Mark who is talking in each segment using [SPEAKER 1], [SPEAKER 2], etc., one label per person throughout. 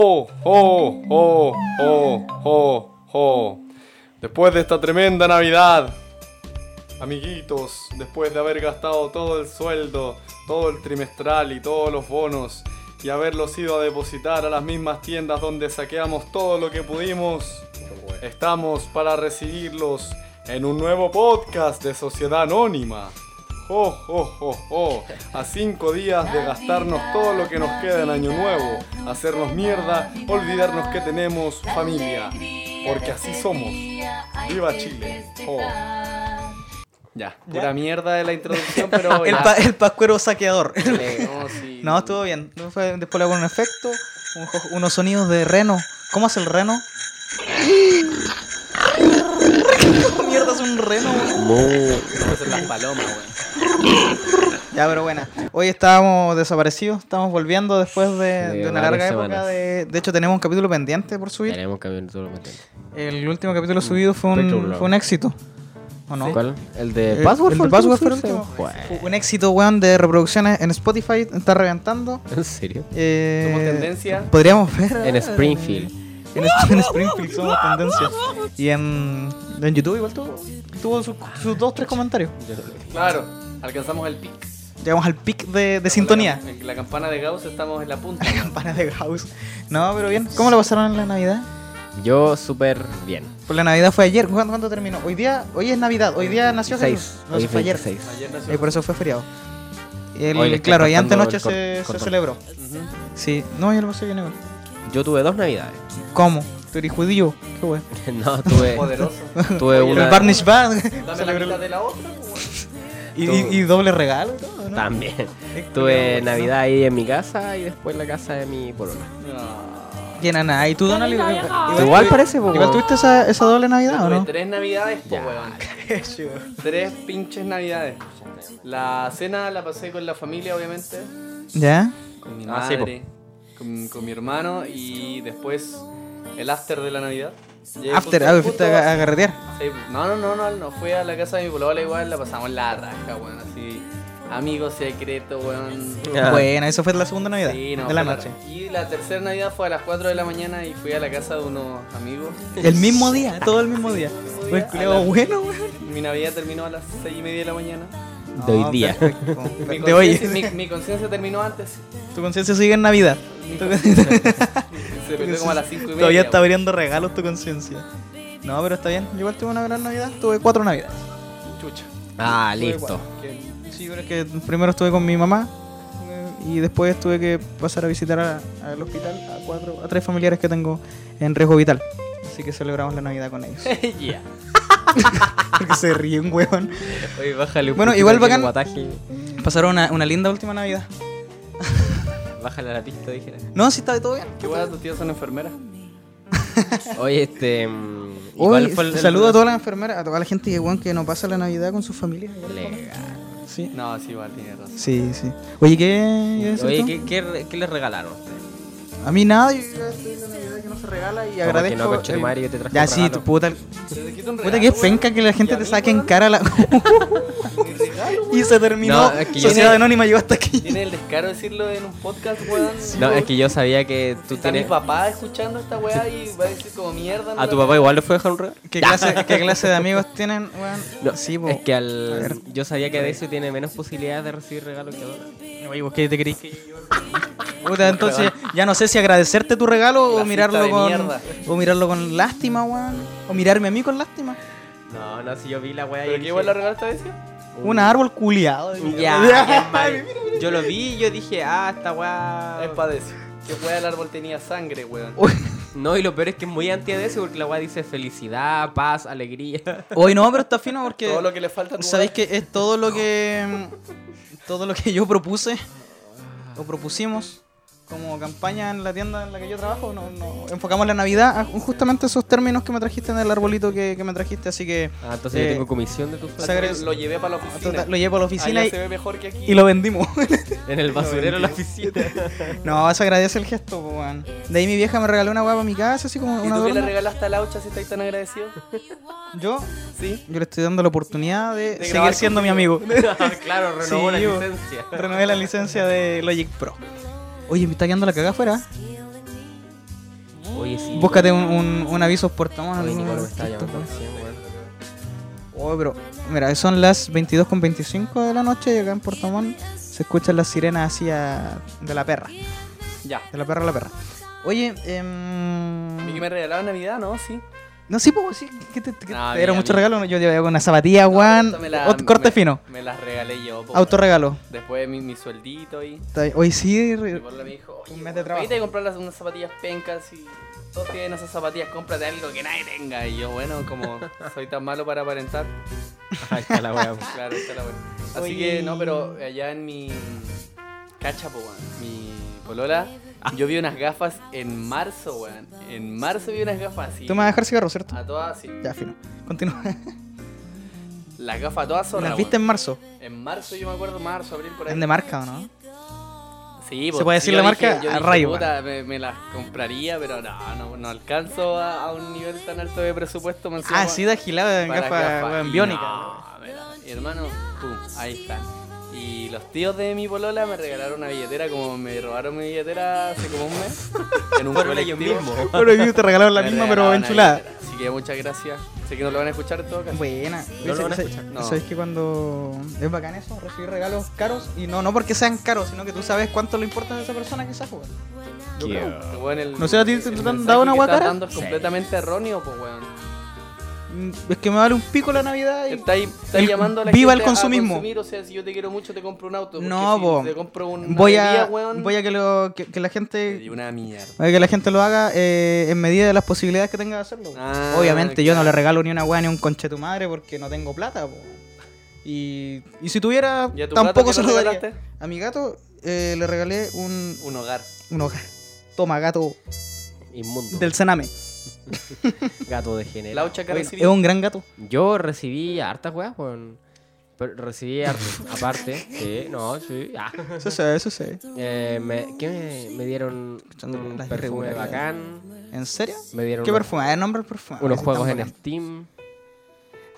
[SPEAKER 1] ho, ho, ho, ho, ho, ho. oh, Después de esta tremenda Navidad, amiguitos, después de haber gastado todo el sueldo, todo el trimestral y todos los bonos, y haberlos ido a depositar a las mismas tiendas donde saqueamos todo lo que pudimos, estamos para recibirlos en un nuevo podcast de Sociedad Anónima. Oh, oh, oh, oh. A cinco días de gastarnos todo lo que nos queda en Año Nuevo, hacernos mierda, olvidarnos que tenemos familia. Porque así somos. ¡Viva Chile! Oh. Ya, pura mierda de la introducción, pero.
[SPEAKER 2] El,
[SPEAKER 3] Ah.
[SPEAKER 1] ya.
[SPEAKER 2] pa- el pascuero saqueador.
[SPEAKER 1] No, sí.
[SPEAKER 2] No, estuvo bien. Después- Después le hago un efecto, un- unos sonidos de reno. ¿Cómo hace el reno? ¿Qué mierda es un reno, güey?
[SPEAKER 3] Esas son las palomas, weón.
[SPEAKER 2] Ya, pero bueno. Hoy estábamos desaparecidos, estamos volviendo después de,
[SPEAKER 3] Sí,
[SPEAKER 2] de una
[SPEAKER 3] varias
[SPEAKER 2] larga época.
[SPEAKER 3] semanas.
[SPEAKER 2] De, de hecho, tenemos un capítulo pendiente por subir.
[SPEAKER 3] Tenemos que abrir todo lo que
[SPEAKER 2] El último capítulo subido fue un,
[SPEAKER 3] Petrol.
[SPEAKER 2] fue un éxito. ¿O no?
[SPEAKER 3] ¿Cuál? ¿El
[SPEAKER 2] El-
[SPEAKER 3] de Password?
[SPEAKER 2] el de
[SPEAKER 3] fue
[SPEAKER 2] Eh, Password fue el
[SPEAKER 3] último?
[SPEAKER 2] último.
[SPEAKER 3] Joder,
[SPEAKER 2] Fue Un éxito, weón, de reproducciones en Spotify. Está reventando.
[SPEAKER 3] ¿En serio?
[SPEAKER 2] Eh,
[SPEAKER 1] Somos tendencia. Eh,
[SPEAKER 2] Podríamos ver.
[SPEAKER 3] En Springfield.
[SPEAKER 2] En, Sp- en Springfield somos tendencia. Y en, en YouTube igual tuvo, tuvo sus, sus dos, tres comentarios.
[SPEAKER 1] Claro, alcanzamos el pic.
[SPEAKER 2] Llegamos al pic de, de sintonía.
[SPEAKER 1] La, la campana de Gauss estamos en la punta.
[SPEAKER 2] Campana de House. No, pero bien. ¿Cómo lo pasaron en la Navidad?
[SPEAKER 3] Yo súper bien.
[SPEAKER 2] Pues la Navidad fue ayer. ¿Cuándo, cuándo terminó? Hoy día, hoy es Navidad. Hoy día nació Jesús.
[SPEAKER 3] 6.
[SPEAKER 2] No, sí, fue ayer.
[SPEAKER 1] Ayer nació.
[SPEAKER 2] Y por eso fue feriado. El-
[SPEAKER 3] Hoy le estoy
[SPEAKER 2] claro, y
[SPEAKER 3] cortando
[SPEAKER 2] antes noche
[SPEAKER 3] el cor-
[SPEAKER 2] se, se
[SPEAKER 3] cordón.
[SPEAKER 2] celebró.
[SPEAKER 1] Ujú.
[SPEAKER 2] Sí. No, yo lo pasé bien igual.
[SPEAKER 3] Yo tuve dos navidades.
[SPEAKER 2] ¿Cómo? ¿Tú eres judío? Qué bueno.
[SPEAKER 3] No, tuve,
[SPEAKER 1] Poderoso.
[SPEAKER 3] tuve
[SPEAKER 1] Oye,
[SPEAKER 2] El
[SPEAKER 3] una.
[SPEAKER 2] Barnish Band.
[SPEAKER 1] Dame la mitad de la otra. po, weón.
[SPEAKER 2] y, y- y doble regalo y todo, ¿no?
[SPEAKER 3] También.
[SPEAKER 2] Héctor,
[SPEAKER 3] Tuve
[SPEAKER 2] ¿no?
[SPEAKER 3] Navidad ahí en mi casa y después en la casa de mi polola.
[SPEAKER 2] Bien, Ana, ¿y tú, Donald? Igual,
[SPEAKER 3] Igual
[SPEAKER 2] tuviste-
[SPEAKER 3] parece, po,
[SPEAKER 2] Igual
[SPEAKER 3] weón.
[SPEAKER 2] tuviste esa, esa doble Navidad, ¿o
[SPEAKER 1] Tuve
[SPEAKER 2] no?
[SPEAKER 1] tres navidades, po,
[SPEAKER 3] Ya.
[SPEAKER 1] weón. Tres pinches navidades. La cena la pasé con la familia, obviamente.
[SPEAKER 2] ¿Ya?
[SPEAKER 1] Con mi
[SPEAKER 3] Ah, sí, po.
[SPEAKER 1] madre, con, con mi hermano y después el after de la Navidad. Llegué
[SPEAKER 2] After,
[SPEAKER 1] justo-
[SPEAKER 2] ah,
[SPEAKER 1] justo
[SPEAKER 2] fuiste a, a carretear.
[SPEAKER 1] Sí, No, no, no, no, no fui a la casa de mi polola igual, la pasamos la raja, weón, así. Amigo secreto, weón.
[SPEAKER 3] Ah.
[SPEAKER 2] Bueno, eso fue la segunda Navidad
[SPEAKER 1] Sí, no,
[SPEAKER 2] de la
[SPEAKER 1] fue
[SPEAKER 2] noche.
[SPEAKER 1] Y la tercera Navidad fue a las 4 de la mañana y fui a la casa de unos amigos.
[SPEAKER 2] El mismo día, todo el mismo día.
[SPEAKER 1] mismo día.
[SPEAKER 2] Fue el
[SPEAKER 1] A
[SPEAKER 2] culeo
[SPEAKER 1] la-
[SPEAKER 2] bueno, weón.
[SPEAKER 1] Mi Navidad terminó a las 6 y media de la mañana.
[SPEAKER 3] De hoy
[SPEAKER 2] No,
[SPEAKER 3] día.
[SPEAKER 2] perfecto.
[SPEAKER 1] Mi
[SPEAKER 2] De hoy.
[SPEAKER 1] conciencia- Mi, mi conciencia terminó antes.
[SPEAKER 2] Tu conciencia sigue en Navidad.
[SPEAKER 1] Mi
[SPEAKER 2] Tu-
[SPEAKER 1] conciencia- Se perdió como a las 5 y media.
[SPEAKER 2] Todavía está
[SPEAKER 1] weón.
[SPEAKER 2] abriendo regalos tu conciencia. No, pero está bien. Yo igual tuve una gran Navidad. Tuve cuatro Navidades.
[SPEAKER 1] Chucha.
[SPEAKER 3] Ah, listo.
[SPEAKER 1] Que-
[SPEAKER 2] Sí, pero es que primero estuve con mi mamá eh, y después tuve que pasar a visitar a- al hospital a cuatro, a tres familiares que tengo en riesgo vital. Así que celebramos la Navidad con ellos.
[SPEAKER 3] Ya.
[SPEAKER 2] Porque se ríen, huevón.
[SPEAKER 3] Oye, bájale un
[SPEAKER 2] Bueno,
[SPEAKER 3] poquito
[SPEAKER 2] igual
[SPEAKER 3] aquí el
[SPEAKER 2] bacán.
[SPEAKER 3] guataje.
[SPEAKER 2] Pasaron una, una linda última Navidad.
[SPEAKER 3] Bájale a la pista, dijera.
[SPEAKER 2] No, sí, está todo bien.
[SPEAKER 1] ¿Qué weón tus tíos son enfermeras?
[SPEAKER 3] Oye, este. mm,
[SPEAKER 2] Hoy
[SPEAKER 3] igual fue el-
[SPEAKER 2] saludo a todas las enfermeras, a toda la gente que, hueón, que no pasa la Navidad con sus familias.
[SPEAKER 3] Legal.
[SPEAKER 2] Sí.
[SPEAKER 1] No, sí, igual, tiene razón.
[SPEAKER 2] Sí, sí. Oye, ¿qué? ibas a decir
[SPEAKER 3] Oye,
[SPEAKER 2] tú?
[SPEAKER 3] ¿qué, qué, qué les regalaron?
[SPEAKER 2] A mí nada, yo yo estoy en la Navidad que no se regala y agradezco.
[SPEAKER 3] no, conche tu
[SPEAKER 2] eh,
[SPEAKER 3] madre, yo te traje
[SPEAKER 2] ya,
[SPEAKER 3] un
[SPEAKER 2] sí,
[SPEAKER 3] regalo.
[SPEAKER 2] tu puta.
[SPEAKER 1] Te quito un
[SPEAKER 2] Puta
[SPEAKER 1] regalo,
[SPEAKER 2] que es
[SPEAKER 1] weón.
[SPEAKER 2] penca que la gente
[SPEAKER 1] ¿Y a
[SPEAKER 2] te
[SPEAKER 1] mí,
[SPEAKER 2] saque en
[SPEAKER 1] weón?
[SPEAKER 2] cara la...
[SPEAKER 1] Mi regalo,
[SPEAKER 2] y se terminó.
[SPEAKER 3] No, es que yo-
[SPEAKER 2] Sociedad Anónima llegó hasta aquí.
[SPEAKER 1] Tiene el descaro de decirlo en un podcast, weón.
[SPEAKER 3] No, es que yo sabía que tú
[SPEAKER 1] Está mi
[SPEAKER 3] tienes.
[SPEAKER 1] papá escuchando esta weá y va a decir como mierda. no
[SPEAKER 3] ¿A tu
[SPEAKER 1] la-
[SPEAKER 3] papá igual le fue a dejar un regalo?
[SPEAKER 2] ¿Qué clase, ¿Qué clase de amigos tienen, weón?
[SPEAKER 3] No,
[SPEAKER 2] sí, po.
[SPEAKER 3] es que
[SPEAKER 2] A ver.
[SPEAKER 3] al... yo sabía que de eso tiene menos posibilidades de recibir regalos que ahora.
[SPEAKER 2] Oye, ¿vos qué te creís que yo... Puta, entonces ya no sé si agradecerte tu regalo o
[SPEAKER 1] Clasista
[SPEAKER 2] mirarlo
[SPEAKER 1] de
[SPEAKER 2] con...
[SPEAKER 1] mierda.
[SPEAKER 2] O mirarlo con lástima, weón. O mirarme a mí con lástima.
[SPEAKER 3] No, no, si yo vi la wea
[SPEAKER 1] ¿Pero qué igual la regalaste a veces?
[SPEAKER 2] Un árbol culiado.
[SPEAKER 3] Ya, yo lo vi y yo dije, ah, esta
[SPEAKER 1] Es
[SPEAKER 3] wea.
[SPEAKER 1] padecio. Que weá el árbol tenía sangre, weón.
[SPEAKER 3] No, y lo peor es que es muy anti de eso porque la wea dice felicidad, paz, alegría.
[SPEAKER 2] Hoy no, pero está fino porque...
[SPEAKER 1] Todo lo que le falta a tu
[SPEAKER 2] ¿Sabéis
[SPEAKER 1] weá.
[SPEAKER 2] que es todo lo que mm, todo lo que yo propuse o propusimos como campaña en la tienda en la que yo trabajo? No, no, enfocamos la Navidad a justamente esos términos que me trajiste en el arbolito que, que me trajiste, así que
[SPEAKER 3] Ah, entonces
[SPEAKER 2] Eh,
[SPEAKER 3] yo tengo comisión de tu
[SPEAKER 2] se
[SPEAKER 3] flaco.
[SPEAKER 2] agre-
[SPEAKER 1] Lo llevé para la oficina.
[SPEAKER 2] lo llevo a la oficina
[SPEAKER 1] Allá
[SPEAKER 2] y,
[SPEAKER 1] se ve mejor que aquí.
[SPEAKER 2] y lo vendimos.
[SPEAKER 3] En el basurero de la oficina.
[SPEAKER 2] no, se agradece el gesto, po, weón. De ahí mi vieja me regaló una guapa a mi casa, así como
[SPEAKER 1] ¿Y
[SPEAKER 2] una
[SPEAKER 1] tú qué le
[SPEAKER 2] adorno.
[SPEAKER 1] regalaste a la Laucha si estáis tan agradecido?
[SPEAKER 2] Yo,
[SPEAKER 1] Sí.
[SPEAKER 2] yo le estoy dando la oportunidad de, seguir
[SPEAKER 1] grabar
[SPEAKER 2] siendo mi amigo.
[SPEAKER 3] Ah, claro, renovó la
[SPEAKER 2] Sí, yo-
[SPEAKER 3] licencia.
[SPEAKER 2] Renové la licencia de Logic Pro. Oye, me está quedando la cagada afuera.
[SPEAKER 3] Oye, sí.
[SPEAKER 2] Búscate un, un, un aviso por tomar.
[SPEAKER 3] Oye,
[SPEAKER 2] algo,
[SPEAKER 3] Nicole me está
[SPEAKER 2] TikTok,
[SPEAKER 3] llamando
[SPEAKER 2] algo.
[SPEAKER 3] recién, weón.
[SPEAKER 2] Oh, pero mira, son las 22 con 25 de la noche y acá en Puerto Montt se escuchan las sirenas así a- de la perra.
[SPEAKER 4] Ya.
[SPEAKER 2] De la perra a la perra. Oye,
[SPEAKER 4] ¿Y
[SPEAKER 2] em...
[SPEAKER 4] que me regalaron Navidad, no? Sí.
[SPEAKER 2] no, sí, pues, sí, que te, que
[SPEAKER 4] No,
[SPEAKER 2] te dieron
[SPEAKER 4] mira,
[SPEAKER 2] mucho
[SPEAKER 4] mira.
[SPEAKER 2] regalo. Yo llevaba una zapatilla, guan,
[SPEAKER 4] Esto me la-
[SPEAKER 2] ot- corte
[SPEAKER 4] me-
[SPEAKER 2] fino,
[SPEAKER 4] Me las regalé yo. po,
[SPEAKER 2] autorregalo.
[SPEAKER 4] weón. Después de mi, mi sueldito y.
[SPEAKER 2] Está bien. Hoy sí, re-
[SPEAKER 4] Mi porla me dijo, oye,
[SPEAKER 2] Un mes de
[SPEAKER 4] weón,
[SPEAKER 2] trabajo.
[SPEAKER 4] ahorita hay que comprar las- unas zapatillas pencas y todos tienen esas zapatillas, cómprate algo que nadie tenga. Y yo, bueno, como soy tan malo para aparentar,
[SPEAKER 3] Ajá, está la weá. pues.
[SPEAKER 4] claro, está la buena. Así
[SPEAKER 2] Ah. Oye.
[SPEAKER 4] que, no, pero eh, allá en mi cacha, po, weón, mi polola,
[SPEAKER 2] Ah.
[SPEAKER 4] yo vi unas gafas en marzo, weón. En marzo vi unas gafas así.
[SPEAKER 2] tú me vas a dejar cigarro, ¿cierto?
[SPEAKER 4] A todas, sí.
[SPEAKER 2] Ya, fino. Continúa.
[SPEAKER 4] Las gafas a todas son
[SPEAKER 2] Las viste en marzo.
[SPEAKER 4] En marzo, yo me acuerdo, marzo, abril, por ahí.
[SPEAKER 2] En de marca, ¿o no?
[SPEAKER 4] Sí,
[SPEAKER 2] ¿Se
[SPEAKER 4] pues,
[SPEAKER 2] puede decir
[SPEAKER 4] yo
[SPEAKER 2] la marca?
[SPEAKER 4] yo
[SPEAKER 2] A rayo,
[SPEAKER 4] puta, me, me las compraría, pero no, no, no alcanzo a, a un nivel tan alto de presupuesto. más encima,
[SPEAKER 2] Ah, sí, de agilada en
[SPEAKER 4] para
[SPEAKER 2] gafa,
[SPEAKER 4] gafas.
[SPEAKER 2] weón,
[SPEAKER 4] Y
[SPEAKER 2] biónica.
[SPEAKER 4] no, me la- y hermano, pum, ahí está. Y los tíos de mi polola me regalaron una billetera, como me robaron mi billetera hace como un mes. en un
[SPEAKER 3] Fueron ellos
[SPEAKER 4] colectivo.
[SPEAKER 3] mismos.
[SPEAKER 2] Bueno, y te regalaron la
[SPEAKER 4] Me
[SPEAKER 2] misma,
[SPEAKER 4] regalaron
[SPEAKER 2] pero
[SPEAKER 4] una
[SPEAKER 2] enchulada.
[SPEAKER 4] billetera. Así que muchas gracias. Sé que no lo van a escuchar en todo caso.
[SPEAKER 2] Buena.
[SPEAKER 3] No lo van a
[SPEAKER 2] ¿Sabes-
[SPEAKER 3] escuchar.
[SPEAKER 4] No.
[SPEAKER 2] ¿Sabes que cuando es bacán eso? Recibir regalos caros y no no porque sean caros, sino que tú sabes cuánto le importa a esa persona que está jugando.
[SPEAKER 4] Yo creo que, weón, el-
[SPEAKER 2] No sé, ¿a ti
[SPEAKER 4] el
[SPEAKER 2] te han
[SPEAKER 4] mensaje
[SPEAKER 2] dado una
[SPEAKER 4] que
[SPEAKER 2] guacara?
[SPEAKER 4] estás dando es completamente erróneo, pues, weón.
[SPEAKER 2] Mm, Es que me vale un pico la Navidad y...
[SPEAKER 4] Está ahí, está
[SPEAKER 2] El-
[SPEAKER 4] llamando a la
[SPEAKER 2] viva
[SPEAKER 4] gente
[SPEAKER 2] el consumismo.
[SPEAKER 4] A consumir, o sea, si yo te quiero mucho, te compro un auto. porque
[SPEAKER 2] No,
[SPEAKER 4] si
[SPEAKER 2] po.
[SPEAKER 4] Te compro un.
[SPEAKER 2] Voy a, voy a que, lo, que, que la gente...
[SPEAKER 4] una mierda.
[SPEAKER 2] a que la gente lo haga eh, en medida de las posibilidades que tenga de hacerlo.
[SPEAKER 4] Ah,
[SPEAKER 2] Obviamente yo no
[SPEAKER 4] claro.
[SPEAKER 2] le regalo ni una weá ni un conche a tu madre porque no tengo plata. po. Y, y si tuviera,
[SPEAKER 4] ¿Y a tu
[SPEAKER 2] tampoco
[SPEAKER 4] gato
[SPEAKER 2] se
[SPEAKER 4] qué
[SPEAKER 2] lo
[SPEAKER 4] le
[SPEAKER 2] daría.
[SPEAKER 4] regalaste?
[SPEAKER 2] A mi gato eh, le regalé un,
[SPEAKER 4] Un hogar.
[SPEAKER 2] un hogar. Toma, gato
[SPEAKER 3] Inmundo.
[SPEAKER 2] del Sename.
[SPEAKER 3] gato de género.
[SPEAKER 4] La hucha que
[SPEAKER 2] Bueno,
[SPEAKER 4] recibí.
[SPEAKER 2] es un gran gato.
[SPEAKER 3] Yo recibí hartas weas, weón. Pero recibí hartas. Aparte, sí, no, sí. ah.
[SPEAKER 2] Eso sé, eso sé.
[SPEAKER 3] Eh, me, ¿Qué me, me dieron?
[SPEAKER 2] Escuchando
[SPEAKER 3] Un
[SPEAKER 2] las
[SPEAKER 3] perfume
[SPEAKER 2] irregularidades.
[SPEAKER 3] bacán.
[SPEAKER 2] ¿En serio?
[SPEAKER 3] Me dieron
[SPEAKER 2] ¿Qué
[SPEAKER 3] unos-
[SPEAKER 2] perfume? A ver, nombre el perfume.
[SPEAKER 3] unos
[SPEAKER 2] Ese
[SPEAKER 3] juegos
[SPEAKER 2] está
[SPEAKER 3] en
[SPEAKER 2] bacán.
[SPEAKER 3] Steam.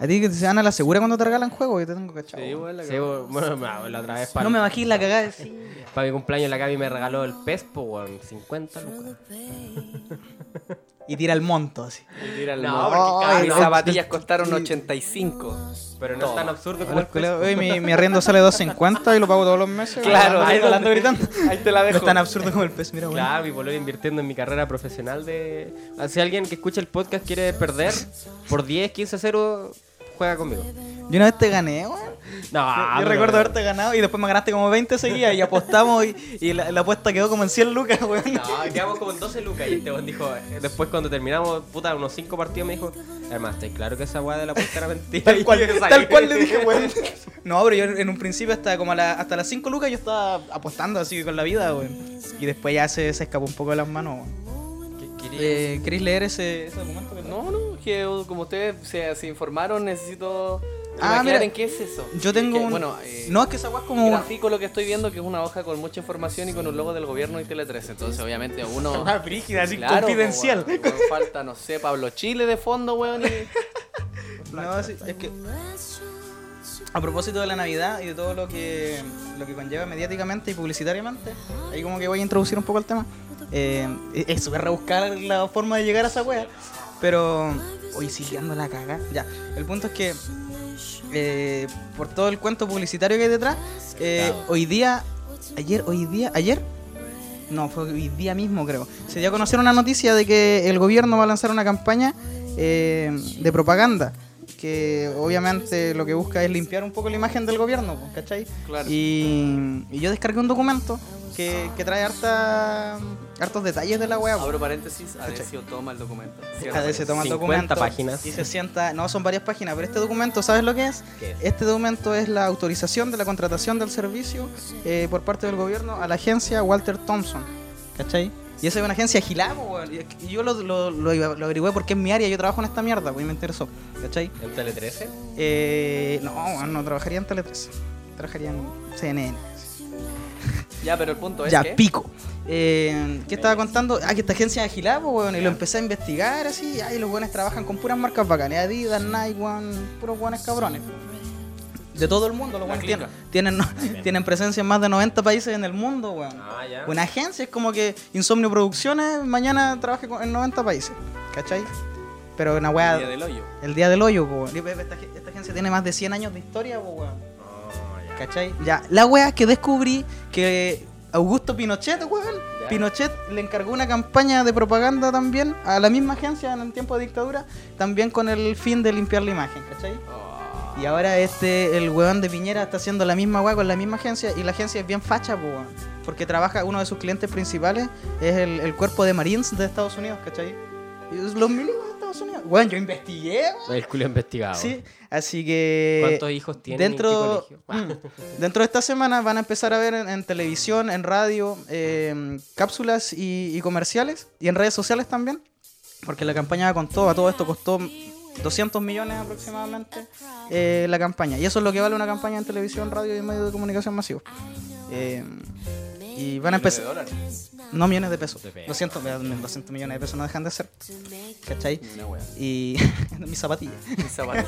[SPEAKER 2] A ti que te dan a la segura cuando te regalan juegos, yo te tengo cachado.
[SPEAKER 4] Sí, weón, la
[SPEAKER 3] Sí,
[SPEAKER 4] cagó.
[SPEAKER 3] bueno, me- la otra vez para,
[SPEAKER 2] no me bajís la cagada de sí.
[SPEAKER 3] para mi cumpleaños la Gaby me regaló el Pespo, weón. 50 lucas.
[SPEAKER 2] Y tira el monto así.
[SPEAKER 4] Y tira al
[SPEAKER 3] No,
[SPEAKER 4] mono.
[SPEAKER 2] porque cada-
[SPEAKER 4] mis
[SPEAKER 2] no,
[SPEAKER 4] zapatillas
[SPEAKER 2] el-
[SPEAKER 4] costaron
[SPEAKER 2] el-
[SPEAKER 4] 85.
[SPEAKER 3] Pero no es tan absurdo como el Pespo.
[SPEAKER 2] Oye, mi, mi arriendo sale 2.50 y lo pago todos los meses.
[SPEAKER 4] Claro,
[SPEAKER 2] ahí
[SPEAKER 4] ahí
[SPEAKER 2] hablando
[SPEAKER 4] donde-
[SPEAKER 2] gritando.
[SPEAKER 4] Ahí te la
[SPEAKER 2] No
[SPEAKER 4] dejo.
[SPEAKER 2] es tan absurdo como el pez, mira, weón.
[SPEAKER 3] Claro, mi boludo invirtiendo en mi carrera profesional de... ah, Si alguien que escucha el podcast quiere perder, por 10, 15, 0, juega conmigo.
[SPEAKER 2] Yo una vez te gané, weón.
[SPEAKER 3] No,
[SPEAKER 2] yo
[SPEAKER 3] no,
[SPEAKER 2] recuerdo
[SPEAKER 3] no.
[SPEAKER 2] haberte ganado y después me ganaste como 20 seguidas y apostamos y, y la, la apuesta quedó como en 100 lucas, weón.
[SPEAKER 3] No, Ah, quedamos como en 12 lucas y este weón dijo, eh, después cuando terminamos, puta, unos 5 partidos me dijo, además, estoy claro que esa weá de la puerta era mentira.
[SPEAKER 2] Tal cual,
[SPEAKER 3] Y yo salí.
[SPEAKER 2] tal cual le dije, weón. No, pero yo en un principio hasta como a la- hasta las 5 lucas yo estaba apostando así con la vida, weón. Y después ya se, se escapó un poco de las manos, weón.
[SPEAKER 3] ¿Qué quería?
[SPEAKER 2] Eh, ¿Queréis leer ese, ese documento? que tengo?
[SPEAKER 4] No, no, que como ustedes se, se informaron, necesito.
[SPEAKER 2] Ah,
[SPEAKER 4] imaginar
[SPEAKER 2] mira.
[SPEAKER 4] en qué es eso.
[SPEAKER 2] Yo tengo
[SPEAKER 4] Que,
[SPEAKER 2] un...
[SPEAKER 4] Bueno, eh,
[SPEAKER 2] no, es que esa weá es como...
[SPEAKER 4] Un
[SPEAKER 2] un-
[SPEAKER 4] gráfico lo que estoy viendo que es una hoja con mucha información y con un logo del gobierno y Tele 13. Entonces, obviamente, uno.
[SPEAKER 2] Ah, brígida, así
[SPEAKER 4] Claro,
[SPEAKER 2] confidencial.
[SPEAKER 4] po, weón, weón, falta, no sé, Pablo Chile de fondo, weón. y-
[SPEAKER 2] No, sí, es que. A propósito de la Navidad y de todo lo que, lo que conlleva mediáticamente y publicitariamente, ahí como que voy a introducir un poco el tema. Eh, es- es súper rebuscar la forma de llegar a esa wea, pero. Hoy sí que ando la caga. Ya, el punto es que. eh, por todo el cuento publicitario que hay detrás, eh,
[SPEAKER 3] Claro.
[SPEAKER 2] hoy día. Ayer, hoy día, ayer. No, fue hoy día mismo, creo. Se dio a conocer una noticia de que el gobierno va a lanzar una campaña eh, de propaganda. Que obviamente lo que busca es limpiar un poco la imagen del gobierno, pues, ¿cachai?
[SPEAKER 4] Claro.
[SPEAKER 2] Y, y yo descargué un documento que, que trae harta, hartos detalles de la wea. pues.
[SPEAKER 4] Abro paréntesis, Adesio toma el documento. Cierro
[SPEAKER 2] Cada vez se toma el
[SPEAKER 3] 50
[SPEAKER 2] documento
[SPEAKER 3] páginas.
[SPEAKER 2] y se sienta. No, son varias páginas, pero este documento, ¿sabes lo que es?
[SPEAKER 3] ¿Qué es?
[SPEAKER 2] Este documento es la autorización de la contratación del servicio eh, por parte del gobierno a la agencia Walter Thompson. ¿Cachai? Y esa es una agencia gilada, po, weón. Y- Y yo lo, lo, lo, iba- lo averigüé porque es mi área, yo trabajo en esta mierda, pues y me interesó. ¿Cachai?
[SPEAKER 3] ¿En Tele 13?
[SPEAKER 2] Eh, no, weón, no trabajaría en Tele 13. Trabajaría en CNN.
[SPEAKER 4] paréntesis. Ya, pero el punto es
[SPEAKER 2] Ya,
[SPEAKER 4] que.
[SPEAKER 2] pico. Eh, ¿Qué estaba contando? Ah, que esta agencia de Gilabo, weón. Y lo empecé a investigar así. Ay, los weones trabajan con puras marcas bacanas. Adidas, Nike, weón. Puros weones cabrones. de todo el mundo. Los
[SPEAKER 4] La
[SPEAKER 2] weones tienen,
[SPEAKER 4] clica.
[SPEAKER 2] tienen, tienen presencia en más de 90 países en el mundo, weón.
[SPEAKER 3] Ah, ya.
[SPEAKER 2] Una agencia es como que Insomnio Producciones mañana trabaje con- en 90 países, ¿cachai? Pero una weá,
[SPEAKER 4] Día del hoyo.
[SPEAKER 2] el día del hoyo, po, weón. Y, Esta, ge- esta agencia tiene más de 100 años de historia, po, weón. ¿Cachai? Ya, la wea que descubrí que Augusto Pinochet, weón.
[SPEAKER 3] Ya.
[SPEAKER 2] Pinochet le encargó una campaña de propaganda también a la misma agencia en el tiempo de dictadura, también con el fin de limpiar la imagen, ¿cachai? Y ahora este, el weón de Piñera está haciendo la misma weá con la misma agencia y la agencia es bien facha, po, weón. Porque trabaja, uno de sus clientes principales es el, el cuerpo de Marines de Estados Unidos, ¿cachai? Y es los milicos de Estados Unidos. Weón, yo investigué, weón.
[SPEAKER 3] El culo investigado.
[SPEAKER 2] Sí, así que...
[SPEAKER 3] ¿Cuántos hijos tiene?
[SPEAKER 2] Dentro,
[SPEAKER 3] ¿En qué colegio?
[SPEAKER 2] mm, dentro de esta semana van a empezar a ver en, en televisión, en radio, eh, cápsulas y, y comerciales, y en redes sociales también, porque la campaña va con todo, a todo esto costó 200 millones aproximadamente eh, la campaña, y eso es lo que vale una campaña en televisión, radio y en medios de comunicación masivos. Eh, y van a
[SPEAKER 4] De
[SPEAKER 2] empezar...
[SPEAKER 4] dólares.
[SPEAKER 2] No millones de pesos,
[SPEAKER 3] De pesos.
[SPEAKER 2] 200, millones- 200 millones de pesos no dejan de ser, ¿cachai?
[SPEAKER 4] Una wea.
[SPEAKER 2] Y mis zapatillas.
[SPEAKER 4] Esa wea.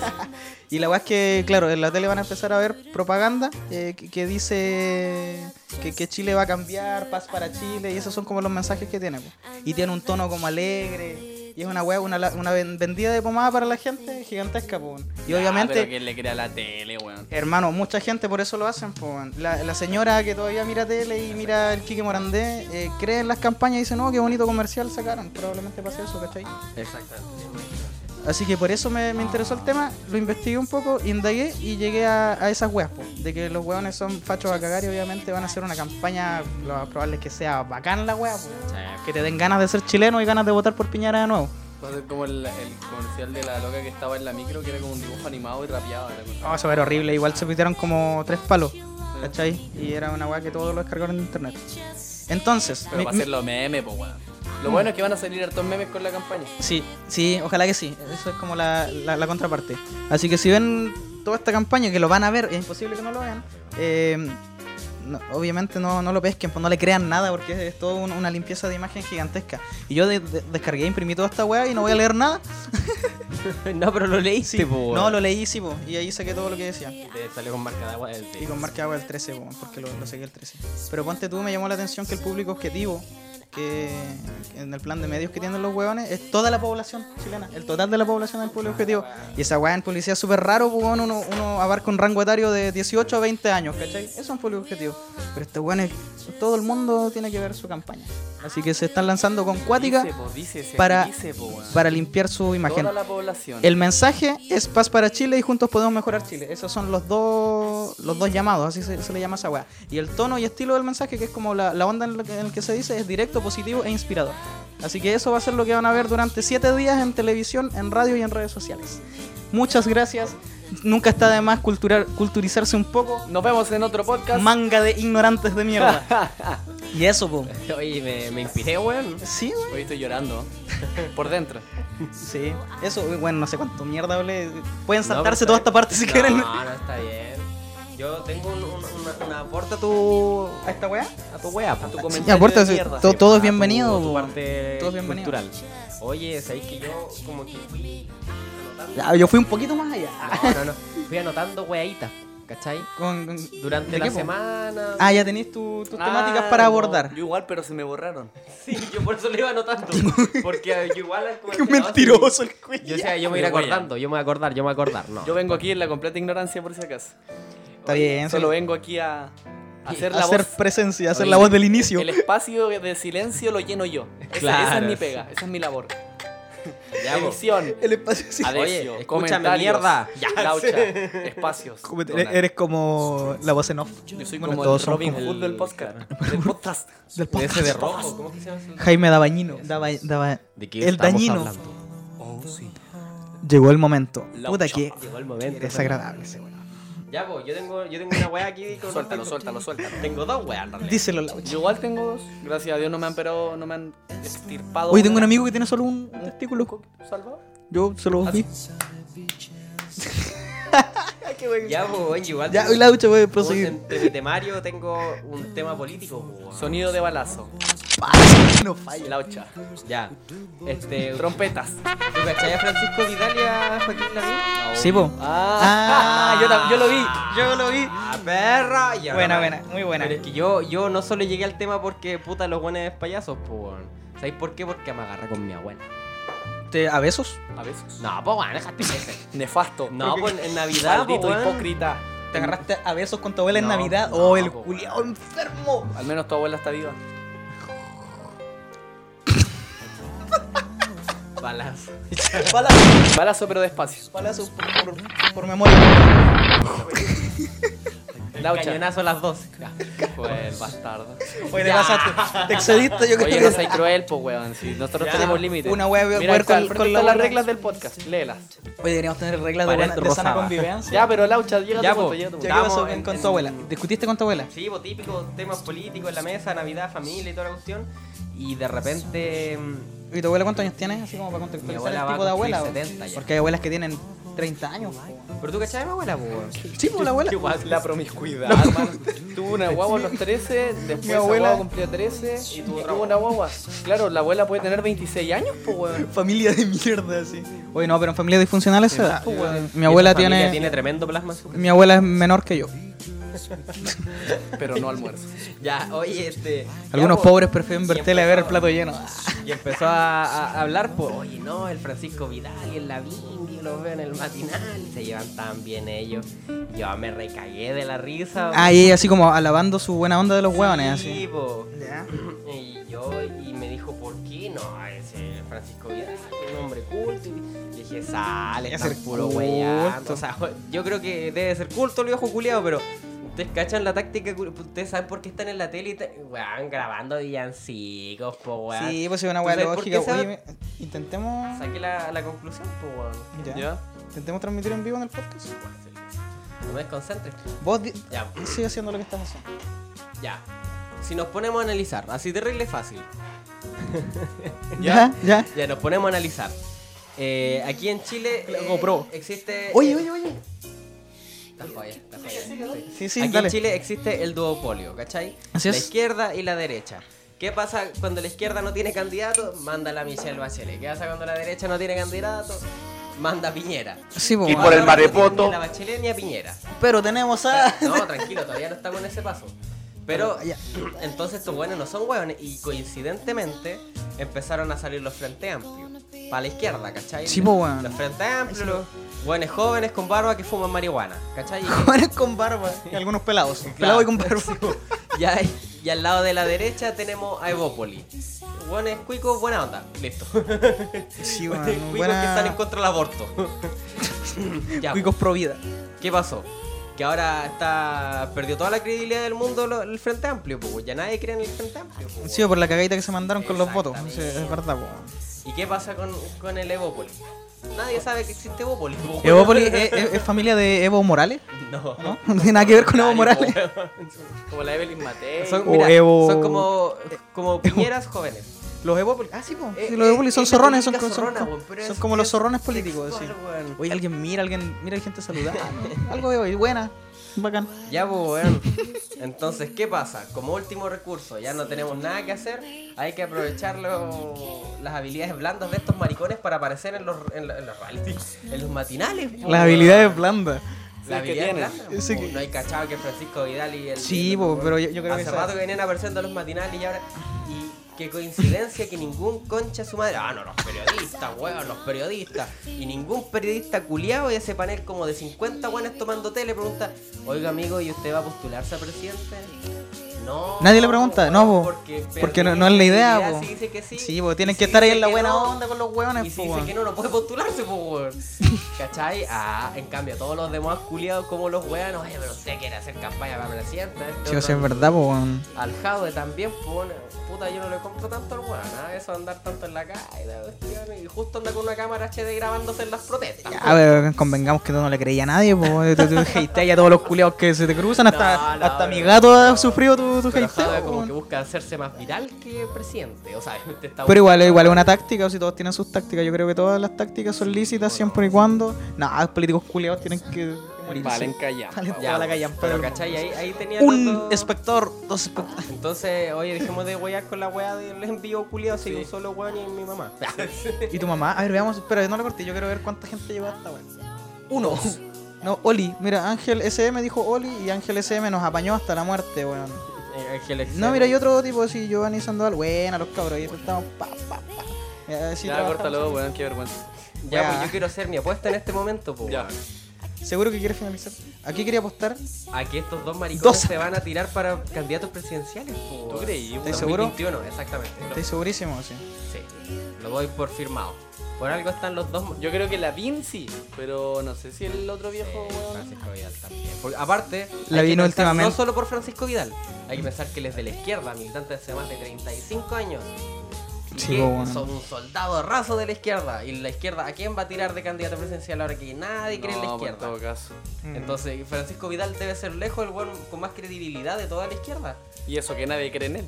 [SPEAKER 2] Y la verdad es que, claro, en la tele van a empezar a ver propaganda eh, que, que dice que, que Chile va a cambiar, paz para Chile, y esos son como los mensajes que tiene. po. Y tiene un tono como alegre, y es una weá, una, la- una ven- vendida de pomada para la gente gigantesca. po. Y
[SPEAKER 4] Ah, pero
[SPEAKER 2] obviamente,
[SPEAKER 4] ¿quién le crea la tele, weón?
[SPEAKER 2] hermano, mucha gente por eso lo hacen. po. La, la señora que todavía mira tele y mira el Quique Morandé, eh, cree en las campañas y dice, no, qué bonito comercial sacaron, probablemente pase eso, ¿cachai?
[SPEAKER 3] Exactamente.
[SPEAKER 2] Así que por eso me, me interesó el tema, lo investigué un poco, indagué y llegué a, a esas weas, po, de que los weones son fachos a cagar y obviamente van a hacer una campaña, lo más probable es que sea bacán la wea, po. que te den ganas de ser chileno y ganas de votar por Piñera de nuevo.
[SPEAKER 4] Va a ser como el, el comercial de la loca que estaba en la micro, que era como un dibujo animado y rapeado. era como-
[SPEAKER 2] No, eso era horrible, igual se pidieron como tres palos, ¿cachai? Y era una wea que todos lo descargaron en internet. Entonces,
[SPEAKER 4] Pero
[SPEAKER 2] mi-
[SPEAKER 4] va a
[SPEAKER 2] mi-
[SPEAKER 4] ser los memes, pues, weón. Lo bueno es que van a salir hartos memes con la campaña.
[SPEAKER 2] Sí, sí, ojalá que sí. Eso es como la, la- la contraparte. Así que si ven toda esta campaña, que lo van a ver, es imposible que no lo vean. eh, no- obviamente no, no lo pesquen, pues no le crean nada porque es todo un- una limpieza de imagen gigantesca. Y yo de- de- descargué, imprimí toda esta weá y no voy a leer nada.
[SPEAKER 3] no, pero lo leíste, po, weón.
[SPEAKER 2] Mm. No, lo leí, sí, po, y ahí saqué todo lo que decía.
[SPEAKER 3] Y Te salió con marca de agua del
[SPEAKER 2] Y con marca agua el 13, po, porque lo, lo saqué el 13. Pero ponte tú, me llamó la atención que el público objetivo, que en el plan de medios que tienen los hueones, es toda la población chilena, el total de la población del público objetivo. Y esa weá en publicidad es súper raro, po, weón, uno, uno abarca un rango etario de 18 a 20 años, ¿cachai? Eso es un público objetivo. Pero este weón todo el mundo tiene que ver su campaña. Así que se están lanzando con cuática
[SPEAKER 4] Dice, pues, dice, se
[SPEAKER 2] para-
[SPEAKER 4] dice, pues, weón.
[SPEAKER 2] para limpiar su imagen.
[SPEAKER 4] Toda la población.
[SPEAKER 2] El mensaje es paz para Chile y juntos podemos mejorar Chile. Esos son los dos los dos llamados, así se, se le llama a esa weá. Y el tono y estilo del mensaje, que es como la, la onda en la que, en el que se dice, es directo, positivo e inspirador. Así que eso va a ser lo que van a ver durante siete días en televisión, en radio y en redes sociales. Muchas gracias. Nunca está de más culturar, culturizarse un poco.
[SPEAKER 4] Nos vemos en otro podcast.
[SPEAKER 2] Manga de ignorantes de mierda. y eso, po.
[SPEAKER 3] Oye, me, me inspiré, weón.
[SPEAKER 2] Sí, weón.
[SPEAKER 4] Hoy estoy llorando. Por dentro.
[SPEAKER 2] Sí. Eso, bueno, no sé cuánto mierda hablé. Pueden
[SPEAKER 3] No,
[SPEAKER 2] saltarse toda
[SPEAKER 3] pero está-
[SPEAKER 2] esta parte si quieren.
[SPEAKER 3] No, no, está bien. Yo tengo un, un, una, una aporte a tu.
[SPEAKER 2] ¿A esta weá?
[SPEAKER 3] a tu wea, po.
[SPEAKER 4] tu comentario.
[SPEAKER 2] Y aporta,
[SPEAKER 4] de
[SPEAKER 2] sí,
[SPEAKER 4] mierda. pues, ah,
[SPEAKER 2] to-
[SPEAKER 3] Sí,
[SPEAKER 2] todo
[SPEAKER 3] a
[SPEAKER 2] es
[SPEAKER 3] tu-
[SPEAKER 2] bienvenido.
[SPEAKER 3] tu
[SPEAKER 2] bo.
[SPEAKER 3] parte
[SPEAKER 2] Todo es bienvenido.
[SPEAKER 3] cultural. Oye, sabéis que yo como que fui. anotando-
[SPEAKER 2] Ya, yo fui un poquito más allá.
[SPEAKER 3] No, no, no. Fui anotando weitas, ¿cachai?
[SPEAKER 2] Con- con-
[SPEAKER 3] Durante
[SPEAKER 2] ¿de
[SPEAKER 3] la
[SPEAKER 2] qué, po?
[SPEAKER 3] semana.
[SPEAKER 2] Ah, ya tenéis tu- tus
[SPEAKER 4] Ah,
[SPEAKER 2] temáticas para
[SPEAKER 4] no,
[SPEAKER 2] abordar.
[SPEAKER 4] Yo igual, pero se me borraron.
[SPEAKER 3] Sí, yo por eso le iba anotando. Porque yo igual al
[SPEAKER 2] Qué mentiroso el cuello.
[SPEAKER 3] Yo, o sea, yo me voy a ir
[SPEAKER 4] Me voy a-
[SPEAKER 3] acordando, yo me voy a acordar, yo me voy a acordar. No.
[SPEAKER 4] Yo vengo aquí en la completa ignorancia, por si acaso.
[SPEAKER 2] Está
[SPEAKER 4] Oye,
[SPEAKER 2] bien,
[SPEAKER 4] Solo
[SPEAKER 2] sí.
[SPEAKER 4] vengo aquí a a hacer la
[SPEAKER 2] Hacer
[SPEAKER 4] voz.
[SPEAKER 2] presencia, hacer
[SPEAKER 4] Oye,
[SPEAKER 2] la voz del inicio.
[SPEAKER 4] El espacio de silencio lo lleno yo. Esa,
[SPEAKER 3] Claro.
[SPEAKER 4] esa es mi pega, esa es mi labor.
[SPEAKER 3] Ya, po.
[SPEAKER 4] Edición.
[SPEAKER 2] El espacio sí.
[SPEAKER 3] A ver,
[SPEAKER 4] Adesio,
[SPEAKER 3] escúchame,
[SPEAKER 4] comentarios,
[SPEAKER 3] mierda.
[SPEAKER 4] laucha, espacios.
[SPEAKER 2] Cúmete,
[SPEAKER 4] Donald.
[SPEAKER 2] Eres eres como la voz en off.
[SPEAKER 4] Yo soy
[SPEAKER 2] Bueno,
[SPEAKER 4] como
[SPEAKER 2] todos
[SPEAKER 4] el
[SPEAKER 2] son
[SPEAKER 4] Robin
[SPEAKER 2] como-
[SPEAKER 4] Hood del podcast. Del podcast.
[SPEAKER 2] Del
[SPEAKER 3] De
[SPEAKER 2] podcast.
[SPEAKER 3] ese de rojo, ¿cómo que se llama? ese?
[SPEAKER 2] Jaime Dabañino. Daba, Daba-
[SPEAKER 3] ¿De qué
[SPEAKER 2] el
[SPEAKER 3] estamos
[SPEAKER 2] dañino.
[SPEAKER 3] hablando?
[SPEAKER 2] Oh, Llegó el momento.
[SPEAKER 4] La
[SPEAKER 2] Puta
[SPEAKER 4] ucha.
[SPEAKER 2] que
[SPEAKER 3] Llegó el momento.
[SPEAKER 2] desagradable ese weón.
[SPEAKER 3] Ya, pues, yo tengo, yo tengo una wea aquí. Con
[SPEAKER 4] Suéltalo, suéltalo, suéltalo.
[SPEAKER 3] Tengo dos weas, en realidad.
[SPEAKER 2] Díselo, la
[SPEAKER 4] Yo igual tengo dos. Gracias a Dios no me han pero no me han extirpado.
[SPEAKER 2] Hoy tengo un
[SPEAKER 4] una.
[SPEAKER 2] amigo que tiene solo un testículo.
[SPEAKER 4] ¿Salvado?
[SPEAKER 2] Yo se
[SPEAKER 4] Ah,
[SPEAKER 2] lo vi.
[SPEAKER 3] Ya, pues, oye, igual.
[SPEAKER 2] Ya,
[SPEAKER 3] tengo-
[SPEAKER 2] la pues, ducha puede
[SPEAKER 3] como
[SPEAKER 2] proseguir.
[SPEAKER 3] en- De mi temario tengo un tema político, po, weón.
[SPEAKER 4] Sonido de balazo.
[SPEAKER 2] pasa, no falla.
[SPEAKER 4] Laucha.
[SPEAKER 3] Ya. Este. ¿Tú
[SPEAKER 4] Trompetas.
[SPEAKER 3] cachai a Francisco Vidal y a Joaquín Lavín?
[SPEAKER 2] Sí, po.
[SPEAKER 4] Ah, yo, tam- yo lo vi.
[SPEAKER 2] Yo lo vi.
[SPEAKER 3] Ah, perra. Ya,
[SPEAKER 2] Buena,
[SPEAKER 3] no,
[SPEAKER 2] buena, muy buena.
[SPEAKER 3] Pero es que yo, yo no solo llegué al tema porque puta los buenos payasos, pues weón. ¿Sabéis por qué? Porque me agarré con mi abuela. ¿Este,
[SPEAKER 2] ¿Te- ¿A besos?
[SPEAKER 4] A veces.
[SPEAKER 3] No, pues weón, déjate ese.
[SPEAKER 4] Nefasto.
[SPEAKER 3] No, pues en Navidad, pues
[SPEAKER 4] Maldito
[SPEAKER 3] weón.
[SPEAKER 4] hipócrita.
[SPEAKER 2] ¿Te agarraste a besos con tu abuela en
[SPEAKER 4] No,
[SPEAKER 2] Navidad?
[SPEAKER 4] no,
[SPEAKER 2] ¡Oh, el
[SPEAKER 3] po.
[SPEAKER 2] culiao enfermo!
[SPEAKER 4] Al menos tu abuela está viva.
[SPEAKER 3] Balazo.
[SPEAKER 2] Balazo,
[SPEAKER 4] Balazo, pero despacio.
[SPEAKER 2] balazo por, por- por memoria.
[SPEAKER 4] Laucha.
[SPEAKER 3] Cañonazo a las 12. Ya.
[SPEAKER 4] Fue el Pues, bastardo.
[SPEAKER 2] Oye, te pasaste. Te excediste, yo creo
[SPEAKER 4] Oye,
[SPEAKER 2] que.
[SPEAKER 4] no soy cruel, pues, weón. Si nosotros
[SPEAKER 2] Ya.
[SPEAKER 4] tenemos límites.
[SPEAKER 2] Una wea,
[SPEAKER 4] Mira,
[SPEAKER 2] wea
[SPEAKER 4] está,
[SPEAKER 2] con-
[SPEAKER 4] al frente
[SPEAKER 2] con la
[SPEAKER 4] están las
[SPEAKER 2] buena-
[SPEAKER 4] reglas del podcast. Léelas.
[SPEAKER 2] Oye, deberíamos tener reglas de,
[SPEAKER 3] Para el
[SPEAKER 2] buena- de sana
[SPEAKER 3] Rosaba.
[SPEAKER 2] convivencia.
[SPEAKER 4] Ya, pero Laucha, llega
[SPEAKER 3] Ya,
[SPEAKER 4] tu punto,
[SPEAKER 3] po.
[SPEAKER 4] llega tu
[SPEAKER 2] Ya,
[SPEAKER 4] punto.
[SPEAKER 2] ¿qué
[SPEAKER 3] Estamos
[SPEAKER 2] pasó con-
[SPEAKER 3] en-
[SPEAKER 2] con
[SPEAKER 3] en-
[SPEAKER 2] tu abuela? ¿Discutiste con tu abuela?
[SPEAKER 3] Sí, pues típico temas políticos en la mesa, Navidad, familia y toda la cuestión. Y de repente. mm,
[SPEAKER 2] ¿Y tu abuela cuántos años tiene? Así como para
[SPEAKER 3] Mi
[SPEAKER 2] contextualizar
[SPEAKER 3] abuela
[SPEAKER 2] el
[SPEAKER 3] va a
[SPEAKER 2] tipo de
[SPEAKER 3] cumplir
[SPEAKER 2] abuela. po.
[SPEAKER 3] 70 ya.
[SPEAKER 2] Porque hay abuelas que tienen 30 años. po.
[SPEAKER 3] Pero tú cachai, mi abuela, pues weón.
[SPEAKER 2] Sí, pues la abuela.
[SPEAKER 3] Qué guay.
[SPEAKER 4] La promiscuidad, hermano. Tuvo una guagua a los 13, después
[SPEAKER 2] Mi
[SPEAKER 4] esa
[SPEAKER 2] abuela-
[SPEAKER 4] guagua cumplió 13 y tuvo, tuvo una guagua. Claro, la abuela puede tener 26 años, pues, weón.
[SPEAKER 2] Familia de mierda, sí. Oye, no, pero en familia disfuncional es edad. po, weón. Mi abuela
[SPEAKER 3] Esa familia
[SPEAKER 2] tiene,
[SPEAKER 3] tiene tremendo plasma. en su-
[SPEAKER 2] Mi abuela es menor que yo.
[SPEAKER 4] Pero no almuerzo.
[SPEAKER 3] Ya, oye, este.
[SPEAKER 2] Algunos
[SPEAKER 3] ya, po.
[SPEAKER 2] pobres prefieren vertele a ver el plato lleno.
[SPEAKER 3] Y empezó a, a- a hablar por, oye, no, el Francisco Vidal y el Lavín, y los veo en el matinal, y se llevan tan bien ellos. Yo me recagué de la risa.
[SPEAKER 2] Ah, y ella así como alabando su buena onda de los hueones,
[SPEAKER 3] Sí,
[SPEAKER 2] así.
[SPEAKER 3] po.
[SPEAKER 2] Ya.
[SPEAKER 3] Y yo, y me dijo, ¿por qué no? Ese Francisco Vidal, un hombre culto. Y dije, sale,
[SPEAKER 2] Debe
[SPEAKER 3] es
[SPEAKER 2] ser
[SPEAKER 3] puro
[SPEAKER 2] culto.
[SPEAKER 3] weyando. O sea, yo creo que debe ser culto el viejo culiado, pero ustedes cachan la táctica, cul- ustedes saben por qué están en la tele y te- weón, grabando villancicos, po, weón.
[SPEAKER 2] Sí, pues es una
[SPEAKER 3] ¿Tú
[SPEAKER 2] hueá
[SPEAKER 3] sabes por
[SPEAKER 2] lógica.
[SPEAKER 3] qué esa-
[SPEAKER 2] Oye, me- intentemos.
[SPEAKER 3] Saqué la, la conclusión, pues, weón.
[SPEAKER 2] ya.
[SPEAKER 4] ¿Ya?
[SPEAKER 2] Intentemos transmitir en vivo en el podcast.
[SPEAKER 3] No me desconcentres.
[SPEAKER 2] Vos di-
[SPEAKER 3] Ya,
[SPEAKER 2] sigue haciendo lo que estás haciendo.
[SPEAKER 3] ya. Si nos ponemos a analizar, así terrible fácil.
[SPEAKER 2] Ya, ya.
[SPEAKER 3] Ya, nos ponemos a analizar. Eh, aquí en Chile eh, existe...
[SPEAKER 2] Oye,
[SPEAKER 3] eh,
[SPEAKER 2] oye, oye.
[SPEAKER 3] Está joya, está joya.
[SPEAKER 2] Sí, sí,
[SPEAKER 3] aquí
[SPEAKER 2] dale.
[SPEAKER 3] en Chile existe el duopolio, ¿cachai?
[SPEAKER 2] Así
[SPEAKER 3] la
[SPEAKER 2] es.
[SPEAKER 3] izquierda y la derecha. ¿Qué pasa cuando la izquierda no tiene candidato? Manda a la Michelle Bachelet. ¿Qué pasa cuando la derecha no tiene candidato? Manda a Piñera.
[SPEAKER 2] Sí, po,
[SPEAKER 5] Y
[SPEAKER 2] weón.
[SPEAKER 5] por
[SPEAKER 3] Ahora
[SPEAKER 5] el
[SPEAKER 3] no
[SPEAKER 5] marepoto.
[SPEAKER 3] tiene ni a La Bachelet ni a Piñera.
[SPEAKER 2] Pero tenemos a.
[SPEAKER 3] No, tranquilo, todavía no estamos en ese paso. Pero
[SPEAKER 2] Ah, Ya.
[SPEAKER 3] entonces estos hueones no son hueones y coincidentemente empezaron a salir los frentes amplios. Para la izquierda, ¿cachai?
[SPEAKER 2] Sí, po, weón.
[SPEAKER 3] Los frentes amplios, los hueones jóvenes con barba que fuman marihuana, ¿cachai? Y-
[SPEAKER 2] Jóvenes con barba. Y algunos pelados. Pelado y con barba.
[SPEAKER 3] Y, ahí- y al lado de la derecha tenemos a Evópoli. Hueones cuicos, buena onda. Listo.
[SPEAKER 2] Sí,
[SPEAKER 4] Ah,
[SPEAKER 2] weón,
[SPEAKER 3] Cuicos que
[SPEAKER 2] buena-
[SPEAKER 3] salen contra el aborto. Ya,
[SPEAKER 2] Cuicos pro vida.
[SPEAKER 3] ¿Qué pasó? Que ahora está perdió toda la credibilidad del mundo lo- el Frente Amplio, pues ya nadie cree en el Frente Amplio. pues. po,
[SPEAKER 2] Sí, por la cagadita que se mandaron con los votos. Sí,
[SPEAKER 3] Exactamente.
[SPEAKER 2] es verdad, po.
[SPEAKER 3] ¿Y qué pasa con, con el Evópoli? Nadie sabe que existe Evópoli. po.
[SPEAKER 2] Evópoli es, eh, es- es familia de Evo Morales,
[SPEAKER 3] No.
[SPEAKER 2] ¿no? No tiene nada que ver con Evo Morales.
[SPEAKER 4] Como la Evelyn Matei.
[SPEAKER 3] Eh, Son,
[SPEAKER 2] O
[SPEAKER 3] mira,
[SPEAKER 2] Oh, Evo-
[SPEAKER 3] son como, como piñeras jóvenes.
[SPEAKER 2] Los Evópoli. Ah, sí, po.
[SPEAKER 3] Eh,
[SPEAKER 2] Sí, los
[SPEAKER 3] eh,
[SPEAKER 2] Evópoli son
[SPEAKER 3] es la
[SPEAKER 2] zorrones, son,
[SPEAKER 3] típica
[SPEAKER 2] son-
[SPEAKER 3] zorrona,
[SPEAKER 2] son-
[SPEAKER 3] weón, pero
[SPEAKER 2] son
[SPEAKER 3] es-
[SPEAKER 2] como los
[SPEAKER 3] es
[SPEAKER 2] zorrones políticos.
[SPEAKER 3] sexual,
[SPEAKER 2] sí.
[SPEAKER 3] weón. Ah,
[SPEAKER 2] Oye, alguien mira, alguien mira, hay gente saludando. Algo de hoy, buena, bacán.
[SPEAKER 3] Ya, pues, weón. Entonces, ¿qué pasa? Como último recurso, ya no tenemos nada que hacer, hay que aprovechar lo- las habilidades blandas de estos maricones para aparecer en los, en lo- en los reality, en los matinales. po,
[SPEAKER 2] Las
[SPEAKER 3] weón.
[SPEAKER 2] habilidades blandas.
[SPEAKER 3] La
[SPEAKER 4] Sí, que
[SPEAKER 3] habilidad
[SPEAKER 4] tienen.
[SPEAKER 3] blanda,
[SPEAKER 2] Ese
[SPEAKER 3] po.
[SPEAKER 2] que-
[SPEAKER 3] No hay cachado que Francisco Vidal y el.
[SPEAKER 2] Sí,
[SPEAKER 3] el-
[SPEAKER 2] po, pero yo- yo creo que
[SPEAKER 3] Hace
[SPEAKER 2] esa-
[SPEAKER 3] rato que venían apareciendo en los matinales y ahora. Y qué coincidencia que ningún concha su madre. Ah, no, los periodistas, weón, los periodistas. Y ningún periodista culiado y ese panel como de 50 weones tomando tele pregunta: Oiga, amigo, ¿y usted va a postularse a presidente? No.
[SPEAKER 2] Nadie le pregunta, no, po, porque no- no es la idea,
[SPEAKER 3] perdí
[SPEAKER 2] po.
[SPEAKER 3] credibilidad, Si dice que sí.
[SPEAKER 2] Sí, po,
[SPEAKER 3] y
[SPEAKER 2] tienen
[SPEAKER 3] si
[SPEAKER 2] que estar ahí
[SPEAKER 3] dice
[SPEAKER 2] en la
[SPEAKER 3] que
[SPEAKER 2] buena
[SPEAKER 3] no,
[SPEAKER 2] onda con los
[SPEAKER 3] y
[SPEAKER 2] hueones,
[SPEAKER 3] si
[SPEAKER 2] po,
[SPEAKER 3] dice
[SPEAKER 2] weón.
[SPEAKER 3] que no, no puede postularse, po, weón. ¿Cachai? Ah, en cambio, todos los demás culiados como los weón, oye, pero usted quiere hacer campaña para presidente. este
[SPEAKER 2] Sí, o
[SPEAKER 3] otro-
[SPEAKER 2] sea, es verdad, po, weón.
[SPEAKER 3] Al Jadwe también, po, weón. puta, yo no le compro tanto al weón, ah, eso de andar tanto en la calle, la cuestión, y justo anda con una cámara HD grabándose en las protestas.
[SPEAKER 2] A ver, convengamos que tú no le creías a nadie, po. Tú, tú hateas a todos los culeados que se te cruzan, hasta,
[SPEAKER 3] No, no,
[SPEAKER 2] hasta
[SPEAKER 3] no,
[SPEAKER 2] mi
[SPEAKER 3] no.
[SPEAKER 2] gato ha sufrido tu, tu
[SPEAKER 3] Pero
[SPEAKER 2] hateo,
[SPEAKER 3] Jadwe como
[SPEAKER 2] weón.
[SPEAKER 3] que busca hacerse más viral que presidente, o sea, este está
[SPEAKER 2] Pero igual, igual es una táctica, o si todos tienen sus tácticas. Yo creo que todas las tácticas son lícitas siempre y cuando. Nada, los políticos culeados tienen que Buenísimo.
[SPEAKER 4] Valen callan.
[SPEAKER 2] Valen
[SPEAKER 3] Ya,
[SPEAKER 2] Toda la callan,
[SPEAKER 3] pero
[SPEAKER 2] pero-
[SPEAKER 3] ¿cachai? Ahí, ahí tenía
[SPEAKER 2] Un
[SPEAKER 3] todo-
[SPEAKER 2] espectador, dos espectadores.
[SPEAKER 3] Entonces, oye, dejemos de wear con la weá del envío culiado, soy un solo weón y mi mamá.
[SPEAKER 2] ¿Y tu mamá? A ver, veamos. Espera, no lo corté. Yo quiero ver cuánta gente llegó hasta ahora. Uno. No, Oli. Mira, Ángel SM dijo Oli y Ángel SM nos apañó hasta la muerte, weón.
[SPEAKER 3] Eh, Ángel Excel.
[SPEAKER 2] No, mira, hay otro tipo así, Giovanni Sandoval. Buena, los cabros. Y estamos pa, pa, pa. Eh, sí,
[SPEAKER 4] Ya,
[SPEAKER 2] trabajamos.
[SPEAKER 4] córtalo, weón, qué vergüenza.
[SPEAKER 3] Ya,
[SPEAKER 2] Ya.
[SPEAKER 3] pues yo quiero hacer mi apuesta en este momento, pues.
[SPEAKER 4] Ya.
[SPEAKER 2] Seguro que quieres finalizar. ¿A qué quería apostar?
[SPEAKER 3] A que estos dos maricones
[SPEAKER 2] Dos.
[SPEAKER 3] se van a tirar para candidatos presidenciales, po.
[SPEAKER 4] ¿Tú creí?
[SPEAKER 2] ¿Estás seguro?
[SPEAKER 3] 2021, exactamente.
[SPEAKER 2] Estoy segurísimo, sí.
[SPEAKER 3] Sí, lo doy por firmado. Por algo están los dos. Eh,
[SPEAKER 4] Yo creo que la Vinci, pero no sé si el otro viejo,
[SPEAKER 3] Eh,
[SPEAKER 4] weón.
[SPEAKER 3] Francisco Vidal también. Porque aparte,
[SPEAKER 2] La
[SPEAKER 3] hay que
[SPEAKER 2] vino
[SPEAKER 3] pensar
[SPEAKER 2] últimamente.
[SPEAKER 3] No solo por Francisco Vidal, hay que pensar que él es de la izquierda, militante hace más de 35 años. Y
[SPEAKER 2] Sí,
[SPEAKER 3] que
[SPEAKER 2] po, bueno.
[SPEAKER 3] son un soldado raso de la izquierda. Y la izquierda, ¿a quién va a tirar de candidato presidencial ahora que nadie cree en la
[SPEAKER 4] No, pues, por todo
[SPEAKER 3] izquierda?
[SPEAKER 4] caso.
[SPEAKER 3] Entonces, Francisco Vidal debe ser lejos el weón con más credibilidad de toda la izquierda.
[SPEAKER 4] Y eso que nadie cree en él.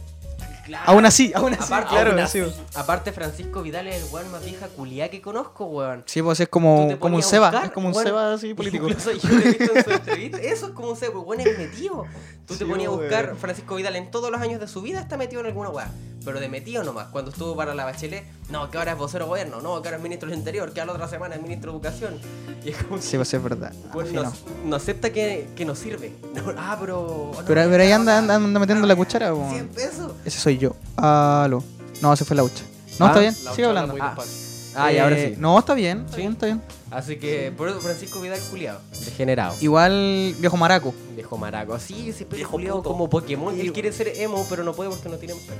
[SPEAKER 3] Claro.
[SPEAKER 2] Aún así, aún así,
[SPEAKER 3] Ah, Aparte-
[SPEAKER 2] claro.
[SPEAKER 3] aún
[SPEAKER 2] sí,
[SPEAKER 3] así. Aparte, Francisco Vidal es el weón más vieja culiá que conozco, weón.
[SPEAKER 2] Sí, pues es
[SPEAKER 3] Tú te
[SPEAKER 2] como, como un
[SPEAKER 3] ponías a
[SPEAKER 2] ceba,
[SPEAKER 3] buscar,
[SPEAKER 2] es como un
[SPEAKER 3] bueno,
[SPEAKER 2] ceba así político.
[SPEAKER 3] Incluso yo lo he visto en su entrevista. Eso es como un cebo, weón, es metido. Tú te
[SPEAKER 2] Sí,
[SPEAKER 3] ponías a
[SPEAKER 2] weón.
[SPEAKER 3] buscar Francisco Vidal en todos los años de su vida está metido en alguna weá. Pero de metido nomás. Cuando estuvo para la bachelet, no, que ahora es vocero de gobierno, no, que ahora es ministro del interior, que a la otra semana es ministro de educación. Y es como
[SPEAKER 2] Sí, pues es verdad.
[SPEAKER 3] weón,
[SPEAKER 2] Sí,
[SPEAKER 3] no,
[SPEAKER 2] no.
[SPEAKER 3] no acepta que, que no sirve. No, ah, pero. no,
[SPEAKER 2] Pero, pero ahí anda, anda, anda metiendo la cuchara, po.
[SPEAKER 3] 100 pesos.
[SPEAKER 2] Ese soy yo. Aló. No, se fue la hucha. No,
[SPEAKER 3] Ah,
[SPEAKER 2] está bien,
[SPEAKER 4] La
[SPEAKER 2] sigue
[SPEAKER 4] otra pues,
[SPEAKER 2] hablando.
[SPEAKER 4] muy
[SPEAKER 3] Ah.
[SPEAKER 4] despacio.
[SPEAKER 3] Ah, y ahora
[SPEAKER 2] Eh,
[SPEAKER 3] sí.
[SPEAKER 2] No, está bien, está bien, está bien.
[SPEAKER 3] Así que, por eso Francisco Vidal culiado. Degenerado.
[SPEAKER 2] Igual, viejo maraco.
[SPEAKER 3] Viejo maraco. Sí, ese pelo
[SPEAKER 4] Viejo
[SPEAKER 3] culiao
[SPEAKER 4] puto.
[SPEAKER 3] como Pokémon. Él
[SPEAKER 4] Sí.
[SPEAKER 3] quiere ser emo, pero no puede porque no tiene pelo.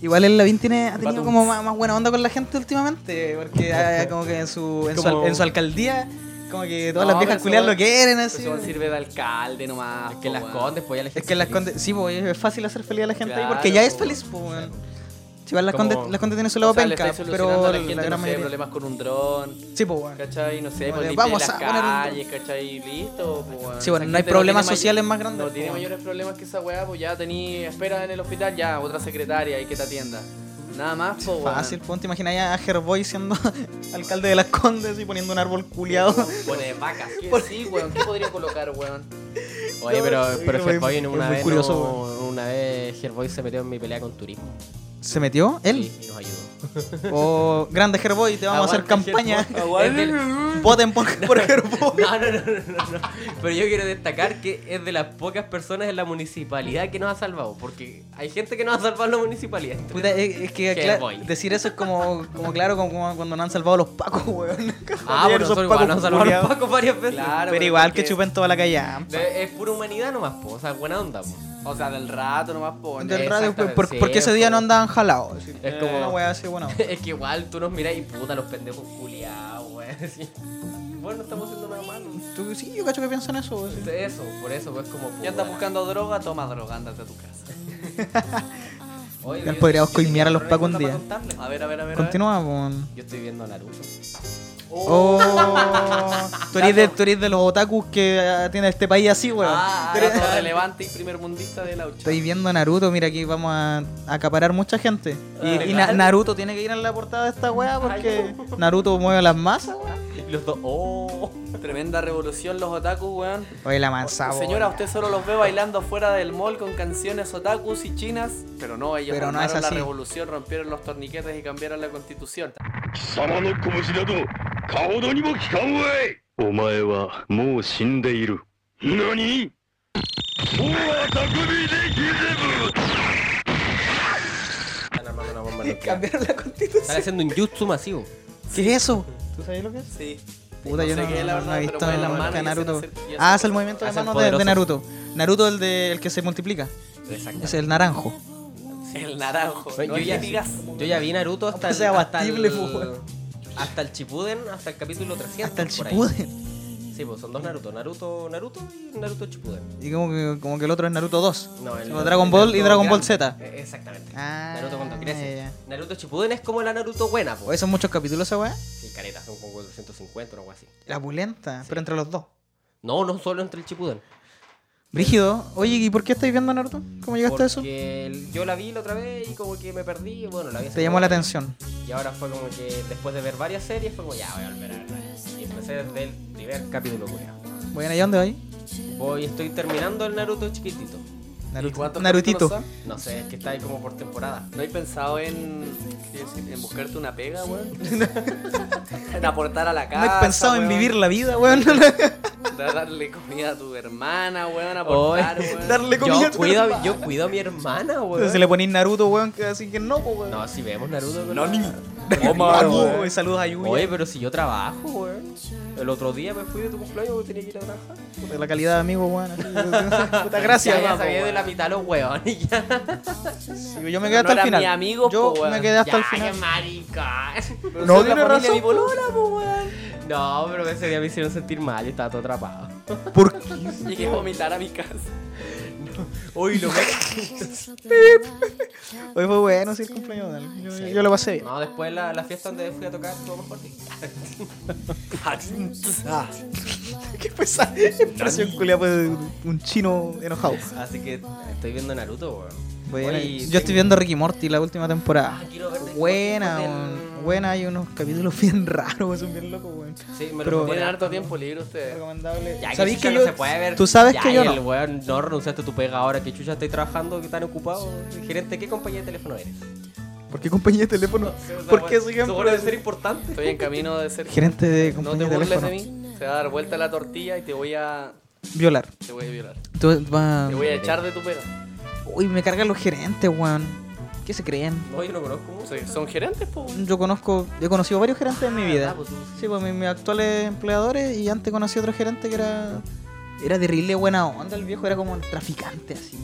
[SPEAKER 2] Igual el Lavín tiene, ha tenido
[SPEAKER 4] Batum.
[SPEAKER 2] como más, más buena onda con la gente últimamente, porque ah, como que en su, en, su, al-
[SPEAKER 1] Como-
[SPEAKER 2] en su alcaldía, como que todas
[SPEAKER 4] No, pero
[SPEAKER 2] las viejas
[SPEAKER 4] ese
[SPEAKER 2] culiadas
[SPEAKER 4] weón-
[SPEAKER 2] lo quieren,
[SPEAKER 4] Pero
[SPEAKER 2] así.
[SPEAKER 4] ese weón sirve de alcalde nomás.
[SPEAKER 3] Es que
[SPEAKER 4] po,
[SPEAKER 3] las
[SPEAKER 4] weón.
[SPEAKER 3] condes, pues ya la
[SPEAKER 2] Oh, Es que en las
[SPEAKER 3] gente
[SPEAKER 2] condes, sí, po, es fácil hacer feliz a la gente ahí,
[SPEAKER 4] Claro,
[SPEAKER 2] porque ya es
[SPEAKER 4] po.
[SPEAKER 2] feliz, po, weón. Sí, igual las
[SPEAKER 3] Como-
[SPEAKER 2] condes, las condes tienen su lado
[SPEAKER 4] O sea, le
[SPEAKER 2] penca,
[SPEAKER 4] estáis solucionando
[SPEAKER 2] pero
[SPEAKER 4] a
[SPEAKER 2] la,
[SPEAKER 4] la gente,
[SPEAKER 2] gran
[SPEAKER 4] no sé,
[SPEAKER 2] mayoría.
[SPEAKER 4] problemas con un dron.
[SPEAKER 2] Sí, po, weón.
[SPEAKER 4] ¿Cachai? No sé, pues
[SPEAKER 2] Como de,
[SPEAKER 4] limpiar
[SPEAKER 2] vamos
[SPEAKER 4] las
[SPEAKER 2] a poner un-
[SPEAKER 4] calles, ¿cachai? Y listo, pues, weón.
[SPEAKER 2] Sí, bueno,
[SPEAKER 4] Esa
[SPEAKER 2] no hay
[SPEAKER 4] gente
[SPEAKER 2] problemas
[SPEAKER 4] tiene
[SPEAKER 2] sociales
[SPEAKER 4] may-
[SPEAKER 2] más grandes,
[SPEAKER 4] No
[SPEAKER 2] pues,
[SPEAKER 4] tiene
[SPEAKER 2] weón.
[SPEAKER 4] mayores problemas que esa weá, pues ya tení espera en el hospital, ya, otra secretaria ahí que te atienda. Nada más, pues, weón.
[SPEAKER 2] Fácil, po, te imaginas ya a Gerboy siendo alcalde de las condes y poniendo un árbol culiado.
[SPEAKER 3] pone vacas.
[SPEAKER 4] ¿Qué sí, weón? ¿Qué podría colocar, weón?
[SPEAKER 3] Oye,
[SPEAKER 2] No,
[SPEAKER 3] pero,
[SPEAKER 2] es
[SPEAKER 3] pero
[SPEAKER 2] muy-
[SPEAKER 3] Herboy en
[SPEAKER 2] es
[SPEAKER 3] una
[SPEAKER 2] muy
[SPEAKER 3] vez.
[SPEAKER 2] curioso,
[SPEAKER 3] no- una vez Herboy se metió en mi pelea con turismo.
[SPEAKER 2] ¿Se metió? ¿Él?
[SPEAKER 3] Sí, Y nos ayudó.
[SPEAKER 2] O grande Gerboy, te vamos a hacer
[SPEAKER 3] Aguante,
[SPEAKER 2] campaña.
[SPEAKER 3] Herboy. Aguante.
[SPEAKER 2] Voten por, por Gerboy.
[SPEAKER 3] No, no, no, no, no, no. Pero yo quiero destacar que es de las pocas personas en la municipalidad que nos ha salvado. Porque hay gente que nos ha salvado en la municipalidad. Ah,
[SPEAKER 2] Puta, es, es que
[SPEAKER 3] Hellboy.
[SPEAKER 2] claro, decir eso es como, como claro como, como cuando no han salvado los pacos, weón.
[SPEAKER 3] ah, pero
[SPEAKER 2] esos
[SPEAKER 3] nosotros igual
[SPEAKER 2] pacos
[SPEAKER 3] nos han salvado los
[SPEAKER 2] culiados.
[SPEAKER 3] pacos varias veces.
[SPEAKER 4] Claro,
[SPEAKER 2] Pero
[SPEAKER 4] weón,
[SPEAKER 2] igual que
[SPEAKER 4] porque-
[SPEAKER 2] chupen toda la callampa.
[SPEAKER 3] De- Es pura humanidad nomás, po. O sea, buena onda, po.
[SPEAKER 4] O sea, del rato nomás, pues.
[SPEAKER 2] Del
[SPEAKER 3] Eh,
[SPEAKER 2] radio,
[SPEAKER 3] exactamente,
[SPEAKER 2] por-
[SPEAKER 3] sí,
[SPEAKER 2] porque ese día
[SPEAKER 3] po.
[SPEAKER 2] no andaban jalados. así.
[SPEAKER 3] Es como-
[SPEAKER 2] una wea así, bueno.
[SPEAKER 3] Es que igual tú nos miras y puta, los pendejos culiados, weón. así. Bueno, no estamos haciendo nada malo.
[SPEAKER 2] Tú, sí, yo cacho que piensan eso. así.
[SPEAKER 3] Eso, por eso, pues como.
[SPEAKER 4] Ya andas buscando droga, toma droga, andate a tu casa.
[SPEAKER 3] Oye,
[SPEAKER 2] Ya
[SPEAKER 3] yo-
[SPEAKER 2] podríamos
[SPEAKER 3] yo tenía
[SPEAKER 2] coimear a los
[SPEAKER 3] una
[SPEAKER 2] pacos un
[SPEAKER 3] anécdota
[SPEAKER 2] día.
[SPEAKER 3] para contarles.
[SPEAKER 4] A ver, a ver, a ver. a ver.
[SPEAKER 2] Continúa, Oh, pon.
[SPEAKER 3] Yo estoy viendo Naruto.
[SPEAKER 4] ah,
[SPEAKER 2] Oh, tú, eres de, tú eres de los otakus que ah, tiene este país así, weón.
[SPEAKER 4] Ah,
[SPEAKER 2] Tú eres-
[SPEAKER 4] dato relevante y primer mundista de la ucha.
[SPEAKER 2] Estoy viendo Naruto, mira aquí vamos a acaparar mucha gente. Y,
[SPEAKER 3] Ah,
[SPEAKER 2] y Na-
[SPEAKER 3] claro.
[SPEAKER 2] Naruto tiene que ir en la portada de esta wea porque Naruto mueve las masas, weón.
[SPEAKER 3] Y Los dos. Oh.
[SPEAKER 4] Tremenda revolución los otakus, weón.
[SPEAKER 2] Oye, la mansa,
[SPEAKER 4] Señora,
[SPEAKER 2] weón.
[SPEAKER 4] usted solo los ve bailando fuera del mall con canciones otakus y chinas, pero no, ellos
[SPEAKER 2] Pero no
[SPEAKER 4] armaron
[SPEAKER 2] es así.
[SPEAKER 4] la revolución, rompieron los torniquetes y cambiaron la constitución.
[SPEAKER 5] 貴様の拳などかほどにも効かんわいお前はもう死んでいる何そうは匠できれば
[SPEAKER 3] Están armando una bomba nuclear.
[SPEAKER 2] Cambiaron la constitución.
[SPEAKER 3] Están haciendo un jutsu masivo.
[SPEAKER 2] ¿Qué es eso? ¿Tú sabes lo que es?
[SPEAKER 4] Sí.
[SPEAKER 2] Puta, yo no,
[SPEAKER 4] qué es
[SPEAKER 2] no- no he
[SPEAKER 4] pero
[SPEAKER 2] visto
[SPEAKER 4] mueven las
[SPEAKER 2] nunca
[SPEAKER 4] manos y hacen
[SPEAKER 2] Naruto.
[SPEAKER 4] hacer- y hacen-
[SPEAKER 2] Ah, es el movimiento de
[SPEAKER 3] hacen
[SPEAKER 2] manos de, de
[SPEAKER 3] poderosos.
[SPEAKER 2] Naruto. Naruto el de el que se multiplica.
[SPEAKER 3] Exacto.
[SPEAKER 2] Es el naranjo.
[SPEAKER 4] El naranjo.
[SPEAKER 3] Yo
[SPEAKER 4] no
[SPEAKER 3] ya,
[SPEAKER 4] ya digas.
[SPEAKER 3] yo ya vi Naruto hasta
[SPEAKER 2] Aunque sea
[SPEAKER 3] el, hasta,
[SPEAKER 2] abatible, po,
[SPEAKER 3] el,
[SPEAKER 2] weón.
[SPEAKER 3] hasta el Chipuden, hasta el capítulo 300.
[SPEAKER 2] Hasta el
[SPEAKER 3] por ahí.
[SPEAKER 2] Shippuden.
[SPEAKER 3] Sí, pues son dos Naruto. Naruto, Naruto y Naruto Chipuden.
[SPEAKER 2] Y como que, como que el otro es Naruto 2.
[SPEAKER 3] No, el-
[SPEAKER 2] Como Dragon Ball y
[SPEAKER 3] Naruto
[SPEAKER 2] Dragon Ball
[SPEAKER 3] grande.
[SPEAKER 2] Z.
[SPEAKER 3] Eh, Exactamente.
[SPEAKER 2] Ah,
[SPEAKER 3] Naruto cuando crece.
[SPEAKER 2] ya, ya.
[SPEAKER 3] Naruto Chipuden es como la Naruto buena,
[SPEAKER 2] Oye,
[SPEAKER 3] pues.
[SPEAKER 2] son muchos capítulos esa weá.
[SPEAKER 3] Sí, careta, son como 450 o algo así.
[SPEAKER 2] La pulenta, pero entre los dos.
[SPEAKER 3] No, no solo entre el Chipuden.
[SPEAKER 2] Brígido, oye, ¿y por qué estáis viendo Naruto? ¿Cómo llegaste a eso?
[SPEAKER 3] Porque el- yo la vi la otra vez y como que me perdí. Bueno, la vi hace
[SPEAKER 2] Te llamó la
[SPEAKER 3] poco.
[SPEAKER 2] atención.
[SPEAKER 3] Y ahora fue como que después de ver varias series, fue como ya voy a volver a verla. Y empecé desde el primer capítulo, culiao.
[SPEAKER 2] Bueno, ¿y dónde vais?
[SPEAKER 3] Voy, estoy terminando el Naruto chiquitito.
[SPEAKER 4] ¿Y cuántos
[SPEAKER 2] Narutito.
[SPEAKER 4] capítulos son?
[SPEAKER 3] No sé, es que está ahí como por temporada.
[SPEAKER 4] ¿No hay pensado en, en buscarte una pega, weón? en aportar a la
[SPEAKER 2] No
[SPEAKER 4] casa.
[SPEAKER 2] he pensado en
[SPEAKER 4] weón?
[SPEAKER 2] vivir la vida, weón.
[SPEAKER 4] Da- Darle comida a tu hermana, weón, aportar,
[SPEAKER 3] Oy.
[SPEAKER 4] weón.
[SPEAKER 2] Darle comida a
[SPEAKER 3] Yo
[SPEAKER 2] tu
[SPEAKER 3] cuido,
[SPEAKER 2] hermana.
[SPEAKER 3] yo cuido a mi hermana,
[SPEAKER 2] Entonces, Si
[SPEAKER 3] weón.
[SPEAKER 2] le ponéis Naruto, weón, que así que no, po, weón.
[SPEAKER 3] No, si vemos Naruto.
[SPEAKER 1] No,
[SPEAKER 3] weón.
[SPEAKER 1] ni.
[SPEAKER 2] Saludos,
[SPEAKER 1] Omar,
[SPEAKER 2] weón, saludos a Yuya.
[SPEAKER 3] Oye, pero si yo trabajo, weón. El otro día me fui de tu cumpleaños porque tenía que ir a trabajar.
[SPEAKER 2] Puta, la calidad de amigo, weón. así, Puta, gracias,
[SPEAKER 3] Ya, ya
[SPEAKER 2] weón, po,
[SPEAKER 3] sabía de
[SPEAKER 2] weón.
[SPEAKER 3] la mitad los weones. Ya,
[SPEAKER 2] Sí, Yo me quedé
[SPEAKER 4] No
[SPEAKER 2] hasta el
[SPEAKER 4] eran
[SPEAKER 2] final.
[SPEAKER 4] mis amigos,
[SPEAKER 2] yo
[SPEAKER 4] po, weón.
[SPEAKER 2] me quedé hasta el
[SPEAKER 3] Ya,
[SPEAKER 2] final.
[SPEAKER 3] qué marica.
[SPEAKER 4] Pero
[SPEAKER 2] No,
[SPEAKER 4] soy la
[SPEAKER 2] tiene
[SPEAKER 4] familia
[SPEAKER 2] razón,
[SPEAKER 4] de mi polola, po, weón.
[SPEAKER 3] No, pero ese día me hicieron sentir mal y estaba todo atrapado.
[SPEAKER 2] ¿Por qué?
[SPEAKER 4] Llegué a vomitar a mi casa.
[SPEAKER 3] Uy, lo
[SPEAKER 2] Hoy fue bueno, sí, el cumpleaños de él. Yo, yo- yo lo pasé bien.
[SPEAKER 3] No, después la, la fiesta donde fui a tocar estuvo mejor.
[SPEAKER 2] Qué pesada expresión culia, pues, un chino enojado.
[SPEAKER 3] Así que estoy viendo Naruto, weón.
[SPEAKER 2] Bueno,
[SPEAKER 3] Oye,
[SPEAKER 2] yo
[SPEAKER 3] tengo-
[SPEAKER 2] estoy viendo Ricky Morty la última temporada.
[SPEAKER 3] Ah, quiero ver después-
[SPEAKER 2] Buena,
[SPEAKER 3] después
[SPEAKER 2] weón.
[SPEAKER 3] del-
[SPEAKER 2] buena, hay unos capítulos bien raros, son bien locos, weón.
[SPEAKER 3] Sí, me
[SPEAKER 2] Pero-
[SPEAKER 3] lo
[SPEAKER 4] Tienen
[SPEAKER 3] ponen
[SPEAKER 4] harto tiempo libre ustedes.
[SPEAKER 2] Recomendable.
[SPEAKER 3] Ya,
[SPEAKER 2] ¿Sabéis
[SPEAKER 3] chucha
[SPEAKER 2] que
[SPEAKER 3] no
[SPEAKER 2] yo-
[SPEAKER 3] se puede ver?
[SPEAKER 2] Tú sabes
[SPEAKER 3] Ya,
[SPEAKER 2] que yo
[SPEAKER 3] y
[SPEAKER 2] no.
[SPEAKER 3] el weón no renunciaste a tu pega ahora que chucha estoy trabajando, que tan ocupado. Gerente, ¿qué compañía de teléfono eres?
[SPEAKER 2] ¿Por qué compañía de teléfono? ¿Por qué soy
[SPEAKER 3] Seguro debe ser importante.
[SPEAKER 4] Estoy en camino de ser.
[SPEAKER 2] gerente de
[SPEAKER 4] No te
[SPEAKER 2] compañía de
[SPEAKER 4] burles de
[SPEAKER 2] teléfono?
[SPEAKER 4] mí. Se va a dar vuelta la tortilla y te voy a.
[SPEAKER 2] Violar.
[SPEAKER 4] Te voy a violar.
[SPEAKER 2] Tú vas-
[SPEAKER 4] Te voy a echar de tu pega.
[SPEAKER 2] Uy, me cargan los gerentes, weón. ¿Qué se creen?
[SPEAKER 3] No, yo no conozco mucho.
[SPEAKER 4] Soy- Son gerentes, po, weón.
[SPEAKER 2] Yo conozco, he conocido varios gerentes en mi vida.
[SPEAKER 3] Ah, pues tú-
[SPEAKER 2] Sí, pues mis, mis actuales empleadores y antes conocí otro gerente que era era terrible buena onda, el viejo era como un traficante así.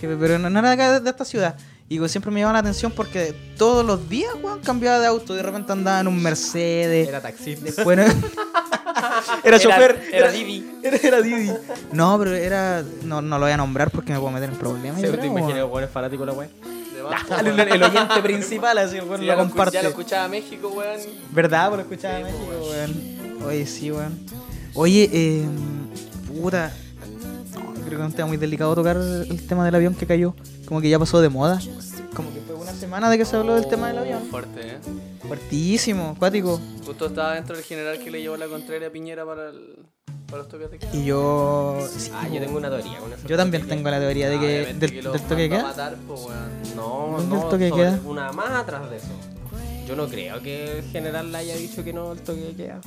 [SPEAKER 2] Que- pero no, no era de acá de esta ciudad. Y pues, siempre me llamaba la atención porque todos los días, weón, cambiaba de auto, de repente andaba en un Mercedes.
[SPEAKER 3] Era taxista.
[SPEAKER 2] Bueno, era chofer.
[SPEAKER 4] era Didi.
[SPEAKER 2] Era, era Didi. No, pero era. No, no lo voy a nombrar porque me puedo meter en problemas. yo
[SPEAKER 3] Se te
[SPEAKER 2] creo,
[SPEAKER 3] imaginé,
[SPEAKER 2] weón.
[SPEAKER 3] weón, es fanático de la weón.
[SPEAKER 4] De más, po,
[SPEAKER 2] El,
[SPEAKER 4] weón.
[SPEAKER 2] el oyente principal, así,
[SPEAKER 4] Sí,
[SPEAKER 2] weón, lo
[SPEAKER 4] ya, lo escu-
[SPEAKER 2] comparte.
[SPEAKER 4] ya lo escuchaba México, weón.
[SPEAKER 2] ¿Verdad? Por escuchar
[SPEAKER 4] Sí,
[SPEAKER 2] México,
[SPEAKER 3] pues,
[SPEAKER 4] po,
[SPEAKER 2] weón. Oye, sí, weón. Oye, eh, puta. No, creo que es un tema muy delicado tocar el tema del avión que cayó. Como que ya pasó de moda. Como que fue una semana de que se habló del tema del avión.
[SPEAKER 4] Fuerte, eh.
[SPEAKER 2] Fuertísimo, cuático.
[SPEAKER 4] Justo estaba dentro del general que le llevó la contraria a Piñera para, el, para los toques de queda.
[SPEAKER 2] Y yo. sí, pues,
[SPEAKER 3] Ah, yo tengo Ah, una teoría con eso.
[SPEAKER 2] Yo también tengo la teoría de que
[SPEAKER 4] Obviamente
[SPEAKER 2] del,
[SPEAKER 4] los
[SPEAKER 2] del toque de
[SPEAKER 4] mandó a
[SPEAKER 2] queda.
[SPEAKER 4] matar, po, weón.
[SPEAKER 3] No,
[SPEAKER 2] ¿Dónde
[SPEAKER 3] no,
[SPEAKER 2] el toque de
[SPEAKER 3] sobre
[SPEAKER 2] queda?
[SPEAKER 3] una más atrás de eso. Yo no creo que el general le haya dicho que no al toque de queda.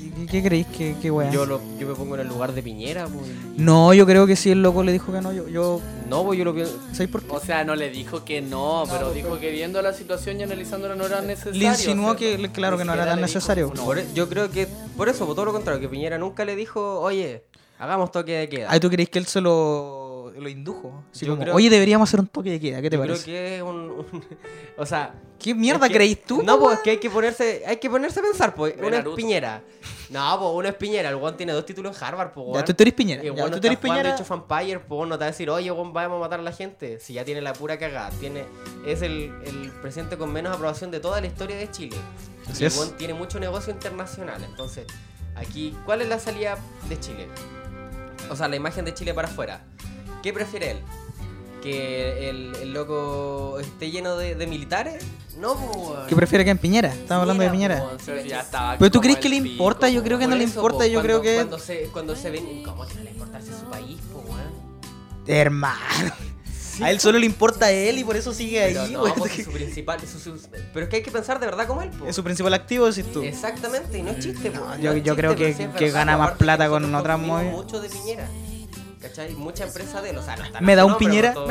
[SPEAKER 2] ¿Y ¿Qué, qué creéis que, que weá?
[SPEAKER 3] Yo, lo, yo me pongo en el lugar de Piñera, pues.
[SPEAKER 2] No, yo creo que sí el loco le dijo que no. Yo, yo
[SPEAKER 3] No, pues yo lo pienso.
[SPEAKER 2] ¿sabéis por qué?
[SPEAKER 4] O sea, no le dijo que no, pero dijo que viendo la situación y analizándola no era necesario.
[SPEAKER 2] Le insinuó que,
[SPEAKER 4] hacerlo.
[SPEAKER 2] le- claro,
[SPEAKER 4] Ni
[SPEAKER 2] que no era
[SPEAKER 4] siquiera
[SPEAKER 2] tan
[SPEAKER 4] le dijo
[SPEAKER 2] necesario.
[SPEAKER 4] que fue
[SPEAKER 3] Por
[SPEAKER 4] una-
[SPEAKER 3] e- yo creo que, por eso, por todo lo contrario, que Piñera nunca le dijo, oye, hagamos toque de queda.
[SPEAKER 2] Ay, ¿tú creéis que él se lo, lo indujo? Así
[SPEAKER 3] Yo
[SPEAKER 2] como,
[SPEAKER 3] creo-
[SPEAKER 2] Oye, deberíamos hacer un toque de queda, ¿qué te
[SPEAKER 3] yo creo
[SPEAKER 2] parece?
[SPEAKER 3] que es un, un- O sea.
[SPEAKER 2] ¿Qué mierda
[SPEAKER 3] es que-
[SPEAKER 2] creís tú?
[SPEAKER 3] No, pues
[SPEAKER 2] weón?
[SPEAKER 3] es que hay que ponerse, hay que ponerse a pensar, pues.
[SPEAKER 4] Ve
[SPEAKER 3] Uno es
[SPEAKER 4] Naruto.
[SPEAKER 3] Piñera. No, pues uno es Piñera. El Juan tiene dos títulos en Harvard, pues.
[SPEAKER 2] Ya,
[SPEAKER 3] weón.
[SPEAKER 2] tú, tú eres piñera.
[SPEAKER 3] Y
[SPEAKER 2] ya,
[SPEAKER 3] bueno,
[SPEAKER 2] tú, tú eres piñera.
[SPEAKER 3] hecho Vampire, pues no te va a decir, oye, weón, vamos a matar a la gente. Si ya tiene la pura cagada. Tiene, es el, el presidente con menos aprobación de toda la historia de Chile.
[SPEAKER 2] Así
[SPEAKER 3] Y el
[SPEAKER 2] es.
[SPEAKER 3] weón tiene mucho negocio internacional. Entonces, aquí, ¿cuál es la salida de Chile? O sea, la imagen de Chile para afuera. ¿Qué prefiere él? ¿Que el, el loco esté lleno de, de militares? No, pues. weón.
[SPEAKER 2] ¿Qué prefiere que en piñera? Estamos hablando de
[SPEAKER 3] Piñera,
[SPEAKER 2] piñera.
[SPEAKER 3] pues,
[SPEAKER 4] Pero si ya estaba
[SPEAKER 2] Pero tú
[SPEAKER 4] como
[SPEAKER 2] crees que
[SPEAKER 4] el
[SPEAKER 2] le
[SPEAKER 4] pico,
[SPEAKER 2] importa, yo creo que
[SPEAKER 4] weón.
[SPEAKER 2] no le
[SPEAKER 3] Por eso,
[SPEAKER 2] importa,
[SPEAKER 3] po,
[SPEAKER 2] yo creo
[SPEAKER 3] cuando-
[SPEAKER 2] que-
[SPEAKER 3] Cuando se, cuando se ven. ¿Cómo que no le importarse su país, po, weón?
[SPEAKER 2] Hermano. A él solo le importa a él y por eso sigue
[SPEAKER 3] Pero
[SPEAKER 2] ahí,
[SPEAKER 3] no,
[SPEAKER 2] weón.
[SPEAKER 3] porque su principal. su- su- pero es que hay que pensar de verdad como él, po.
[SPEAKER 2] Es su principal activo, decís tú.
[SPEAKER 3] Exactamente, y no es chiste, po.
[SPEAKER 2] No,
[SPEAKER 3] No
[SPEAKER 2] yo-
[SPEAKER 3] es
[SPEAKER 2] yo
[SPEAKER 3] chiste,
[SPEAKER 2] creo
[SPEAKER 3] pero
[SPEAKER 2] que-
[SPEAKER 3] sí es
[SPEAKER 2] que
[SPEAKER 3] verdad,
[SPEAKER 2] gana
[SPEAKER 3] y
[SPEAKER 2] más
[SPEAKER 3] aparte
[SPEAKER 2] plata
[SPEAKER 3] nosotros
[SPEAKER 2] con otras
[SPEAKER 3] consumimos
[SPEAKER 2] movidas.
[SPEAKER 3] mucho de Piñera. ¿Cachai? Mucha empresa de él, o sea, no está
[SPEAKER 2] ¿Me da un
[SPEAKER 3] no, pero
[SPEAKER 2] Piñera?
[SPEAKER 3] todo-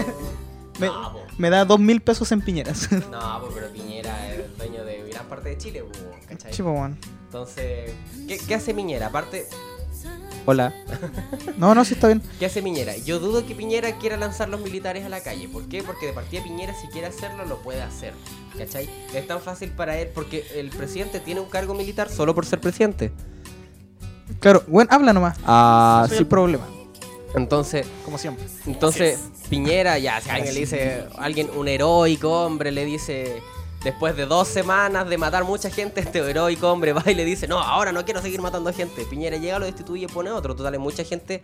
[SPEAKER 2] Me,
[SPEAKER 3] No, po.
[SPEAKER 2] me da dos mil pesos en piñeras.
[SPEAKER 3] No, po, pero Piñera es el dueño de gran parte de Chile, po, ¿cachai?
[SPEAKER 2] Chipo, weón.
[SPEAKER 3] Entonces, ¿qué, qué hace Piñera? Aparte,
[SPEAKER 2] Hola. No, no, sí está bien.
[SPEAKER 3] ¿Qué hace Piñera? Yo dudo que Piñera quiera lanzar los militares a la calle. ¿Por qué? Porque de partida Piñera si quiere hacerlo lo puede hacer. ¿Cachai? Es tan fácil para él porque el presidente tiene un cargo militar solo por ser presidente.
[SPEAKER 2] Claro, bueno, habla nomás.
[SPEAKER 3] Ah,
[SPEAKER 2] Soy el problema,
[SPEAKER 3] Entonces,
[SPEAKER 2] como siempre.
[SPEAKER 3] entonces Piñera ya, si alguien le dice, alguien, un heroico hombre le dice, después de dos semanas de matar mucha gente, este heroico hombre va y le dice, no, ahora no quiero seguir matando gente. Piñera llega, lo destituye y pone otro. Total, hay mucha gente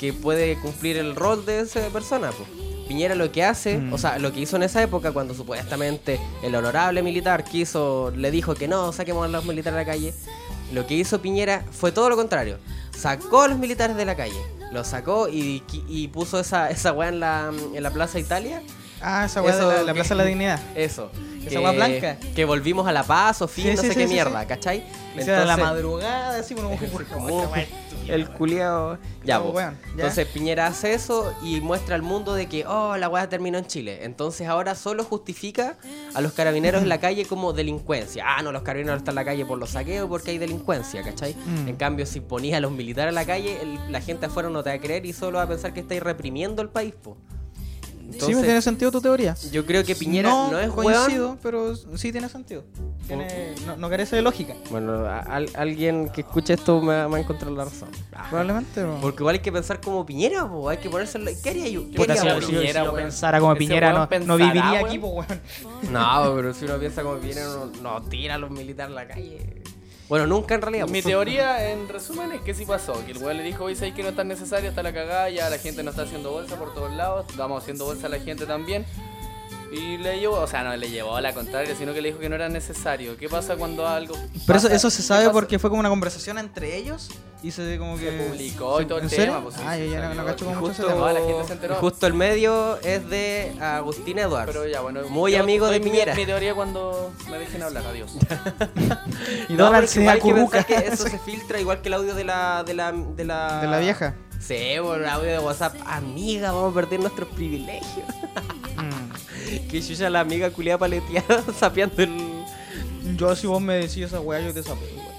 [SPEAKER 3] que puede cumplir el rol de esa persona. po. Piñera lo que hace,
[SPEAKER 2] Mm.
[SPEAKER 3] o sea, lo que hizo en esa época cuando supuestamente el honorable militar quiso, le dijo que no, saquemos a los militares a la calle. Lo que hizo Piñera fue todo lo contrario. Sacó a los militares de la calle. Los sacó y, y puso esa, esa weá en la, en la Plaza Italia.
[SPEAKER 2] Ah, esa weá de
[SPEAKER 3] Eso
[SPEAKER 2] la, la
[SPEAKER 3] que-
[SPEAKER 2] Plaza de la Dignidad.
[SPEAKER 3] Eso.
[SPEAKER 2] Esa
[SPEAKER 3] que-
[SPEAKER 2] weá blanca.
[SPEAKER 3] Que volvimos a la paz o fin,
[SPEAKER 2] Sí,
[SPEAKER 3] no
[SPEAKER 2] sí,
[SPEAKER 3] sé
[SPEAKER 2] sí,
[SPEAKER 3] qué
[SPEAKER 2] sí,
[SPEAKER 3] mierda,
[SPEAKER 2] sí.
[SPEAKER 3] ¿cachai?
[SPEAKER 2] Que sea de la
[SPEAKER 3] Entonces-
[SPEAKER 2] madrugada, así como por
[SPEAKER 3] Como el culiao. Ya,
[SPEAKER 2] No,
[SPEAKER 3] po.
[SPEAKER 2] Oh, weón, ya.
[SPEAKER 3] Entonces Piñera hace eso y muestra al mundo de que, oh, la weá terminó en Chile. Entonces ahora solo justifica a los carabineros en la calle como delincuencia. Ah, no, los carabineros están en la calle por los saqueos porque hay delincuencia, ¿cachai?
[SPEAKER 2] Mm.
[SPEAKER 3] En cambio, si ponías a los militares a la calle, el- la gente afuera no te va a creer y solo va a pensar que estáis reprimiendo el país, po.
[SPEAKER 2] Sí, me tiene
[SPEAKER 3] Entonces,
[SPEAKER 2] sentido tu teoría.
[SPEAKER 3] yo creo que Piñera no, es
[SPEAKER 2] coincido,
[SPEAKER 3] weón.
[SPEAKER 2] pero sí tiene sentido. Tiene- no, no carece de lógica.
[SPEAKER 3] Bueno, a- al- alguien que escuche esto me va me va a encontrar la razón.
[SPEAKER 2] Probablemente. po.
[SPEAKER 3] Porque igual hay que pensar como Piñera, po, hay que ponerse... en la- ¿Qué haría yo? ¿Qué
[SPEAKER 4] Puta,
[SPEAKER 3] haría
[SPEAKER 4] si
[SPEAKER 3] uno?
[SPEAKER 4] yo- Piñera,
[SPEAKER 2] yo
[SPEAKER 4] weón.
[SPEAKER 2] pensara como
[SPEAKER 4] Ese
[SPEAKER 2] Piñera, no,
[SPEAKER 4] weón
[SPEAKER 2] no
[SPEAKER 4] pensará,
[SPEAKER 2] viviría
[SPEAKER 4] weón.
[SPEAKER 2] aquí, po, weón.
[SPEAKER 3] No, pero si uno piensa como viene, uno no tira a los militares a la calle. Bueno, nunca en realidad.
[SPEAKER 4] Mi
[SPEAKER 3] pues.
[SPEAKER 4] teoría, en resumen, es que sí pasó. Que el weón le dijo, oye, sabes que no es tan necesario, está la cagada, ya la gente no está haciendo bolsa por todos lados, estamos haciendo bolsa a la gente también. Y le llevó, o sea, no le llevó a la contraria, sino que le dijo que no era necesario. ¿Qué pasa cuando algo...
[SPEAKER 2] Pero eso,
[SPEAKER 4] pasa?
[SPEAKER 2] eso se
[SPEAKER 4] ¿Qué
[SPEAKER 2] sabe
[SPEAKER 4] pasa?
[SPEAKER 2] porque fue como una conversación entre ellos y se como que...
[SPEAKER 4] Se publicó y todo
[SPEAKER 2] ¿En
[SPEAKER 4] el
[SPEAKER 2] serio?
[SPEAKER 4] tema. Pues, sí,
[SPEAKER 2] ah, yo
[SPEAKER 4] sí,
[SPEAKER 2] ya no-
[SPEAKER 4] salió.
[SPEAKER 2] no cacho
[SPEAKER 4] Y
[SPEAKER 2] como mucho ese
[SPEAKER 4] justo
[SPEAKER 2] tema.
[SPEAKER 4] la gente se enteró.
[SPEAKER 3] Y Justo el medio es de Agustín Edwards.
[SPEAKER 4] Pero ya, bueno,
[SPEAKER 3] Muy
[SPEAKER 4] yo
[SPEAKER 3] amigo de
[SPEAKER 4] doy mi-
[SPEAKER 3] Piñera.
[SPEAKER 4] Mi, teoría cuando me dejen hablar, adiós.
[SPEAKER 2] Y
[SPEAKER 3] No,
[SPEAKER 2] Donald
[SPEAKER 3] pero
[SPEAKER 2] se
[SPEAKER 3] igual hay que
[SPEAKER 2] acurruca.
[SPEAKER 3] pensar que eso se filtra igual que el audio de la. de la. de la,
[SPEAKER 2] De la vieja.
[SPEAKER 3] Sí, bueno, el audio de WhatsApp. Amiga, vamos a perder nuestros privilegios.
[SPEAKER 2] Mm.
[SPEAKER 3] que yo ya la amiga culiada paleteada sapeando el.
[SPEAKER 2] Yo si vos me decís esa weá, yo te sapeo, weón.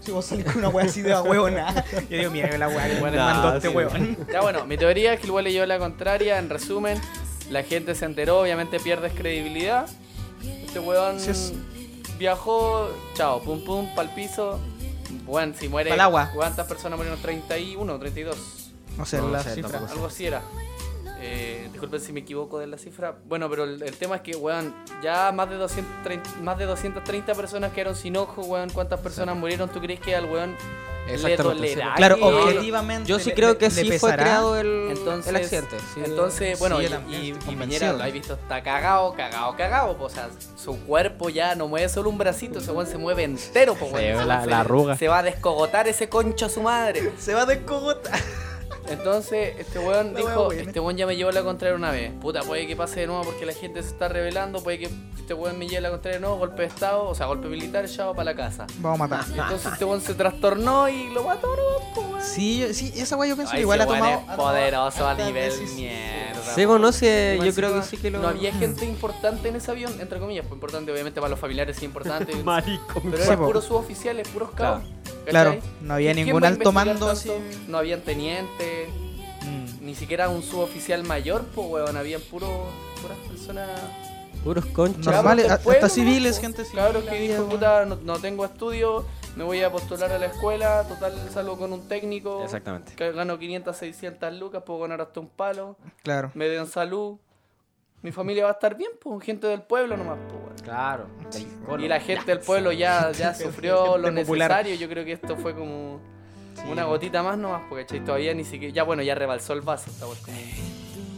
[SPEAKER 2] Si vos salís con una weá así de a huevo, nada. Yo digo, mira la weá que weón
[SPEAKER 3] Nah,
[SPEAKER 2] mandó este
[SPEAKER 3] sí.
[SPEAKER 2] weón.
[SPEAKER 4] Ya bueno, mi teoría es que el güey le llevó la contraria. En resumen, la gente se enteró, obviamente pierdes credibilidad. Este weón
[SPEAKER 2] Sí, es-
[SPEAKER 4] viajó, chao, pum pum, pa'l piso. Weón, si muere.
[SPEAKER 2] Pa'l agua.
[SPEAKER 4] ¿Cuántas personas murieron? 31, 32.
[SPEAKER 2] No sé,
[SPEAKER 3] No
[SPEAKER 2] la
[SPEAKER 3] sé,
[SPEAKER 2] cifra.
[SPEAKER 3] tampoco.
[SPEAKER 4] Algo así era. Eh, disculpen si me equivoco de la cifra. Bueno, pero el, el tema es que, weón, ya más de, 230, más de 230 personas quedaron sin ojo, weón. ¿Cuántas personas murieron? ¿Tú crees que al weón le
[SPEAKER 3] Exactamente, sí.
[SPEAKER 4] tolerará?
[SPEAKER 2] Claro,
[SPEAKER 4] que-
[SPEAKER 2] objetivamente.
[SPEAKER 3] Yo sí
[SPEAKER 2] le-
[SPEAKER 3] creo
[SPEAKER 2] le-
[SPEAKER 3] que
[SPEAKER 2] le
[SPEAKER 3] sí fue
[SPEAKER 2] pesará.
[SPEAKER 3] creado el,
[SPEAKER 4] Entonces,
[SPEAKER 3] el accidente. sí.
[SPEAKER 4] entonces bueno,
[SPEAKER 2] Sí,
[SPEAKER 4] y,
[SPEAKER 2] yo también
[SPEAKER 4] y-
[SPEAKER 2] estoy
[SPEAKER 4] y
[SPEAKER 2] convencido.
[SPEAKER 4] Piñera, lo has visto, está cagado, cagado, cagado. po, o sea, su cuerpo ya no mueve solo un bracito, ese weón se mueve entero, po, weón.
[SPEAKER 3] ve
[SPEAKER 4] Se-
[SPEAKER 3] la-
[SPEAKER 4] se-
[SPEAKER 3] la arruga.
[SPEAKER 4] Se va a descogotar ese concho a su madre.
[SPEAKER 2] Se va de cogota.
[SPEAKER 4] Entonces, este weón
[SPEAKER 2] La wea
[SPEAKER 4] dijo,
[SPEAKER 2] buena.
[SPEAKER 4] este weón ya me llevó la contraria una vez. Puta, puede que pase de nuevo porque la gente se está revelando, puede que este weón me lleve la contraria de nuevo, golpe de estado, o sea, golpe militar, ya va para la casa.
[SPEAKER 2] Vamos a matar.
[SPEAKER 4] Y entonces este weón se trastornó y lo mató, no, po, weón.
[SPEAKER 2] Sí, yo- sí, esa weá yo pienso
[SPEAKER 4] Ay,
[SPEAKER 2] que igual ha
[SPEAKER 4] ese weón
[SPEAKER 2] tomado.
[SPEAKER 4] es poderoso a
[SPEAKER 2] hartas
[SPEAKER 4] nivel
[SPEAKER 2] veces.
[SPEAKER 4] mierda.
[SPEAKER 3] Se conoce,
[SPEAKER 2] Eh,
[SPEAKER 4] Más
[SPEAKER 3] yo creo
[SPEAKER 4] encima,
[SPEAKER 3] que sí que lo.
[SPEAKER 4] No había gente
[SPEAKER 2] Mm.
[SPEAKER 4] importante en ese avión, entre comillas. Fue importante, obviamente, para los familiares sí importante. Pero
[SPEAKER 2] Sí,
[SPEAKER 4] eran
[SPEAKER 2] po.
[SPEAKER 4] puros suboficiales, puros cabos. ¿cachai?
[SPEAKER 2] Claro, no había
[SPEAKER 4] ¿Quién
[SPEAKER 2] ningún
[SPEAKER 4] va a
[SPEAKER 2] alto
[SPEAKER 4] investigar
[SPEAKER 2] mando Mm, así.
[SPEAKER 4] tanto? No habían teniente, ni siquiera un suboficial mayor, pues, weón. Habían puros, puras personas...
[SPEAKER 3] Puros conchas.
[SPEAKER 4] cabros
[SPEAKER 2] Normales,
[SPEAKER 4] del
[SPEAKER 2] hasta
[SPEAKER 4] pueblo,
[SPEAKER 2] civiles,
[SPEAKER 4] po.
[SPEAKER 2] gente civil,
[SPEAKER 4] Cabros que
[SPEAKER 2] había,
[SPEAKER 4] dijo,
[SPEAKER 2] weón.
[SPEAKER 4] puta, no, no tengo estudio, me voy a postular a la escuela, total salgo con un técnico.
[SPEAKER 3] Exactamente.
[SPEAKER 4] Que gano 500, 600 lucas, puedo ganar hasta un palo.
[SPEAKER 2] Claro.
[SPEAKER 4] Me den salud. Mi familia va a estar bien, pues, gente del pueblo nomás, pues, weón.
[SPEAKER 3] Claro.
[SPEAKER 4] Y la gente del pueblo ya, ya sufrió lo
[SPEAKER 2] Gente popular.
[SPEAKER 4] necesario. Yo creo que esto fue como una gotita más nomás, porque ¿cachai? todavía ni siquiera. Ya bueno, ya rebalsó el vaso. Esta weá es como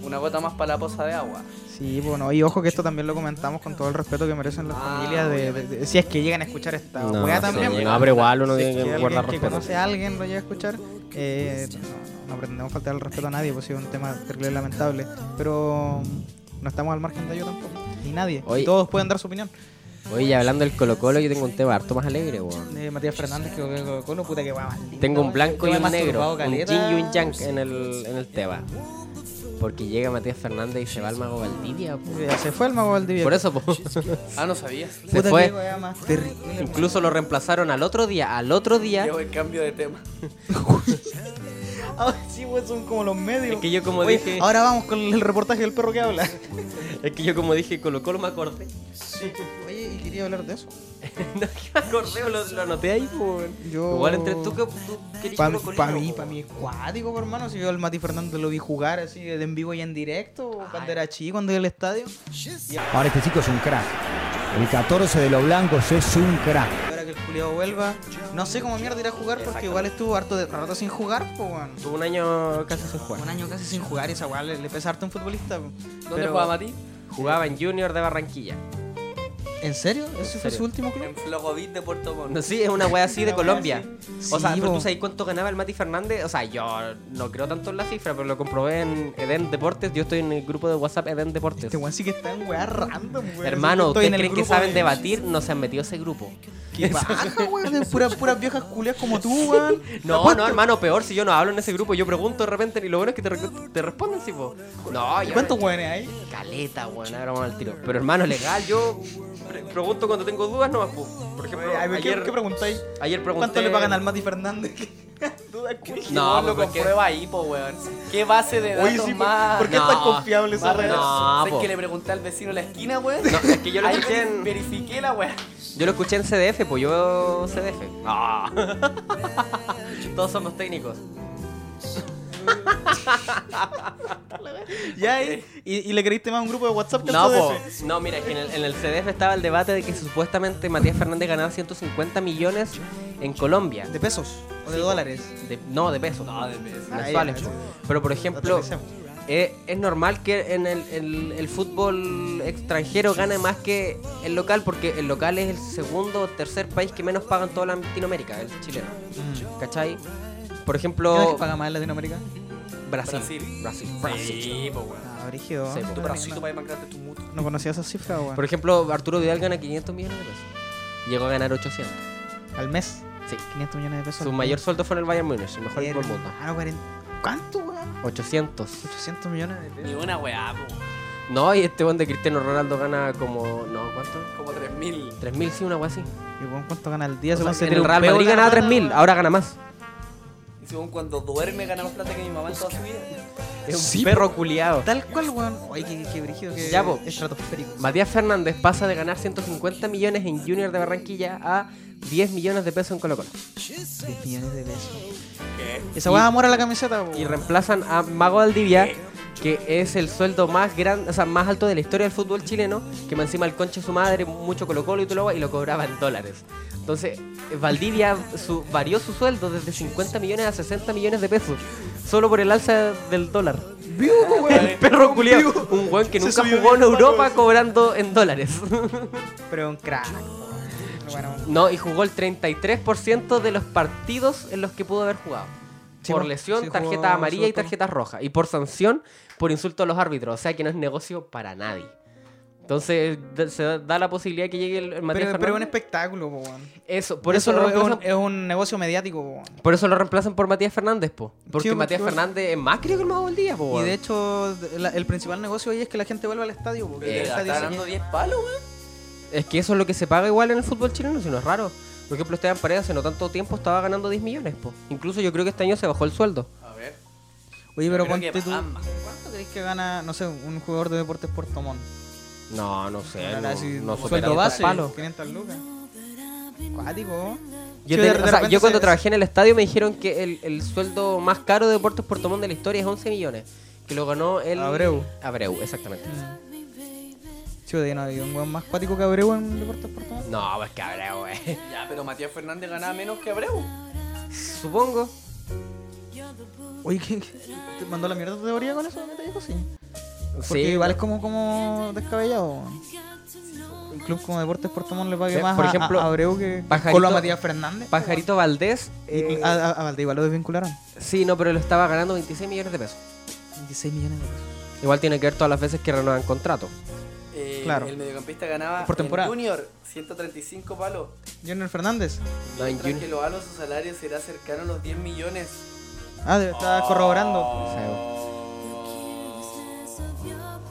[SPEAKER 4] una gota más para la poza de agua.
[SPEAKER 2] Sí, bueno, y ojo que esto también lo comentamos con todo el respeto que merecen las
[SPEAKER 4] Ah,
[SPEAKER 2] familias de, de- de- si es que llegan a escuchar esta
[SPEAKER 3] No,
[SPEAKER 2] weá
[SPEAKER 3] sí,
[SPEAKER 2] también.
[SPEAKER 3] no,
[SPEAKER 2] pues,
[SPEAKER 3] pero igual uno
[SPEAKER 2] si es
[SPEAKER 3] tiene que
[SPEAKER 2] alguien
[SPEAKER 3] guardar
[SPEAKER 2] que
[SPEAKER 3] respeto.
[SPEAKER 2] conoce a alguien lo llega a escuchar, eh, no, no pretendemos faltar el respeto a nadie, pues sí, es un tema terrible lamentable, pero mm, no estamos al margen de ello tampoco, ni nadie,
[SPEAKER 3] Oye.
[SPEAKER 2] y todos pueden dar su opinión.
[SPEAKER 3] Oye, hablando del Colo Colo, yo tengo un tema harto más alegre, weón.
[SPEAKER 2] De Eh, Matías Fernández que con Colo, puta que va maldito,
[SPEAKER 3] Tengo un
[SPEAKER 2] weón.
[SPEAKER 3] blanco
[SPEAKER 2] Yo
[SPEAKER 3] y
[SPEAKER 2] me
[SPEAKER 3] un
[SPEAKER 2] he masturbado
[SPEAKER 3] negro, un
[SPEAKER 2] caleta.
[SPEAKER 3] yin y un yang en el, en el tema. Porque llega Matías Fernández y se va al mago Valdivia, po.
[SPEAKER 2] Ya se fue el mago Valdivia.
[SPEAKER 3] Por eso, po.
[SPEAKER 4] Ah, no sabía.
[SPEAKER 3] se
[SPEAKER 2] Puta que
[SPEAKER 3] fue.
[SPEAKER 2] weá más terrible, hermano.
[SPEAKER 3] Incluso lo reemplazaron al otro día, al otro día.
[SPEAKER 4] Llevo el cambio de tema.
[SPEAKER 2] Ah, sí, pues son como los medios.
[SPEAKER 3] Es que yo como
[SPEAKER 2] Oye,
[SPEAKER 3] dije,
[SPEAKER 2] Ahora vamos con el reportaje del perro que habla.
[SPEAKER 3] es que yo como dije Colo Colo me acordé.
[SPEAKER 2] Oye, y quería hablar de eso.
[SPEAKER 3] no, que me acordé, lo, lo anoté ahí, po. weón.
[SPEAKER 2] Yo-
[SPEAKER 3] Igual entre tú que tú querías
[SPEAKER 2] Para
[SPEAKER 3] Colo Colino,
[SPEAKER 2] mí,
[SPEAKER 3] po.
[SPEAKER 2] para mí es cuático, po, hermano. Si yo al Mati Fernández lo vi jugar así de en vivo y en directo, cuando era chico, cuando iba al estadio.
[SPEAKER 6] Ahora este chico es un crack. El 14 de los blancos es un crack.
[SPEAKER 2] Ahora que el Julio vuelva, no sé cómo mierda irá a jugar porque igual estuvo harto de rato sin jugar, po, weón.
[SPEAKER 3] Tuvo pues, un año casi sin jugar.
[SPEAKER 2] Un año casi sin jugar y esa weá le, le pesa harto a un futbolista. po.
[SPEAKER 4] ¿Dónde
[SPEAKER 3] Pero-
[SPEAKER 4] jugaba Mati?
[SPEAKER 3] Jugaba en Junior de Barranquilla.
[SPEAKER 2] ¿En serio? ¿Ese fue
[SPEAKER 3] serio.
[SPEAKER 2] su último club?
[SPEAKER 4] En Flojovit de Puerto Montt.
[SPEAKER 3] No, sí, es una wea así de Colombia. O sea,
[SPEAKER 2] Sí,
[SPEAKER 3] pero
[SPEAKER 2] po.
[SPEAKER 3] tú sabes cuánto ganaba el Mati Fernández. O sea, yo no creo tanto en la cifra, pero lo comprobé en Eden Deportes. Yo estoy en el grupo de WhatsApp Eden Deportes.
[SPEAKER 2] Este weón sí que está en weá random, weón.
[SPEAKER 3] Hermano,
[SPEAKER 2] Estoy
[SPEAKER 3] ¿ustedes
[SPEAKER 2] en el
[SPEAKER 3] creen que
[SPEAKER 2] grupo
[SPEAKER 3] saben
[SPEAKER 2] de-
[SPEAKER 3] debatir? No se han metido a ese grupo.
[SPEAKER 2] Qué baja, weón. de Puras, puras viejas culias como tú, weón.
[SPEAKER 3] No, no, hermano, peor si yo no hablo en ese grupo. Yo pregunto de repente y lo bueno es que te, re- te responden, sí, po. No, yo.
[SPEAKER 2] ¿Cuántos weones hay?
[SPEAKER 3] Caleta, weón, ahora vamos al tiro. Pero hermano, legal, yo pre- pregunto cuando tengo dudas nomás, po. Por ejemplo,
[SPEAKER 2] Ay, ¿qué-
[SPEAKER 3] ayer,
[SPEAKER 2] ¿Qué preguntáis?
[SPEAKER 3] ayer pregunté.
[SPEAKER 2] ¿Cuánto le pagan al Mati Fernández? Duda culia.
[SPEAKER 4] No,
[SPEAKER 3] No,
[SPEAKER 4] lo
[SPEAKER 3] pues, porque-
[SPEAKER 4] comprueba ahí, po, weón. ¿Qué base de datos
[SPEAKER 2] Oye, sí, pues,
[SPEAKER 4] más?
[SPEAKER 2] ¿por qué
[SPEAKER 3] no,
[SPEAKER 2] es tan confiable esa
[SPEAKER 4] más
[SPEAKER 2] red?
[SPEAKER 3] no,
[SPEAKER 4] No,
[SPEAKER 3] po.
[SPEAKER 4] que le pregunté al vecino de la esquina, weón?
[SPEAKER 3] No, es que yo lo
[SPEAKER 4] Ahí
[SPEAKER 3] escuché en-
[SPEAKER 4] verifiqué la weón.
[SPEAKER 3] Yo lo escuché en CDF, pues yo CDF. Ah. Todos somos técnicos.
[SPEAKER 2] Ya, ¿eh? y, y- y le creíste más a un grupo de WhatsApp que
[SPEAKER 3] No,
[SPEAKER 2] al
[SPEAKER 3] po.
[SPEAKER 2] CDF.
[SPEAKER 3] no, mira, es que en el, en el CDF estaba el debate de que supuestamente Matías Fernández ganaba 150 millones en Colombia.
[SPEAKER 2] ¿De pesos? ¿O de dólares?
[SPEAKER 3] De- no, de pesos. No, de
[SPEAKER 4] pesos.
[SPEAKER 3] Mensuales.
[SPEAKER 2] Ah, ya,
[SPEAKER 3] po. Pero por
[SPEAKER 2] Lo
[SPEAKER 3] ejemplo,
[SPEAKER 2] aterricemos.
[SPEAKER 3] eh, es normal que en el, el- el fútbol extranjero gane más que el local, porque el local es el segundo o tercer país que menos paga en toda Latinoamérica, el chileno.
[SPEAKER 4] Mm.
[SPEAKER 3] ¿Cachai? Por
[SPEAKER 2] ¿Quién es el
[SPEAKER 3] ejemplo,
[SPEAKER 2] que paga más en Latinoamérica?
[SPEAKER 3] Brasil.
[SPEAKER 4] Brasil.
[SPEAKER 3] Brasil.
[SPEAKER 4] Sí, po, weón.
[SPEAKER 2] Ah, brígido.
[SPEAKER 3] Sí, po.
[SPEAKER 2] Tú
[SPEAKER 4] Brasil,
[SPEAKER 2] no-
[SPEAKER 4] tu país más grande, tu mutuo.
[SPEAKER 2] No conocía esa cifra, weón.
[SPEAKER 3] Por ejemplo, Arturo Vidal gana 500 millones de pesos. Llegó a ganar 800.
[SPEAKER 2] Al mes,
[SPEAKER 3] Sí.
[SPEAKER 2] 500 millones de pesos.
[SPEAKER 3] Su
[SPEAKER 2] al
[SPEAKER 3] mayor
[SPEAKER 2] mes.
[SPEAKER 3] sueldo fue en el Bayern Múnich, el mejor equipo del mundo.
[SPEAKER 2] Hermano, 40 ¿Cuánto, weón?
[SPEAKER 3] 800.
[SPEAKER 2] 800 millones de
[SPEAKER 4] Ni
[SPEAKER 2] pesos.
[SPEAKER 4] una weá, po.
[SPEAKER 3] No, y este buen de Cristiano Ronaldo gana como. No, ¿cuánto?
[SPEAKER 4] Como 3000.
[SPEAKER 3] 3.000, sí, una wea así.
[SPEAKER 2] ¿Y weón, cuánto gana al día?
[SPEAKER 3] O
[SPEAKER 2] Según
[SPEAKER 3] sea,
[SPEAKER 2] se
[SPEAKER 3] en el
[SPEAKER 2] tira
[SPEAKER 3] Real
[SPEAKER 2] un peo
[SPEAKER 3] Madrid
[SPEAKER 2] cada
[SPEAKER 3] ganaba
[SPEAKER 2] rato.
[SPEAKER 3] 3.000, ahora gana más.
[SPEAKER 4] Y según cuando duerme gana más plata que mi mamá en toda su vida.
[SPEAKER 3] Es un
[SPEAKER 2] Sí,
[SPEAKER 3] perro culiado.
[SPEAKER 2] Tal cual, weón. Oye, qué, qué brígido que
[SPEAKER 3] Ya, po.
[SPEAKER 2] estratosférico.
[SPEAKER 3] Matías Fernández pasa de ganar 150 millones en Junior de Barranquilla a 10 millones de pesos en Colo Colo.
[SPEAKER 2] 10 millones de pesos.
[SPEAKER 4] ¿Qué?
[SPEAKER 2] Esa weá amor a la camiseta,
[SPEAKER 3] Y
[SPEAKER 2] weón.
[SPEAKER 3] reemplazan a Mago Valdivia, que es el sueldo más gran, o sea, más alto de la historia del fútbol chileno, que más encima el concha de su madre, mucho Colo Colo y todo lo guay, y lo cobraba en dólares. Entonces, Valdivia su- varió su sueldo desde 50 millones a 60 millones de pesos, solo por el alza del dólar. El perro culiado, un weón que
[SPEAKER 2] Se
[SPEAKER 3] nunca
[SPEAKER 2] subió
[SPEAKER 3] jugó en
[SPEAKER 2] bien,
[SPEAKER 3] Europa
[SPEAKER 2] Paco.
[SPEAKER 3] cobrando en dólares.
[SPEAKER 2] Pero un crack, weón. Bueno,
[SPEAKER 3] No, y jugó el 33% de los partidos en los que pudo haber jugado.
[SPEAKER 2] Sí,
[SPEAKER 3] por
[SPEAKER 2] po.
[SPEAKER 3] lesión,
[SPEAKER 2] Sí, jugó-
[SPEAKER 3] tarjeta amarilla y
[SPEAKER 2] jugó todo.
[SPEAKER 3] tarjeta roja. Y por sanción, por insulto a los árbitros. O sea que no es negocio para nadie. Entonces da- se da- da la posibilidad que llegue el, el Matías
[SPEAKER 2] pero, pero es un
[SPEAKER 3] Fernández.
[SPEAKER 2] espectáculo, po, weón.
[SPEAKER 3] Eso, por eso, lo
[SPEAKER 2] es un,
[SPEAKER 3] reemplazan,
[SPEAKER 2] es un negocio mediático, po, weón.
[SPEAKER 3] por eso lo reemplazan por Matías Fernández, po. Porque
[SPEAKER 2] porque
[SPEAKER 3] Matías
[SPEAKER 2] igual-
[SPEAKER 3] Fernández es más creo que el más del día, po.
[SPEAKER 2] Y de
[SPEAKER 3] weón.
[SPEAKER 2] hecho, de- la- el principal negocio ahí es que la gente vuelva al estadio. Porque
[SPEAKER 4] Eh,
[SPEAKER 2] el
[SPEAKER 4] Está
[SPEAKER 2] estadio se
[SPEAKER 4] ganando
[SPEAKER 2] llena.
[SPEAKER 4] 10 palos, weón.
[SPEAKER 3] Es que eso es lo que se paga igual en el fútbol chileno, si no es raro. Por ejemplo, Esteban Paredes hace no tanto tiempo estaba ganando 10 millones, po. Incluso yo creo que este año se bajó el sueldo.
[SPEAKER 4] A ver.
[SPEAKER 2] Oye, pero
[SPEAKER 4] Yo creo que
[SPEAKER 2] ponte tú.
[SPEAKER 4] pagan más.
[SPEAKER 2] ¿Cuánto crees que gana, no sé, un jugador de Deportes Puerto Montt?
[SPEAKER 3] No, no sé.
[SPEAKER 2] Ganará
[SPEAKER 3] no-
[SPEAKER 2] así
[SPEAKER 3] no
[SPEAKER 2] un
[SPEAKER 3] supera
[SPEAKER 2] sueldo
[SPEAKER 3] el
[SPEAKER 2] base,
[SPEAKER 3] palo.
[SPEAKER 2] 500 lucas. Cuático.
[SPEAKER 3] Yo,
[SPEAKER 2] Sí,
[SPEAKER 3] te-
[SPEAKER 2] de-
[SPEAKER 3] o
[SPEAKER 2] de
[SPEAKER 3] sea,
[SPEAKER 2] repente
[SPEAKER 3] yo cuando
[SPEAKER 2] se-
[SPEAKER 3] trabajé en el estadio me dijeron que el, el sueldo más caro de Deportes Puerto Montt de la historia es 11 millones. Que lo ganó el...
[SPEAKER 2] Abreu. Mm.
[SPEAKER 3] Abreu, exactamente.
[SPEAKER 2] Chuta, no, hay un weón más cuático que Abreu en Deportes Puerto Montt.
[SPEAKER 3] No, pues que Abreu, eh.
[SPEAKER 4] Ya, pero Matías Fernández ganaba menos que Abreu.
[SPEAKER 3] Supongo.
[SPEAKER 2] Oye, ¿qué, qué- te mandó la mierda tu teoría con eso? ¿Qué te dijo? Sí. Porque
[SPEAKER 3] Sí,
[SPEAKER 2] igual es como, como descabellado. weón. Un club como Deportes Puerto Montt le pague
[SPEAKER 3] Ve,
[SPEAKER 2] más
[SPEAKER 3] por
[SPEAKER 2] a-
[SPEAKER 3] ejemplo,
[SPEAKER 2] a, Abreu que
[SPEAKER 3] Pajarito-
[SPEAKER 2] Colo a Matías Fernández.
[SPEAKER 3] Pajarito Valdés. eh,
[SPEAKER 2] Y- A, a, a Valdés igual lo desvincularon.
[SPEAKER 3] sí, no, pero lo estaba ganando 26 millones de pesos.
[SPEAKER 2] 26 millones de pesos.
[SPEAKER 3] Igual tiene que ver todas las veces que renuevan contrato.
[SPEAKER 4] Eh,
[SPEAKER 2] Claro.
[SPEAKER 4] El mediocampista ganaba
[SPEAKER 2] Por temporada.
[SPEAKER 4] en Junior 135 palos.
[SPEAKER 2] Junior Fernández.
[SPEAKER 3] No, en
[SPEAKER 4] Mientras
[SPEAKER 3] Junior.
[SPEAKER 4] que lo halo su salario será cercano a los 10 millones.
[SPEAKER 2] Ah, debe estar corroborando.
[SPEAKER 3] Oh.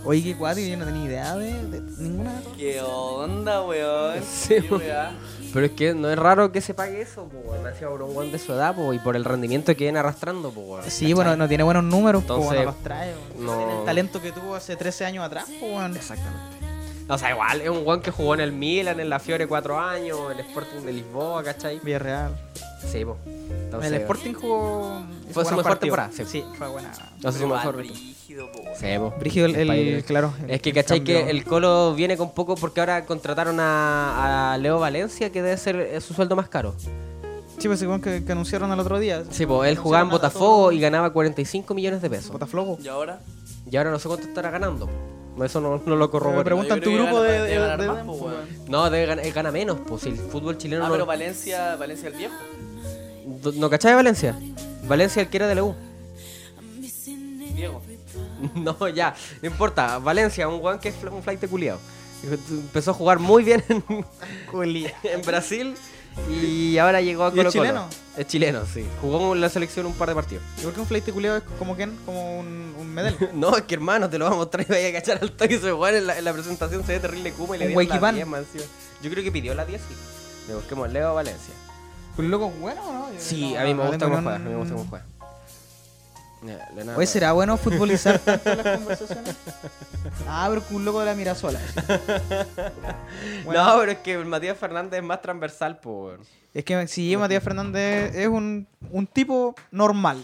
[SPEAKER 2] Oye, qué cuático, yo no tenía idea de, de ninguna.
[SPEAKER 4] ¿Qué onda, weón?
[SPEAKER 3] Sí,
[SPEAKER 4] ¿Qué
[SPEAKER 3] weón.
[SPEAKER 4] weá?
[SPEAKER 3] Pero es que no es raro que se pague eso, po. weón. Nació por un guan de su edad, po, y por el rendimiento que viene arrastrando, po. weón.
[SPEAKER 2] Sí, bueno, no tiene buenos números, pues
[SPEAKER 3] Entonces,
[SPEAKER 2] no los trae. weón.
[SPEAKER 3] no.
[SPEAKER 2] Tiene el talento que tuvo hace 13 años atrás, pues
[SPEAKER 3] Exactamente. O sea, igual es un guan que jugó en el Milan, en la Fiore cuatro años, en el Sporting de Lisboa, ¿cachai?
[SPEAKER 2] Villarreal.
[SPEAKER 3] Sí, po. Entonces,
[SPEAKER 2] el Sporting jugó. hizo
[SPEAKER 3] Fue su
[SPEAKER 2] buenos
[SPEAKER 3] mejor
[SPEAKER 2] partidos.
[SPEAKER 3] temporada, sí.
[SPEAKER 2] fue buena.
[SPEAKER 3] No sé si
[SPEAKER 4] Pero
[SPEAKER 3] mejor.
[SPEAKER 4] va brígido, po, weón.
[SPEAKER 3] Sí, po.
[SPEAKER 2] Brígido el, el-
[SPEAKER 3] país-
[SPEAKER 2] claro. el-
[SPEAKER 3] Es que, ¿cachai?
[SPEAKER 2] el
[SPEAKER 3] Que
[SPEAKER 2] cambio.
[SPEAKER 3] el Colo viene con poco porque ahora contrataron a, a Leo Valencia, que debe ser eh, su sueldo más caro.
[SPEAKER 2] Sí, pues igual que, que anunciaron el otro día.
[SPEAKER 3] Sí, po. Él jugaba en Botafogo y ganaba 45 millones de pesos.
[SPEAKER 2] Botafogo.
[SPEAKER 4] ¿Y ahora?
[SPEAKER 3] Y ahora no sé cuánto estará ganando. po. Eso no, no lo
[SPEAKER 2] Me
[SPEAKER 3] corroboro.
[SPEAKER 2] preguntan
[SPEAKER 4] yo
[SPEAKER 2] tu
[SPEAKER 4] creo que
[SPEAKER 2] grupo de.
[SPEAKER 4] ganan-
[SPEAKER 2] de-
[SPEAKER 4] ganan
[SPEAKER 2] de-
[SPEAKER 4] más,
[SPEAKER 2] de-
[SPEAKER 4] po, weón.
[SPEAKER 3] No, debe gan- eh, gana menos, pues si el fútbol chileno
[SPEAKER 4] Ah,
[SPEAKER 3] no,
[SPEAKER 4] pero Valencia, Valencia el viejo.
[SPEAKER 3] Do- ¿No cachai Valencia? Valencia el que era de la U.
[SPEAKER 4] Diego.
[SPEAKER 3] No, ya, no importa. Valencia, un guan que es fl- un flight culiado. Empezó a jugar muy bien en, en Brasil y ahora llegó a
[SPEAKER 2] ¿Y es
[SPEAKER 3] Colo-Colo.
[SPEAKER 2] chileno?
[SPEAKER 3] Es chileno, sí. Jugó en la selección un par de partidos.
[SPEAKER 2] ¿Y por qué un flight culiado es como quién? Como un, un medel.
[SPEAKER 3] No, es que hermano, te lo voy a mostrar y vaya a cachar al toque ese weón en la, en la presentación se ve terrible Kuma y le
[SPEAKER 2] Un
[SPEAKER 3] dieron la
[SPEAKER 2] huequipán.
[SPEAKER 3] 10 más encima. Yo creo que pidió la 10 y le busquemos Leo Valencia.
[SPEAKER 2] ¿Pues loco es bueno o no? Yo "Ah,
[SPEAKER 3] Sí,
[SPEAKER 2] no-
[SPEAKER 3] a mí me
[SPEAKER 2] no
[SPEAKER 3] gusta
[SPEAKER 2] tengo
[SPEAKER 3] cómo
[SPEAKER 2] ni
[SPEAKER 3] juega, a
[SPEAKER 2] un-
[SPEAKER 3] mí me gusta cómo juega. Ya, de nada pues.
[SPEAKER 2] Oye,
[SPEAKER 3] más.
[SPEAKER 2] ¿será bueno futbolizar tanto las conversaciones? Ah, pero con un loco de la Mirasola. así. Bueno.
[SPEAKER 3] No, pero es que el Matías Fernández es más transversal, por
[SPEAKER 2] Es que sí, Matías Fernández es un, un tipo normal.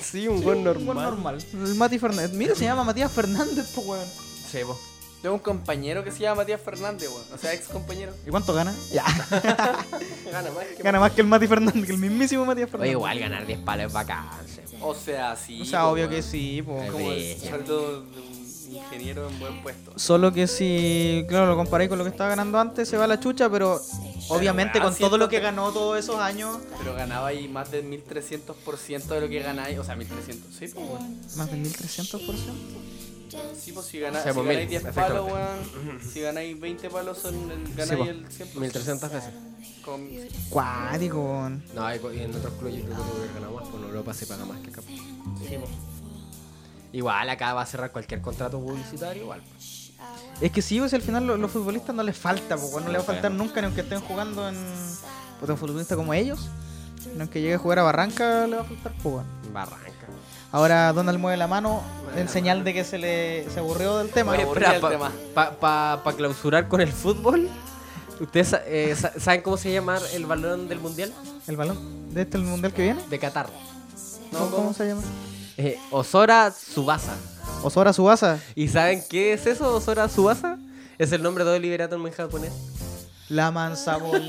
[SPEAKER 3] Sí, un buen
[SPEAKER 2] Un buen normal. El Mati Fernández. Mira, se llama Matías Fernández, po, weón.
[SPEAKER 3] Sí, po.
[SPEAKER 4] Tengo un compañero que se llama Matías Fernández, weón. O sea, ex compañero.
[SPEAKER 2] ¿Y cuánto gana? Ya.
[SPEAKER 3] Gana más que
[SPEAKER 2] Gana más que el Mati Fernández, que el mismísimo Matías
[SPEAKER 3] Oye,
[SPEAKER 2] Fernández.
[SPEAKER 3] igual ganar 10 palos es vacanse. po.
[SPEAKER 4] O sea, sí.
[SPEAKER 2] O sea,
[SPEAKER 4] po,
[SPEAKER 2] obvio
[SPEAKER 4] weón.
[SPEAKER 2] que sí, po.
[SPEAKER 3] Ay,
[SPEAKER 4] Como el
[SPEAKER 3] Bestia.
[SPEAKER 4] saldo de un ingeniero en buen puesto.
[SPEAKER 2] Solo que si, claro, lo comparáis con lo que estaba ganando antes, se va la chucha, pero obviamente
[SPEAKER 4] weá,
[SPEAKER 2] con todo lo Ah, que
[SPEAKER 4] siéntate.
[SPEAKER 2] ganó todos esos años.
[SPEAKER 4] Pero ganaba ahí más del 1300% de lo que ganáis. O sea, 1300. Sí, pues, weón.
[SPEAKER 2] Más de 1300 por ciento.
[SPEAKER 4] Sí, pues si, gana-
[SPEAKER 3] O sea,
[SPEAKER 4] si
[SPEAKER 3] pues,
[SPEAKER 4] ganáis
[SPEAKER 3] mil,
[SPEAKER 4] 10 palos, weón. Si ganáis 20 palos, son el, ganáis
[SPEAKER 3] pues.
[SPEAKER 4] el 100%.
[SPEAKER 3] 1300 veces.
[SPEAKER 4] Con-
[SPEAKER 2] Cuático, weón.
[SPEAKER 3] No, y co- y en otros clubes yo creo que hubiera ganado más, pero en Europa se paga más que acá. Igual acá va a cerrar cualquier contrato publicitario, igual. po.
[SPEAKER 2] Es que sí, pues al final lo- los, futbolistas no les falta, pues no les va a faltar nunca, ni aunque estén jugando en. Pues un futbolista como ellos, ni aunque llegue a jugar a Barranca, le va a faltar, pues weón.
[SPEAKER 3] Barranca.
[SPEAKER 2] Ahora Donald mueve la mano en señal de que se le se aburrió del tema.
[SPEAKER 4] Oye,
[SPEAKER 2] Aburrido.
[SPEAKER 4] espera,
[SPEAKER 3] Para
[SPEAKER 4] el tema.
[SPEAKER 3] clausurar con el fútbol, ¿ustedes sa- eh, sa- saben cómo se llama el balón del mundial?
[SPEAKER 2] el balón de este el mundial que viene.
[SPEAKER 3] De Qatar.
[SPEAKER 4] No,
[SPEAKER 2] ¿Cómo,
[SPEAKER 4] ¿cómo?
[SPEAKER 2] se llama?
[SPEAKER 3] Eh, Osora Subasa.
[SPEAKER 2] Osora Subasa,
[SPEAKER 3] ¿Y saben qué es eso, Osora Subasa? Es el nombre de Oliver Atom en japonés.
[SPEAKER 2] la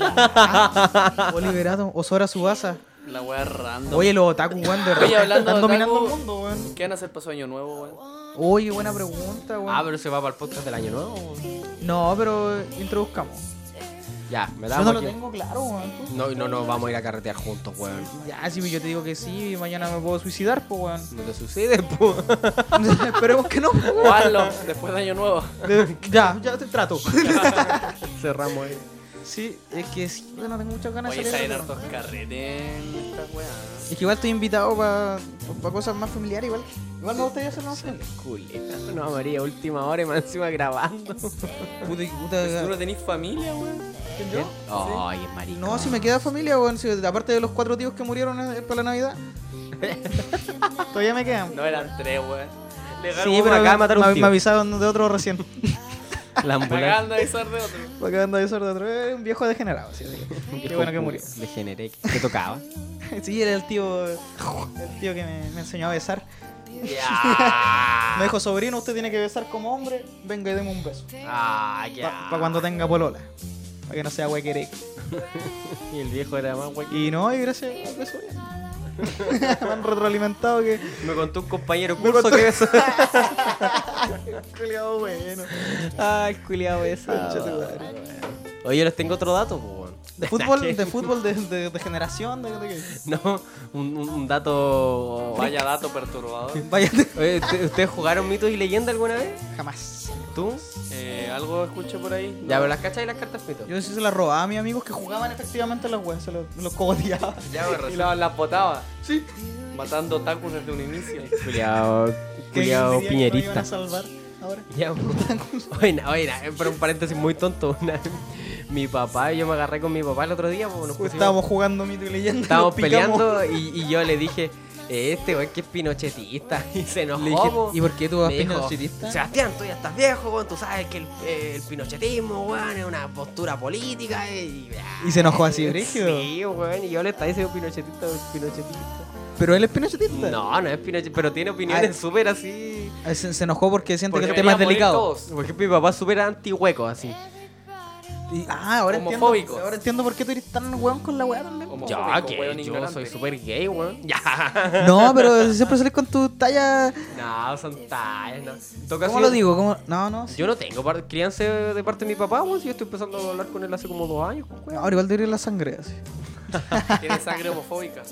[SPEAKER 2] manzabola. Oliverato, Osora Subasa.
[SPEAKER 4] La wea random.
[SPEAKER 2] Oye, los otaku, weón, de
[SPEAKER 4] Oye, hablando
[SPEAKER 2] están
[SPEAKER 4] de
[SPEAKER 2] dominando
[SPEAKER 4] otaku-
[SPEAKER 2] el mundo, weón.
[SPEAKER 4] ¿Qué van a hacer para su año nuevo, weón?
[SPEAKER 2] Oye, buena pregunta, weón.
[SPEAKER 3] Ah, pero se va para el podcast del año nuevo.
[SPEAKER 2] No, pero introduzcamos.
[SPEAKER 3] Ya, me da
[SPEAKER 2] Yo no lo tengo claro, weón. tú.
[SPEAKER 3] No, no, no, vamos a ir a carretear juntos, weón.
[SPEAKER 2] Ya, si yo te digo que sí, mañana me puedo suicidar, pues weón.
[SPEAKER 3] No te pues. sucede, po.
[SPEAKER 2] Esperemos que no. po, weón.
[SPEAKER 4] Juanlo, después de año nuevo.
[SPEAKER 2] De- ya, ya te trato.
[SPEAKER 3] Cerramos ahí.
[SPEAKER 2] sí, es que sí, yo no tengo muchas ganas
[SPEAKER 4] Oye,
[SPEAKER 2] de salir.
[SPEAKER 4] salen
[SPEAKER 2] a la
[SPEAKER 4] hartos
[SPEAKER 2] tarde.
[SPEAKER 4] carretes en esta wea.
[SPEAKER 2] Es que igual estoy invitado para cosas más familiares, igual. Igual me gustaría hacerlo más familiar.
[SPEAKER 3] Culeta. No, María, última hora y más encima grabando.
[SPEAKER 2] Puta, puta,
[SPEAKER 4] ¿Tú no tenés familia, weón?
[SPEAKER 3] Ay, es marico.
[SPEAKER 2] No, si me queda familia, weón. si- aparte de los cuatro tíos que murieron eh, para la Navidad. Todavía me quedan.
[SPEAKER 4] No eran tres, weón. Le
[SPEAKER 3] Sí, pero acaba de matar un
[SPEAKER 2] me,
[SPEAKER 3] tío.
[SPEAKER 2] me avisaron de otro recién.
[SPEAKER 3] La ambulancia.
[SPEAKER 4] Pagando a avisar de otro.
[SPEAKER 2] Me acaban de avisar de otro. Eh, un viejo degenerado. sí, sí. Qué bueno que murió.
[SPEAKER 3] Le generé. ¿Qué tocaba?
[SPEAKER 2] Sí, era el tío, el tío que me, me enseñó a besar.
[SPEAKER 3] Ya.
[SPEAKER 2] Me dijo, sobrino, usted tiene que besar como hombre, venga y deme un beso.
[SPEAKER 3] Ah, ya.
[SPEAKER 2] Para cuando tenga polola. Para que no sea huequereque.
[SPEAKER 3] Y el viejo era más guay.
[SPEAKER 2] Y no, y gracias al beso bien. Me han retroalimentado que...
[SPEAKER 3] Me contó un compañero
[SPEAKER 2] Me
[SPEAKER 3] curso
[SPEAKER 2] contó-
[SPEAKER 3] que eso.
[SPEAKER 2] Culeado bueno.
[SPEAKER 3] Ay, culiado eso.
[SPEAKER 2] Concha tu madre.
[SPEAKER 3] Oye, les tengo otro dato, po, weón.
[SPEAKER 2] De fútbol, de fútbol de, de- de generación, de, de que-
[SPEAKER 3] No, un, un- un dato.
[SPEAKER 4] Vaya dato perturbador.
[SPEAKER 2] Vaya,
[SPEAKER 3] Oye, ¿ust- ¿ustedes jugaron mitos y leyendas alguna vez?
[SPEAKER 2] jamás.
[SPEAKER 3] ¿Tú?
[SPEAKER 4] Eh, algo escuché por ahí.
[SPEAKER 3] Ya, pero las cachas y las cartas mitos.
[SPEAKER 2] Yo sí se la robaba a mis amigos que jugaban efectivamente a las weas, se los, los cogoteaba.
[SPEAKER 3] Ya, pero
[SPEAKER 4] Y la, la botaba.
[SPEAKER 2] Sí.
[SPEAKER 4] Matando tacos desde un inicio.
[SPEAKER 3] Culiao,
[SPEAKER 2] Que diría
[SPEAKER 3] culiao
[SPEAKER 2] que no iban
[SPEAKER 3] piñerista.
[SPEAKER 2] a salvar ahora.
[SPEAKER 3] Ya, pues. oye, oye, eh, pero un paréntesis muy tonto. una- mi papá, yo me agarré con mi papá el otro día, pues, nos pusimos-
[SPEAKER 2] Estábamos jugando mito y leyenda.
[SPEAKER 3] estábamos
[SPEAKER 2] nos picamos.
[SPEAKER 3] peleando y, y yo le dije, este weón que es pinochetista. Y se enojó.
[SPEAKER 2] Le dije,
[SPEAKER 3] po.
[SPEAKER 2] "¿Y por qué tú vas
[SPEAKER 3] Me dijo,
[SPEAKER 2] pinochetista?"
[SPEAKER 3] Sebastián, tú ya estás viejo, weón, tú sabes que el, eh, el pinochetismo, weón, es una postura política. eh, Y,
[SPEAKER 2] Y se enojó así, brígido.
[SPEAKER 3] Sí, weón, y yo le estaba diciendo pinochetista, pinochetista.
[SPEAKER 2] Pero él es pinochetista.
[SPEAKER 3] No, no es Pinochet, pero tiene opiniones
[SPEAKER 2] Ah,
[SPEAKER 3] súper así.
[SPEAKER 2] Eh, Se, se enojó porque siente
[SPEAKER 4] Porque
[SPEAKER 2] que el tema es
[SPEAKER 4] deberían morir
[SPEAKER 2] delicado.
[SPEAKER 4] todos.
[SPEAKER 3] Porque mi papá es súper antihueco, así.
[SPEAKER 2] Y- ah, ahora entiendo,
[SPEAKER 4] Homofóbicos.
[SPEAKER 2] ahora entiendo por qué tú eres tan weón con la weá también.
[SPEAKER 4] Homofóbico,
[SPEAKER 3] Ya, que
[SPEAKER 4] weón
[SPEAKER 3] yo
[SPEAKER 4] ignorante.
[SPEAKER 3] soy súper gay, weón. Ya.
[SPEAKER 2] No, pero siempre sales con tu talla.
[SPEAKER 3] No, son tales, no. En todo caso,
[SPEAKER 2] ¿Cómo lo
[SPEAKER 3] yo-
[SPEAKER 2] digo? ¿Cómo? No, no. sí.
[SPEAKER 3] Yo no tengo par- crianza de parte de mi papá, weón. Si yo estoy empezando a hablar con él hace como dos años, weón.
[SPEAKER 2] Ahora igual debería ir la sangre así.
[SPEAKER 4] Tiene sangre homofóbica.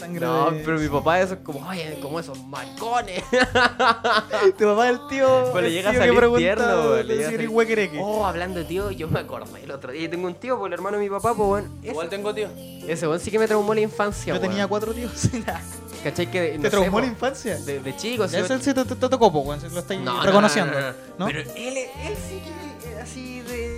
[SPEAKER 2] Sangre
[SPEAKER 3] No,
[SPEAKER 2] de-
[SPEAKER 3] pero mi papá eso es como, oye, como esos marcones.
[SPEAKER 2] Tu papá es el tío.
[SPEAKER 3] Pero le
[SPEAKER 2] el
[SPEAKER 3] llega a
[SPEAKER 2] tío que
[SPEAKER 3] salir
[SPEAKER 2] pregunta
[SPEAKER 3] tierno, güey, le
[SPEAKER 2] si
[SPEAKER 3] llega a
[SPEAKER 2] eres
[SPEAKER 3] salir-
[SPEAKER 2] huequereque.
[SPEAKER 3] Oh, hablando de tío, yo me acordé el otro día. Tengo un tío, por el hermano de mi papá, pues weón. Ese-
[SPEAKER 4] Igual tengo tío.
[SPEAKER 3] Ese weón sí que me traumó la infancia,
[SPEAKER 2] Yo
[SPEAKER 3] weón.
[SPEAKER 2] tenía cuatro tíos. ¿Te
[SPEAKER 3] ¿Cachai que no sé,
[SPEAKER 2] traumó la
[SPEAKER 3] weón,
[SPEAKER 2] infancia?
[SPEAKER 3] de, de chico, sí,
[SPEAKER 2] Ese es
[SPEAKER 3] weón.
[SPEAKER 2] el sí te, te, te tocó, po, weón, si lo estáis
[SPEAKER 3] No, no,
[SPEAKER 2] reconociendo.
[SPEAKER 3] no,
[SPEAKER 2] No,
[SPEAKER 3] no, no. Pero él, él sí que eh, así de.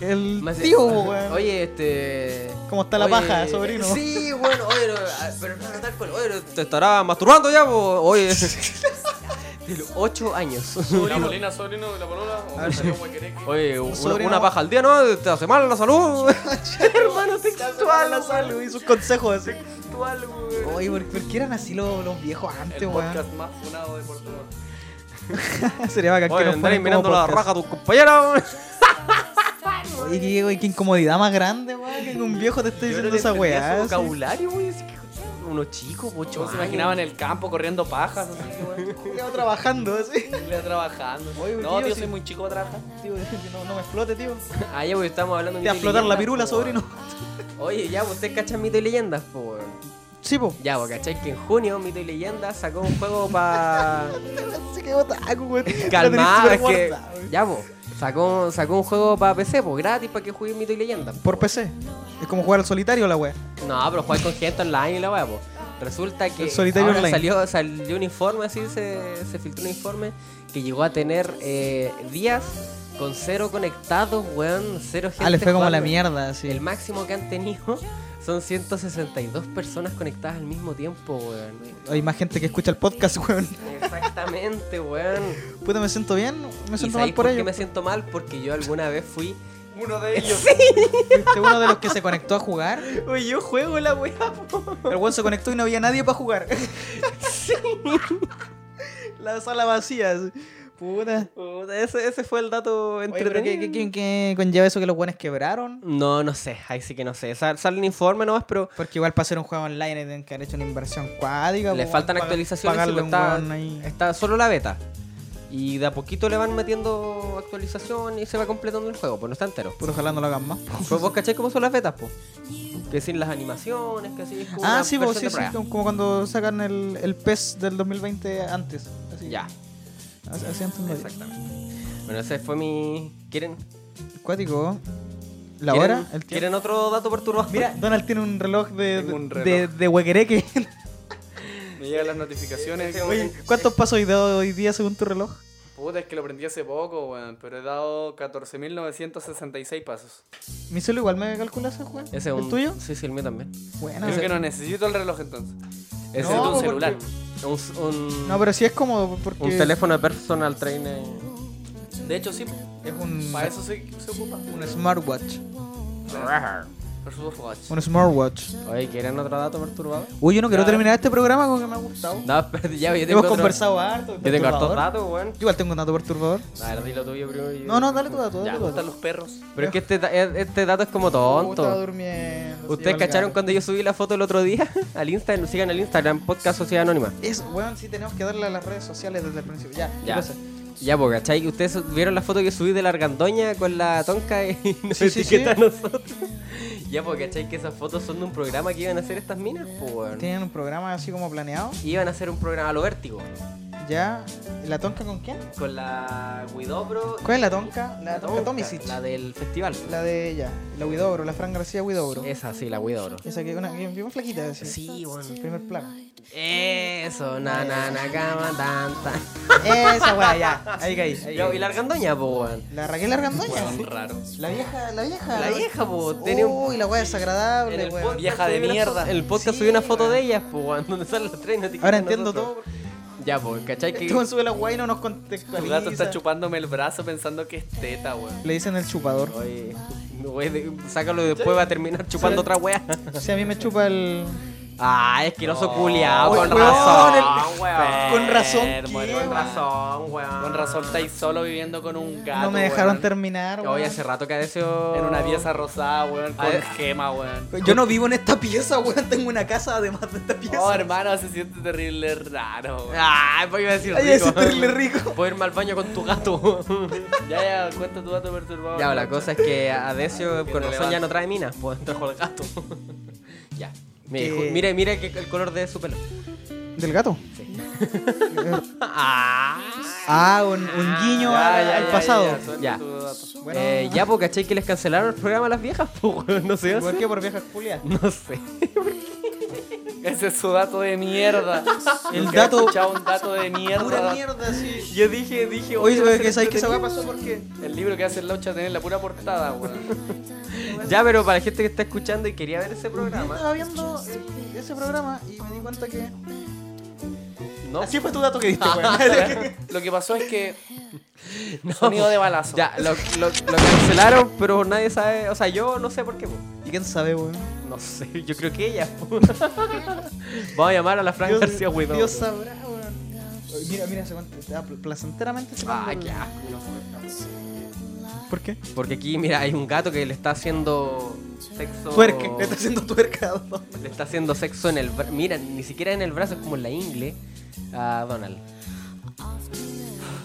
[SPEAKER 2] El
[SPEAKER 3] Más de-
[SPEAKER 2] tío, po, weón.
[SPEAKER 3] Oye, este.
[SPEAKER 2] ¿Cómo está la
[SPEAKER 3] oye,
[SPEAKER 2] paja, sobrino?
[SPEAKER 3] Sí, bueno, oye, no, ah, pero no, tal cual. Oye, no, te estará masturbando ya, po? Oye. De los 8 años.
[SPEAKER 4] La molina, sobrino de la polola. O me salió guaquereque.
[SPEAKER 3] Oye, una,
[SPEAKER 2] sobrino-
[SPEAKER 3] una paja al día, ¿no? Te hace mal la salud. Hermano, textual, la salud.
[SPEAKER 2] y sus consejos así.
[SPEAKER 3] Textual, güey.
[SPEAKER 2] Oye, ¿por, por qué eran así los, los viejos antes,
[SPEAKER 4] El
[SPEAKER 2] weón?
[SPEAKER 4] podcast más funado de Portugal.
[SPEAKER 2] Sería bacán que
[SPEAKER 3] Oye,
[SPEAKER 2] nos
[SPEAKER 3] andáis
[SPEAKER 2] ponen
[SPEAKER 3] mirando
[SPEAKER 2] como
[SPEAKER 3] la
[SPEAKER 2] podcast.
[SPEAKER 3] raja a tus compañeros.
[SPEAKER 2] Oye, qué, oye, qué incomodidad más grande, weón, que un viejo te esté
[SPEAKER 3] Yo
[SPEAKER 2] diciendo
[SPEAKER 3] no le
[SPEAKER 2] esa
[SPEAKER 3] entendía
[SPEAKER 2] weá.
[SPEAKER 3] su
[SPEAKER 2] así.
[SPEAKER 3] vocabulario, güey. así que, Unos chicos, ocho
[SPEAKER 4] Yo se
[SPEAKER 3] años.
[SPEAKER 4] imaginaba en el campo corriendo pajas, así que weón.
[SPEAKER 2] Culiao trabajando así.
[SPEAKER 4] iba trabajando.
[SPEAKER 2] Oye,
[SPEAKER 4] no,
[SPEAKER 2] tío,
[SPEAKER 4] tío,
[SPEAKER 2] sí.
[SPEAKER 4] soy muy chico para trabajar.
[SPEAKER 2] Tío, no, no me explote, tío.
[SPEAKER 3] Ah, ya, pues estamos hablando de
[SPEAKER 2] Te va a
[SPEAKER 3] mito y
[SPEAKER 2] explotar la
[SPEAKER 3] leyendas,
[SPEAKER 2] pirula,
[SPEAKER 3] po,
[SPEAKER 2] sobrino.
[SPEAKER 3] weón. Oye, ya, pues ustedes cachan mito y leyendas, po. weón.
[SPEAKER 2] Sí, po.
[SPEAKER 3] Ya, pues cachai que en junio Mito y Leyendas sacó un juego para.
[SPEAKER 2] Se quedó taco, weón.
[SPEAKER 3] Calmar, es que. Ya, pues. Sacó, sacó un juego para PC, pues gratis para que jueguen Mito y Leyendas. po,
[SPEAKER 2] Por
[SPEAKER 3] weón.
[SPEAKER 2] PC. Es como jugar al solitario la weá.
[SPEAKER 3] No, pero jugar con gente online y la weá, po. Resulta que
[SPEAKER 2] El solitario
[SPEAKER 3] ahora
[SPEAKER 2] online.
[SPEAKER 3] salió, salió un informe, así se, se filtró un informe que llegó a tener eh, días con cero conectados, weón, cero gente.
[SPEAKER 2] Ah, le fue como la
[SPEAKER 3] jugando.
[SPEAKER 2] mierda, así.
[SPEAKER 3] El máximo que han tenido son 162 personas conectadas al mismo tiempo, weón.
[SPEAKER 2] Hay más gente que escucha el podcast, weón.
[SPEAKER 3] Exactamente, weón.
[SPEAKER 2] Puta, me siento bien, me
[SPEAKER 3] ¿Y
[SPEAKER 2] siento
[SPEAKER 3] sabéis
[SPEAKER 2] mal por
[SPEAKER 3] por qué
[SPEAKER 2] ello.
[SPEAKER 3] me siento mal? Porque yo alguna vez fui.
[SPEAKER 4] Uno de ellos.
[SPEAKER 2] Fuiste uno de los que se conectó a jugar.
[SPEAKER 3] Uy, yo juego la weá, po.
[SPEAKER 2] El weón se conectó y no había nadie para jugar. La sala vacía. así. Puta.
[SPEAKER 3] Puta, Ese, ese fue el dato
[SPEAKER 2] Oye, pero ¿qué, qué,
[SPEAKER 3] entretenido.
[SPEAKER 2] qué, qué conlleva eso que los buenos quebraron?
[SPEAKER 3] No, no sé, ahí sí que no sé. Sal- sale el informe nomás, pero
[SPEAKER 2] Porque igual para hacer un juego online tienen que haber hecho una inversión cuádica.
[SPEAKER 3] le
[SPEAKER 2] po,
[SPEAKER 3] faltan
[SPEAKER 2] pagar-
[SPEAKER 3] actualizaciones. sí,
[SPEAKER 2] pagarle
[SPEAKER 3] pues,
[SPEAKER 2] un weón ahí.
[SPEAKER 3] está, está solo la beta. Y de a poquito le van metiendo actualización y se va completando el juego, pues no está entero.
[SPEAKER 2] Pero ojalá no lo hagan más. po.
[SPEAKER 3] Pues vos cacháis cómo son las betas, pues. Que sin las animaciones, que así es como
[SPEAKER 2] Ah,
[SPEAKER 3] una
[SPEAKER 2] sí, po,
[SPEAKER 3] versión
[SPEAKER 2] sí,
[SPEAKER 3] de
[SPEAKER 2] sí,
[SPEAKER 3] prueba.
[SPEAKER 2] como como cuando sacan el, el PES del 2020 antes. Así,
[SPEAKER 3] Ya,
[SPEAKER 2] Así, así antes no había.
[SPEAKER 3] exactamente. Bueno, ese fue mi. ¿Quieren?
[SPEAKER 2] Cuático. ¿La
[SPEAKER 3] ¿Quieren-
[SPEAKER 2] hora? ¿El tiempo?
[SPEAKER 3] ¿Quieren otro dato perturbador?
[SPEAKER 2] Mira, Donald tiene un reloj de,
[SPEAKER 4] Tengo un
[SPEAKER 2] de-
[SPEAKER 4] reloj.
[SPEAKER 2] de, de huequereque.
[SPEAKER 4] Me llegan las notificaciones.
[SPEAKER 2] Oye, ¿cuántos pasos has dado hoy día según tu reloj?
[SPEAKER 4] Puta, es que lo aprendí hace poco, weón. Pero he dado 14.966 pasos.
[SPEAKER 2] Mi celu igual me calcula ese juego.
[SPEAKER 3] Ese es
[SPEAKER 2] ¿El
[SPEAKER 3] un-
[SPEAKER 2] tuyo?
[SPEAKER 3] Sí, sí, el mío también.
[SPEAKER 2] Bueno,
[SPEAKER 4] Creo
[SPEAKER 2] ese-
[SPEAKER 4] que no necesito el reloj entonces.
[SPEAKER 3] Ese
[SPEAKER 2] No,
[SPEAKER 3] es un
[SPEAKER 2] porque-
[SPEAKER 3] celular. Un, un-
[SPEAKER 2] no, pero sí es cómodo porque
[SPEAKER 3] un teléfono de personal trainer.
[SPEAKER 4] De hecho, sí.
[SPEAKER 2] es un,
[SPEAKER 4] Para eso se, se ocupa.
[SPEAKER 2] un smartwatch.
[SPEAKER 4] Por su watch.
[SPEAKER 2] Un smartwatch.
[SPEAKER 3] Oye, ¿quieren otro dato perturbador?
[SPEAKER 2] Uy, yo no quiero
[SPEAKER 4] Claro.
[SPEAKER 2] terminar este programa con que me ha gustado.
[SPEAKER 3] No, espérate, ya, yo tengo
[SPEAKER 2] Hemos
[SPEAKER 3] otro-
[SPEAKER 2] conversado harto.
[SPEAKER 3] Yo tengo hartos
[SPEAKER 2] perturbador.
[SPEAKER 3] datos, weón.
[SPEAKER 2] Yo igual tengo un dato perturbador.
[SPEAKER 3] A ver, dilo tuyo primero. y-
[SPEAKER 2] No, no, dale tu dato, dale
[SPEAKER 3] Ya.
[SPEAKER 2] tu dato.
[SPEAKER 4] Están los perros.
[SPEAKER 3] Pero es que este, da- eh, este dato es como
[SPEAKER 2] Me gustaba
[SPEAKER 3] tonto.
[SPEAKER 2] durmiendo. sí,
[SPEAKER 3] ¿Ustedes
[SPEAKER 2] valga.
[SPEAKER 3] cacharon cuando yo subí la foto el otro día? Al Instagram, sigan el Instagram, Podcast Sociedad Anónima.
[SPEAKER 2] Eso, weón, sí tenemos que darle a las redes sociales desde el principio. Ya, ¿qué
[SPEAKER 3] Ya.
[SPEAKER 2] pasa?
[SPEAKER 3] Ya, pues, ¿cachai? Ustedes vieron la foto que subí de la argandoña con la tonca y nos
[SPEAKER 2] Sí, sí,
[SPEAKER 3] etiqueta
[SPEAKER 2] sí.
[SPEAKER 3] a nosotros. ya, pues, ¿cachai? Que esas fotos son de un programa que iban a hacer estas minas, pues, weón.
[SPEAKER 2] Tienen un programa así como planeado.
[SPEAKER 3] Iban a hacer un programa a lo vértigo.
[SPEAKER 2] Ya. ¿La tonca con quién?
[SPEAKER 3] Con la Widobro. y-
[SPEAKER 2] ¿Cuál es la tonca? La, tonca
[SPEAKER 3] Tonka,
[SPEAKER 2] Tomisic.
[SPEAKER 3] La del festival.
[SPEAKER 2] La de ella, la Widobro, la Fran García Widobro.
[SPEAKER 3] Esa, sí, la Widobro.
[SPEAKER 2] Esa que es una bien, bien flaquita, así.
[SPEAKER 3] Sí,
[SPEAKER 2] El
[SPEAKER 3] weón.
[SPEAKER 2] primer plano.
[SPEAKER 3] Eso, na, na, na, cama, tan, tan.
[SPEAKER 2] Esa weá, ya. Ahí caí. ahí
[SPEAKER 3] Ya,
[SPEAKER 2] caí.
[SPEAKER 3] Y la argandoña, pues, weón.
[SPEAKER 2] La Raquel Argandoña.
[SPEAKER 4] Weón raro.
[SPEAKER 2] La vieja, la vieja.
[SPEAKER 3] La vieja, pues, tenía un
[SPEAKER 2] Uy, la weá
[SPEAKER 3] En
[SPEAKER 2] desagradable,
[SPEAKER 3] el
[SPEAKER 2] weón.
[SPEAKER 3] podcast
[SPEAKER 4] Vieja de
[SPEAKER 3] subí una
[SPEAKER 4] mierda.
[SPEAKER 3] foto- En el podcast
[SPEAKER 2] Sí,
[SPEAKER 3] subí una foto
[SPEAKER 2] weón.
[SPEAKER 3] de ellas, pues, weón, donde salen las tres. y nos etiquetan
[SPEAKER 2] Ahora
[SPEAKER 3] a
[SPEAKER 2] entiendo
[SPEAKER 3] nosotros.
[SPEAKER 2] todo. porque
[SPEAKER 3] Ya, pues, ¿cachai?
[SPEAKER 2] Este
[SPEAKER 3] Que-
[SPEAKER 2] weón sube la weá y no nos
[SPEAKER 4] Tu gato está
[SPEAKER 2] contextualiza.
[SPEAKER 4] chupándome el brazo pensando que es teta, weón.
[SPEAKER 2] Le dicen el chupador.
[SPEAKER 3] Oye, no, güey, de- sácalo y después va a terminar chupando otra wea.
[SPEAKER 2] Si a mí me chupa el.
[SPEAKER 3] Ah, es que el oso culiao,
[SPEAKER 2] Uy,
[SPEAKER 3] con
[SPEAKER 2] weón,
[SPEAKER 3] razón.
[SPEAKER 2] el-
[SPEAKER 4] weón.
[SPEAKER 2] con razón,
[SPEAKER 4] Enfermo,
[SPEAKER 2] ¿qué,
[SPEAKER 4] Con
[SPEAKER 2] weón?
[SPEAKER 4] razón.
[SPEAKER 3] razón, weón.
[SPEAKER 4] Con razón estáis solo viviendo con un gato.
[SPEAKER 2] No me dejaron
[SPEAKER 4] weón.
[SPEAKER 2] terminar.
[SPEAKER 3] Hoy
[SPEAKER 2] weón.
[SPEAKER 3] hace rato que deseo.
[SPEAKER 4] En una pieza rosada, weón, con
[SPEAKER 3] Ah, eh.
[SPEAKER 4] gema, weón.
[SPEAKER 2] Yo no vivo en esta pieza, weón. Tengo una casa además de esta pieza.
[SPEAKER 4] Oh, hermano, se siente terrible raro, weón.
[SPEAKER 3] Ah, voy a decir
[SPEAKER 2] Ay,
[SPEAKER 3] rico.
[SPEAKER 2] ese terrible rico.
[SPEAKER 3] Puedo irme al baño con tu gato.
[SPEAKER 4] Ya, ya, cuenta tu dato perturbador.
[SPEAKER 3] ya, la cosa es que Adesio
[SPEAKER 4] Que
[SPEAKER 3] con
[SPEAKER 4] te
[SPEAKER 3] razón ya
[SPEAKER 4] levanta.
[SPEAKER 3] no trae minas, pues trajo el gato. ya. Mire,
[SPEAKER 2] Que-
[SPEAKER 3] ju- mire, mire que el color de su pelo.
[SPEAKER 2] ¿Del gato?
[SPEAKER 3] ah.
[SPEAKER 2] Ah, un, un guiño
[SPEAKER 4] Ya,
[SPEAKER 2] al,
[SPEAKER 4] ya,
[SPEAKER 2] al
[SPEAKER 4] ya,
[SPEAKER 2] Ah, pasado.
[SPEAKER 4] Ya, suelta
[SPEAKER 3] Ya.
[SPEAKER 4] tu dato.
[SPEAKER 2] Bueno,
[SPEAKER 3] Eh, ya, pues, ¿cachai que les cancelaron el programa a las viejas? po, weón? no sé.
[SPEAKER 2] ¿Por qué por viejas culias?
[SPEAKER 3] No sé.
[SPEAKER 4] Ese es su dato de mierda.
[SPEAKER 2] El
[SPEAKER 4] Nunca he
[SPEAKER 2] dato-
[SPEAKER 4] escuchado un dato de mierda.
[SPEAKER 2] Pura mierda, sí.
[SPEAKER 4] Yo dije, dije,
[SPEAKER 2] Oye,
[SPEAKER 4] va a
[SPEAKER 2] ¿sabes
[SPEAKER 4] ser
[SPEAKER 2] que sabes que esa weá
[SPEAKER 4] entretenido.
[SPEAKER 2] pasó porque.
[SPEAKER 4] El libro que hace el Laucha tiene la pura portada, weón.
[SPEAKER 3] Ya, pero para la gente que está escuchando y quería ver ese programa.
[SPEAKER 2] Estaba viendo eh, ese programa y me di cuenta que.
[SPEAKER 3] No.
[SPEAKER 2] Así fue tu dato que diste, weón.
[SPEAKER 4] Lo que pasó es que. Sonido de balazo.
[SPEAKER 3] Ya, lo, lo- lo cancelaron, pero nadie sabe. O sea, yo no sé por qué. po.
[SPEAKER 2] ¿Y quién sabe, weón?
[SPEAKER 3] No sé, yo creo que ella. po. Vamos a llamar a la Fran García Huidobro.
[SPEAKER 2] Dios sabrá, weón. Oye, Mira, mira, se cuenta. está pl- Placenteramente se
[SPEAKER 3] Ah,
[SPEAKER 2] cuenta.
[SPEAKER 3] qué asco.
[SPEAKER 2] ¿Por qué?
[SPEAKER 3] Porque aquí, mira, hay un gato que le está haciendo sexo.
[SPEAKER 2] Tuerca, le está haciendo tuerca. a Don.
[SPEAKER 3] Le está haciendo sexo en el bra- Mira, ni siquiera en el brazo, es como en la ingle. A Donald.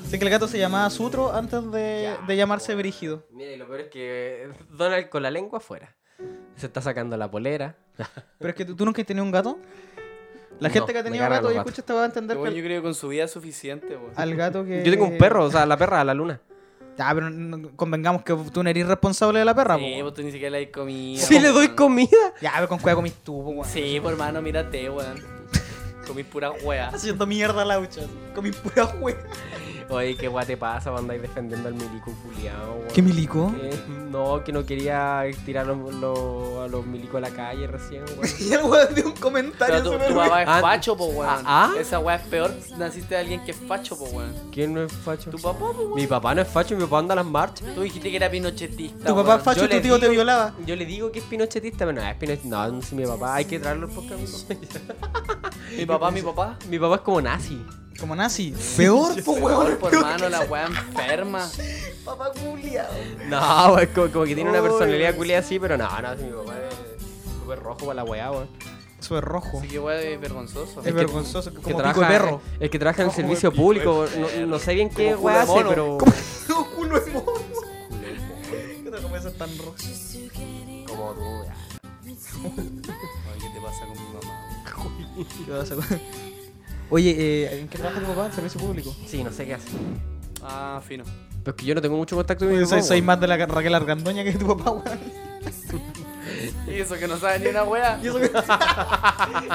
[SPEAKER 2] Sé que el gato se llamaba Sutro antes de, de llamarse Brígido.
[SPEAKER 3] Mira, y lo peor es que Donald con la lengua afuera. Se está sacando la polera.
[SPEAKER 2] Pero es que tú, tú nunca has tenido un gato. La
[SPEAKER 3] No,
[SPEAKER 2] gente que ha
[SPEAKER 3] me
[SPEAKER 2] tenido
[SPEAKER 3] cargan
[SPEAKER 2] gato
[SPEAKER 3] los
[SPEAKER 2] y
[SPEAKER 3] gatos.
[SPEAKER 2] escucha esta va a entender que
[SPEAKER 4] Weón, yo
[SPEAKER 2] al,
[SPEAKER 4] creo que con su vida es suficiente, weón.
[SPEAKER 2] al gato que.
[SPEAKER 3] Yo tengo un perro, o sea, la perra, la luna.
[SPEAKER 2] Ah, pero no- convengamos que tú no eres responsable de la perra,
[SPEAKER 4] Sí,
[SPEAKER 2] po.
[SPEAKER 4] vos tú ni siquiera le das comida.
[SPEAKER 3] Si le doy
[SPEAKER 4] weón.
[SPEAKER 3] comida.
[SPEAKER 2] Ya, pero con cueva comís tú, po, weón.
[SPEAKER 4] Sí, por hermano, mírate, weón. Comí pura wea.
[SPEAKER 2] Haciendo mierda la hucha. Comís pura hueá.
[SPEAKER 3] Oye, qué guate pasa cuando andáis defendiendo al milico culiao, weón.
[SPEAKER 2] ¿Qué milico?
[SPEAKER 3] Que- No, que no quería tirar a los- los- a los milicos a la calle recién, weón.
[SPEAKER 2] Y el weón de un comentario
[SPEAKER 4] Pero tu,
[SPEAKER 2] súper
[SPEAKER 4] tu papá
[SPEAKER 3] Ah,
[SPEAKER 4] es facho, po, weón.
[SPEAKER 3] ah, ah.
[SPEAKER 4] Esa wea es peor. Naciste de alguien que es facho, po, weón.
[SPEAKER 3] ¿Quién no es facho?
[SPEAKER 4] Tu papá, po, weón.
[SPEAKER 3] Mi papá no es facho, mi papá anda a las marchas.
[SPEAKER 4] Tú dijiste que era pinochetista.
[SPEAKER 2] Tu papá
[SPEAKER 4] weón.
[SPEAKER 2] es facho y
[SPEAKER 4] Yo
[SPEAKER 2] tu
[SPEAKER 4] le
[SPEAKER 2] tío te
[SPEAKER 4] digo-
[SPEAKER 2] violaba.
[SPEAKER 3] Yo le digo que es pinochetista, pero no, es pinochetista. No, si mi papá, hay que traerlo porque mi papá.
[SPEAKER 4] Mi papá, mi papá.
[SPEAKER 3] mi papá es como nazi.
[SPEAKER 2] Como nazi. Peor, po,
[SPEAKER 4] Peor,
[SPEAKER 2] weón.
[SPEAKER 4] po, hermano, la wea enferma.
[SPEAKER 2] Papá culiao.
[SPEAKER 3] No, weón, como, como que tiene una
[SPEAKER 2] Uy,
[SPEAKER 3] personalidad
[SPEAKER 2] weón.
[SPEAKER 3] culia así, pero no, no, si mi papá es súper rojo para la weá, weón.
[SPEAKER 2] Eso es rojo.
[SPEAKER 4] Así que wea es vergonzoso.
[SPEAKER 2] Es vergonzoso. Como
[SPEAKER 3] Que
[SPEAKER 2] pico
[SPEAKER 3] trabaja,
[SPEAKER 2] de perro.
[SPEAKER 3] El que trabaja en el
[SPEAKER 1] Ojo de
[SPEAKER 3] servicio
[SPEAKER 1] pico de
[SPEAKER 3] público, no, no sé bien qué
[SPEAKER 4] Como
[SPEAKER 3] weá hace,
[SPEAKER 4] culo de mono.
[SPEAKER 3] pero.
[SPEAKER 2] No, culo de mono. ¿Qué tal como eso es tan rojo?
[SPEAKER 3] Como tú, ya.
[SPEAKER 4] Oye, ¿qué te pasa con mi mamá?
[SPEAKER 2] ¿Qué vas a hacer? Oye, eh, ¿en qué trabaja tu papá? En servicio público.
[SPEAKER 3] Sí, no sé qué hace.
[SPEAKER 4] Ah, fino.
[SPEAKER 3] Pero es que yo no tengo mucho contacto con mi
[SPEAKER 2] Yo
[SPEAKER 3] papá.
[SPEAKER 2] soy, soy
[SPEAKER 3] weón.
[SPEAKER 2] más de la Raquel Argandoña que de tu papá, weón.
[SPEAKER 4] Y eso que no sabe ni una wea.
[SPEAKER 2] Y eso que,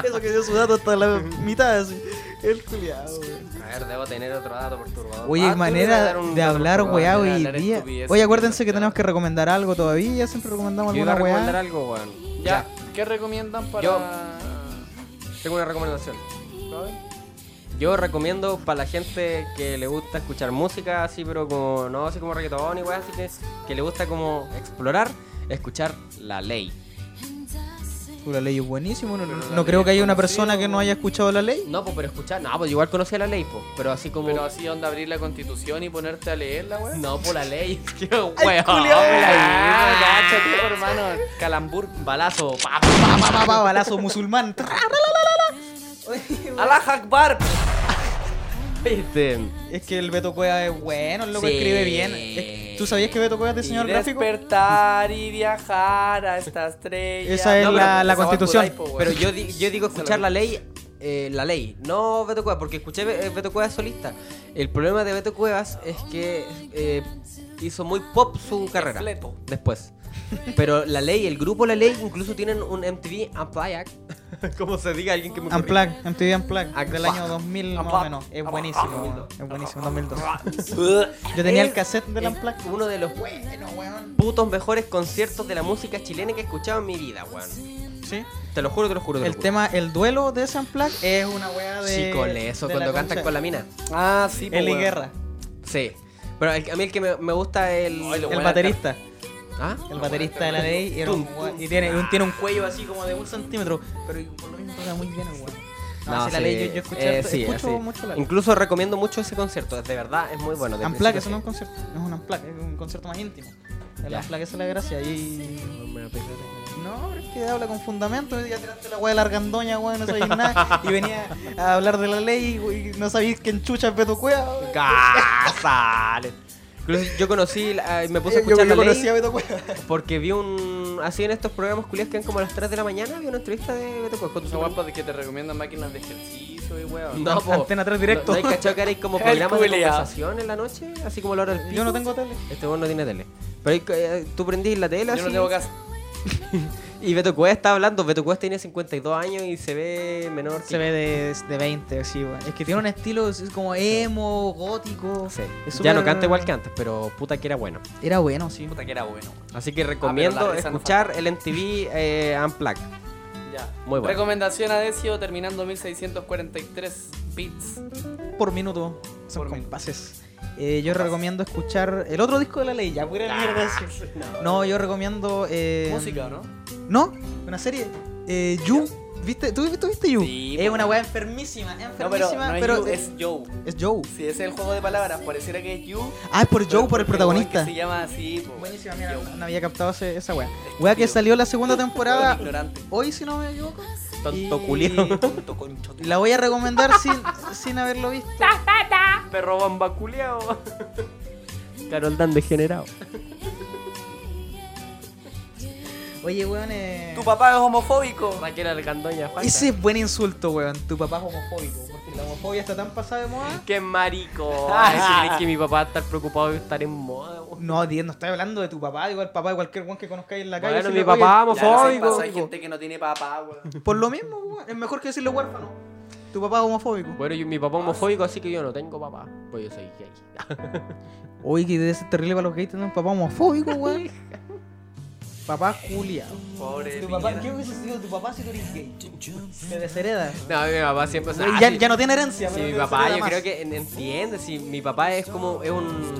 [SPEAKER 2] eso que dio su dato hasta la mitad, así. El culiado, weón.
[SPEAKER 3] A ver, debo tener otro dato perturbador.
[SPEAKER 2] Oye,
[SPEAKER 3] Ah, tú le vas a
[SPEAKER 2] manera
[SPEAKER 3] dar un
[SPEAKER 2] de
[SPEAKER 3] dato
[SPEAKER 2] hablar,
[SPEAKER 3] perturbador.
[SPEAKER 2] weá,
[SPEAKER 4] de
[SPEAKER 2] hoy
[SPEAKER 4] hablar
[SPEAKER 2] día.
[SPEAKER 4] estupideces,
[SPEAKER 2] Oye, acuérdense que
[SPEAKER 4] ya.
[SPEAKER 2] tenemos que recomendar algo todavía. Siempre recomendamos
[SPEAKER 3] Yo iba a
[SPEAKER 2] alguna
[SPEAKER 3] recomendar
[SPEAKER 2] weá.
[SPEAKER 3] algo, weón.
[SPEAKER 4] Ya, ¿qué recomiendan para.?
[SPEAKER 3] Yo- Tengo una recomendación. Yo recomiendo para la gente que le gusta escuchar música así, pero como no así como reggaetón y weá, así que, que le gusta como explorar, escuchar la ley.
[SPEAKER 2] La ley es buenísimo. No, no-
[SPEAKER 4] Pero la
[SPEAKER 2] no
[SPEAKER 4] ley
[SPEAKER 2] creo
[SPEAKER 4] es
[SPEAKER 2] que haya una
[SPEAKER 4] conocida,
[SPEAKER 2] persona que no haya escuchado la ley.
[SPEAKER 3] No, pues pero escuchar, no, pues igual conocía la ley, pues, pero así como
[SPEAKER 4] Pero así, onda, abrir la constitución y ponerte a leerla, wea.
[SPEAKER 3] no por la ley, qué
[SPEAKER 4] Ah,
[SPEAKER 3] weón.
[SPEAKER 4] gacho, tío, hermano. Calambur.
[SPEAKER 3] Balazo, pa,
[SPEAKER 2] Pa, pa, pa, pa, balazo musulmán. Tra, ra, ra, ra, ra. Oye, weón.
[SPEAKER 4] ¡Alá Akbar!
[SPEAKER 3] ¿viste?
[SPEAKER 2] Es que el Beto Cueva es bueno, el loco
[SPEAKER 3] Sí.
[SPEAKER 2] escribe bien. Es- ¿Tú sabías que Beto Cueva es diseñador
[SPEAKER 4] Y
[SPEAKER 2] gráfico?
[SPEAKER 4] despertar y viajar a esta estrella.
[SPEAKER 2] Esa es
[SPEAKER 4] No,
[SPEAKER 2] la-
[SPEAKER 4] pero
[SPEAKER 2] la
[SPEAKER 4] esa va
[SPEAKER 2] constitución.
[SPEAKER 4] por ahí, po,
[SPEAKER 3] Pero
[SPEAKER 4] weón.
[SPEAKER 3] yo, di- yo digo escuchar la ley, eh, la ley, no Beto Cuevas, porque escuché Be- eh, Beto Cuevas solista. El problema de Beto Cuevas es que eh, hizo muy pop su carrera
[SPEAKER 4] Fleto.
[SPEAKER 3] después. Pero la ley, el grupo La Ley, incluso tienen un MTV Unplugged. Como se diga alguien que me corrija.
[SPEAKER 2] Unplugged, MTV Unplugged, del año 2000 más o
[SPEAKER 3] Unplugged.
[SPEAKER 2] menos. Es buenísimo, weón. es buenísimo, 2002. Yo tenía
[SPEAKER 3] tenía
[SPEAKER 2] el cassette del Unplugged.
[SPEAKER 3] Uno de los
[SPEAKER 2] Bueno, weón.
[SPEAKER 3] putos mejores conciertos de la música chilena que he escuchado en mi vida, weón.
[SPEAKER 2] Sí.
[SPEAKER 3] Te lo juro, te lo juro. Te
[SPEAKER 2] El
[SPEAKER 3] lo juro.
[SPEAKER 2] tema, el duelo de ese Unplugged es una weá de...
[SPEAKER 3] Chicole, eso,
[SPEAKER 2] de
[SPEAKER 3] cuando
[SPEAKER 2] la
[SPEAKER 3] cantan
[SPEAKER 2] concha-
[SPEAKER 3] con la mina.
[SPEAKER 4] Ah, sí, po,
[SPEAKER 2] Eli
[SPEAKER 4] weón.
[SPEAKER 2] Guerra,
[SPEAKER 3] Sí. Pero el- a mí el que me, me gusta es el.
[SPEAKER 4] Ay, lo
[SPEAKER 2] el
[SPEAKER 4] Buena
[SPEAKER 2] baterista.
[SPEAKER 3] ¿Ah?
[SPEAKER 2] El baterista de la ley y, era un, gua- y tiene, un, tiene un cuello así como de un centímetro. Pero por lo mismo toca muy bien el weón. No,
[SPEAKER 3] No,
[SPEAKER 2] si la
[SPEAKER 3] sí,
[SPEAKER 2] ley yo, yo escuché
[SPEAKER 3] eh,
[SPEAKER 2] harto-
[SPEAKER 3] sí,
[SPEAKER 2] escucho
[SPEAKER 3] así.
[SPEAKER 2] mucho la ley.
[SPEAKER 3] Incluso recomiendo mucho ese concierto, de verdad es muy bueno. de
[SPEAKER 2] Amplac, eso no
[SPEAKER 3] principio
[SPEAKER 2] es un concierto, no es un Amplac, es un concierto más íntimo. El
[SPEAKER 3] Ya.
[SPEAKER 2] Amplac, esa es la gracia. Y
[SPEAKER 3] a fin.
[SPEAKER 2] No, pero es que habla con fundamento. Ya tiraste la weá de la argandoña, weón, no sabías nada. Y venía a hablar de la ley y no sabías que enchucha es Beto Cueva. weón.
[SPEAKER 3] Casale. Incluso Yo conocí, la- me puse a
[SPEAKER 2] Eh, yo,
[SPEAKER 3] escuchar
[SPEAKER 2] yo
[SPEAKER 3] la
[SPEAKER 2] conocí a
[SPEAKER 3] ley
[SPEAKER 2] Beto Cueva.
[SPEAKER 3] porque vi un. Así en estos programas culiados que eran como a las 3 de la mañana, vi una entrevista de Beto Cuevas con
[SPEAKER 4] Esa guapa de que te recomiendan máquinas de ejercicio y weón.
[SPEAKER 3] No, po.
[SPEAKER 2] Antena 3 directo.
[SPEAKER 3] No, no hay cachado que ahora hay como
[SPEAKER 4] El
[SPEAKER 3] programas de
[SPEAKER 4] culiao.
[SPEAKER 3] conversación en la noche, así como la hora del pico.
[SPEAKER 2] Yo no tengo tele.
[SPEAKER 3] Este weón no tiene tele. Pero hay- eh, tú prendís la tele
[SPEAKER 4] Yo
[SPEAKER 3] así.
[SPEAKER 4] no tengo casa.
[SPEAKER 3] Y Beto Cuevas está hablando. Beto Cuevas tiene 52 años y se ve menor que
[SPEAKER 2] Se ve de, de 20, así, weón. Es que tiene un estilo es como emo, gótico.
[SPEAKER 3] Sí.
[SPEAKER 2] Es
[SPEAKER 3] Ya
[SPEAKER 2] súper-
[SPEAKER 3] no canta igual que antes, pero puta que era bueno.
[SPEAKER 2] Era bueno, sí.
[SPEAKER 4] Puta que era bueno. weón.
[SPEAKER 3] Así que
[SPEAKER 4] Ah,
[SPEAKER 3] recomiendo
[SPEAKER 4] pero la risa no
[SPEAKER 3] escuchar el MTV eh, Unplugged.
[SPEAKER 4] Ya.
[SPEAKER 3] Muy bueno.
[SPEAKER 4] Recomendación a Decio terminando 1643 bits.
[SPEAKER 2] Por minuto. Son
[SPEAKER 4] Por
[SPEAKER 2] compases.
[SPEAKER 4] minuto.
[SPEAKER 2] Eh, yo recomiendo escuchar el otro disco de la ley, ya pura mierda. sí. No, yo recomiendo. eh,
[SPEAKER 4] Ah, Música, ¿no?
[SPEAKER 2] No, una serie. Eh, you. ¿Viste? ¿Tú, tú viste You?
[SPEAKER 4] Sí,
[SPEAKER 2] es
[SPEAKER 4] po.
[SPEAKER 2] una weá enfermísima, enfermísima,
[SPEAKER 4] No, pero no es,
[SPEAKER 2] pero
[SPEAKER 4] you,
[SPEAKER 2] es,
[SPEAKER 4] es Joe.
[SPEAKER 2] es Joe.
[SPEAKER 4] Si es el juego de palabras, pareciera que es You.
[SPEAKER 2] Ah, es por
[SPEAKER 4] pero
[SPEAKER 2] Joe, por el
[SPEAKER 4] porque weón
[SPEAKER 2] protagonista.
[SPEAKER 4] Que se llama así. po.
[SPEAKER 2] Buenísima, mira,
[SPEAKER 4] Joe.
[SPEAKER 2] no, no había captado ese- esa weá.
[SPEAKER 4] Estúpido.
[SPEAKER 2] Weá que salió la segunda
[SPEAKER 4] Weón
[SPEAKER 2] temporada
[SPEAKER 4] Ignorante.
[SPEAKER 2] hoy, si no me equivoco.
[SPEAKER 3] Tonto
[SPEAKER 2] Y-
[SPEAKER 3] culiao.
[SPEAKER 4] Tonto concho.
[SPEAKER 2] La voy a recomendar sin, sin haberlo visto.
[SPEAKER 4] Perro bomba culiao.
[SPEAKER 3] Carol Dan degenerado.
[SPEAKER 2] Oye, weón, eh...
[SPEAKER 4] Tu papá es homofóbico.
[SPEAKER 3] Raquel Alcandoña, Juan.
[SPEAKER 2] Ese es buen insulto, weón. Tu papá es homofóbico. Porque la homofobia está tan pasada de moda.
[SPEAKER 3] ¡Qué marico! Ay, si crees que mi papá está preocupado de estar en moda. weón.
[SPEAKER 2] No, tío, no estoy hablando de tu papá. Digo, el papá de cualquier weón que conozcáis en la calle.
[SPEAKER 3] Bueno,
[SPEAKER 2] decirle,
[SPEAKER 3] mi
[SPEAKER 4] Ya,
[SPEAKER 2] "Oye,
[SPEAKER 3] papá
[SPEAKER 4] no sé,
[SPEAKER 3] homofóbico.
[SPEAKER 4] pasa, Hay gente que no tiene papá, weón.
[SPEAKER 2] Por lo mismo, weón. Es mejor que decirle huérfano. Tu papá es homofóbico.
[SPEAKER 3] Bueno, yo, mi papá es homofóbico, así que yo no tengo papá. Pues yo soy gay.
[SPEAKER 2] Oye, que debe ser terrible para los gays tener un papá homofóbico, weón. papá Julia.
[SPEAKER 4] Pobre.
[SPEAKER 2] Tu papá,
[SPEAKER 4] Piñera.
[SPEAKER 2] ¿Qué hubiese sido tu papá si tú eres gay? Te deshereda.
[SPEAKER 3] No, mi papá siempre... Ah,
[SPEAKER 2] ya,
[SPEAKER 3] sí.
[SPEAKER 2] ya no tiene herencia.
[SPEAKER 3] Sí,
[SPEAKER 2] pero
[SPEAKER 3] mi
[SPEAKER 2] te
[SPEAKER 3] papá
[SPEAKER 2] deshereda
[SPEAKER 3] yo
[SPEAKER 2] más.
[SPEAKER 3] creo que en- entiende, si mi papá es como, es un,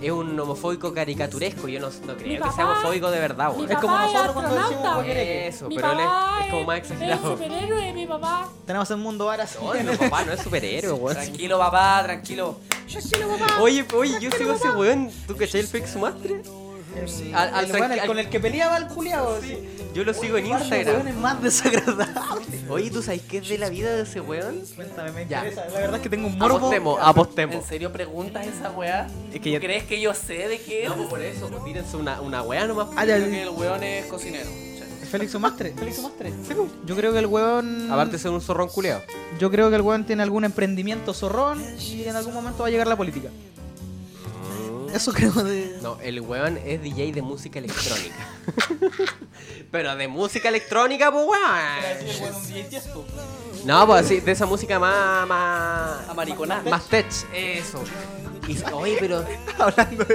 [SPEAKER 3] es un homofóbico caricaturesco, yo no, no creo que sea
[SPEAKER 7] papá-
[SPEAKER 3] homofóbico de verdad, weón.
[SPEAKER 2] Es como
[SPEAKER 7] papá es
[SPEAKER 2] nosotros cuando decimos
[SPEAKER 7] astronauta.
[SPEAKER 2] guaquereque.
[SPEAKER 3] Eso,
[SPEAKER 7] Mi
[SPEAKER 3] pero él
[SPEAKER 7] papá
[SPEAKER 3] es, es como más
[SPEAKER 7] es
[SPEAKER 3] exagerado.
[SPEAKER 7] El superhéroe, mi papá.
[SPEAKER 2] Tenemos el mundo ahora así.
[SPEAKER 3] No, no, papá no es superhéroe, weón.
[SPEAKER 4] Tranquilo, papá, tranquilo.
[SPEAKER 3] Oye, oye, yo sigo ese weón, ¿tú cachai el Fix Master?
[SPEAKER 2] El-
[SPEAKER 3] Al- al
[SPEAKER 2] el weón, el
[SPEAKER 3] tranqui-
[SPEAKER 2] con el que peleaba el culiao.
[SPEAKER 3] Yo lo sigo en
[SPEAKER 2] Weón es
[SPEAKER 3] Instagram.
[SPEAKER 2] más desagradable.
[SPEAKER 3] Oye, ¿tú sabes qué es de la vida de ese weón?
[SPEAKER 2] Cuéntame, me
[SPEAKER 3] Ya.
[SPEAKER 2] interesa. La verdad es que tengo un morbo.
[SPEAKER 3] Apostemos,
[SPEAKER 4] ¿En
[SPEAKER 3] apostemos.
[SPEAKER 4] serio preguntas esa weá?
[SPEAKER 3] Es que ya-
[SPEAKER 4] ¿Tú ¿Crees que yo sé de qué es?
[SPEAKER 3] No, pues por eso, pues tírense una, una weá nomás.
[SPEAKER 2] Ah, ya,
[SPEAKER 4] Creo
[SPEAKER 2] ya.
[SPEAKER 4] que el weón es cocinero. Che.
[SPEAKER 2] Félix Omastre. Félix Omastre. Yo creo que el weón.
[SPEAKER 3] Aparte de ser un zorrón culeado.
[SPEAKER 2] Yo creo que el weón tiene algún emprendimiento zorrón y en algún momento va a llegar la política.
[SPEAKER 3] Ah.
[SPEAKER 2] Eso creo de.
[SPEAKER 3] No, el weón es DJ de música electrónica. Pero de música electrónica, pues weón. No, pues así, de esa música más. más.
[SPEAKER 4] Amariconá.
[SPEAKER 3] más tech. Eso. Y- oye, pero.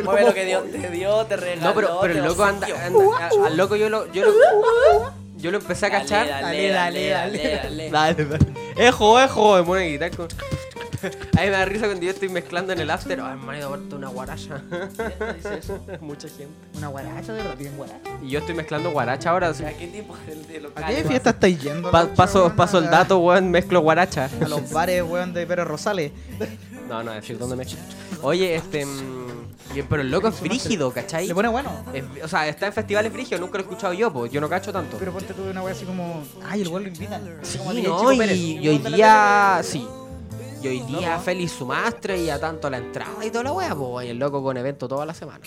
[SPEAKER 4] Mueve lo que Dios te dio, te regaló.
[SPEAKER 3] No, pero, pero
[SPEAKER 4] te
[SPEAKER 3] el loco anda.
[SPEAKER 4] obsequió.
[SPEAKER 3] anda- a- al loco yo lo, yo lo. Yo lo empecé a
[SPEAKER 4] Dale,
[SPEAKER 3] cachar.
[SPEAKER 4] Dale, dale, dale, dale.
[SPEAKER 3] Dale, dale. Ejo, ejo, me pone guitarra. con- A mí me da risa cuando yo estoy mezclando en el after. Ay, me han ido a darte una guaracha. Mucha gente.
[SPEAKER 2] Una guaracha de verdad, bien guaracha.
[SPEAKER 3] Y yo estoy mezclando guaracha ahora.
[SPEAKER 4] ¿A qué tipo de, de local?
[SPEAKER 2] ¿A qué fiesta estáis yendo?
[SPEAKER 3] Pa-
[SPEAKER 2] Laucha,
[SPEAKER 3] paso,
[SPEAKER 2] weón?
[SPEAKER 3] paso el dato, weón, mezclo guaracha.
[SPEAKER 2] A los bares, weón, de Pérez Rosales.
[SPEAKER 3] No, no, es decir, ¿dónde mezclo? Oye, este. mm, bien, pero el loco es brígido, ¿cachai?
[SPEAKER 2] Le pone bueno.
[SPEAKER 3] Es- o sea, está en festivales brígidos, nunca lo he escuchado yo, pues yo no cacho tanto.
[SPEAKER 2] Pero ponte tú una wea así como. Ay, el weón lo invitan. Así
[SPEAKER 3] Sí,
[SPEAKER 2] como a DJ
[SPEAKER 3] no,
[SPEAKER 2] Chico
[SPEAKER 3] y,
[SPEAKER 2] Pérez.
[SPEAKER 3] y hoy día. Sí. Y hoy día Félix Sumastre y a tanto la entrada y toda la wea, pues y el loco con evento toda la semana.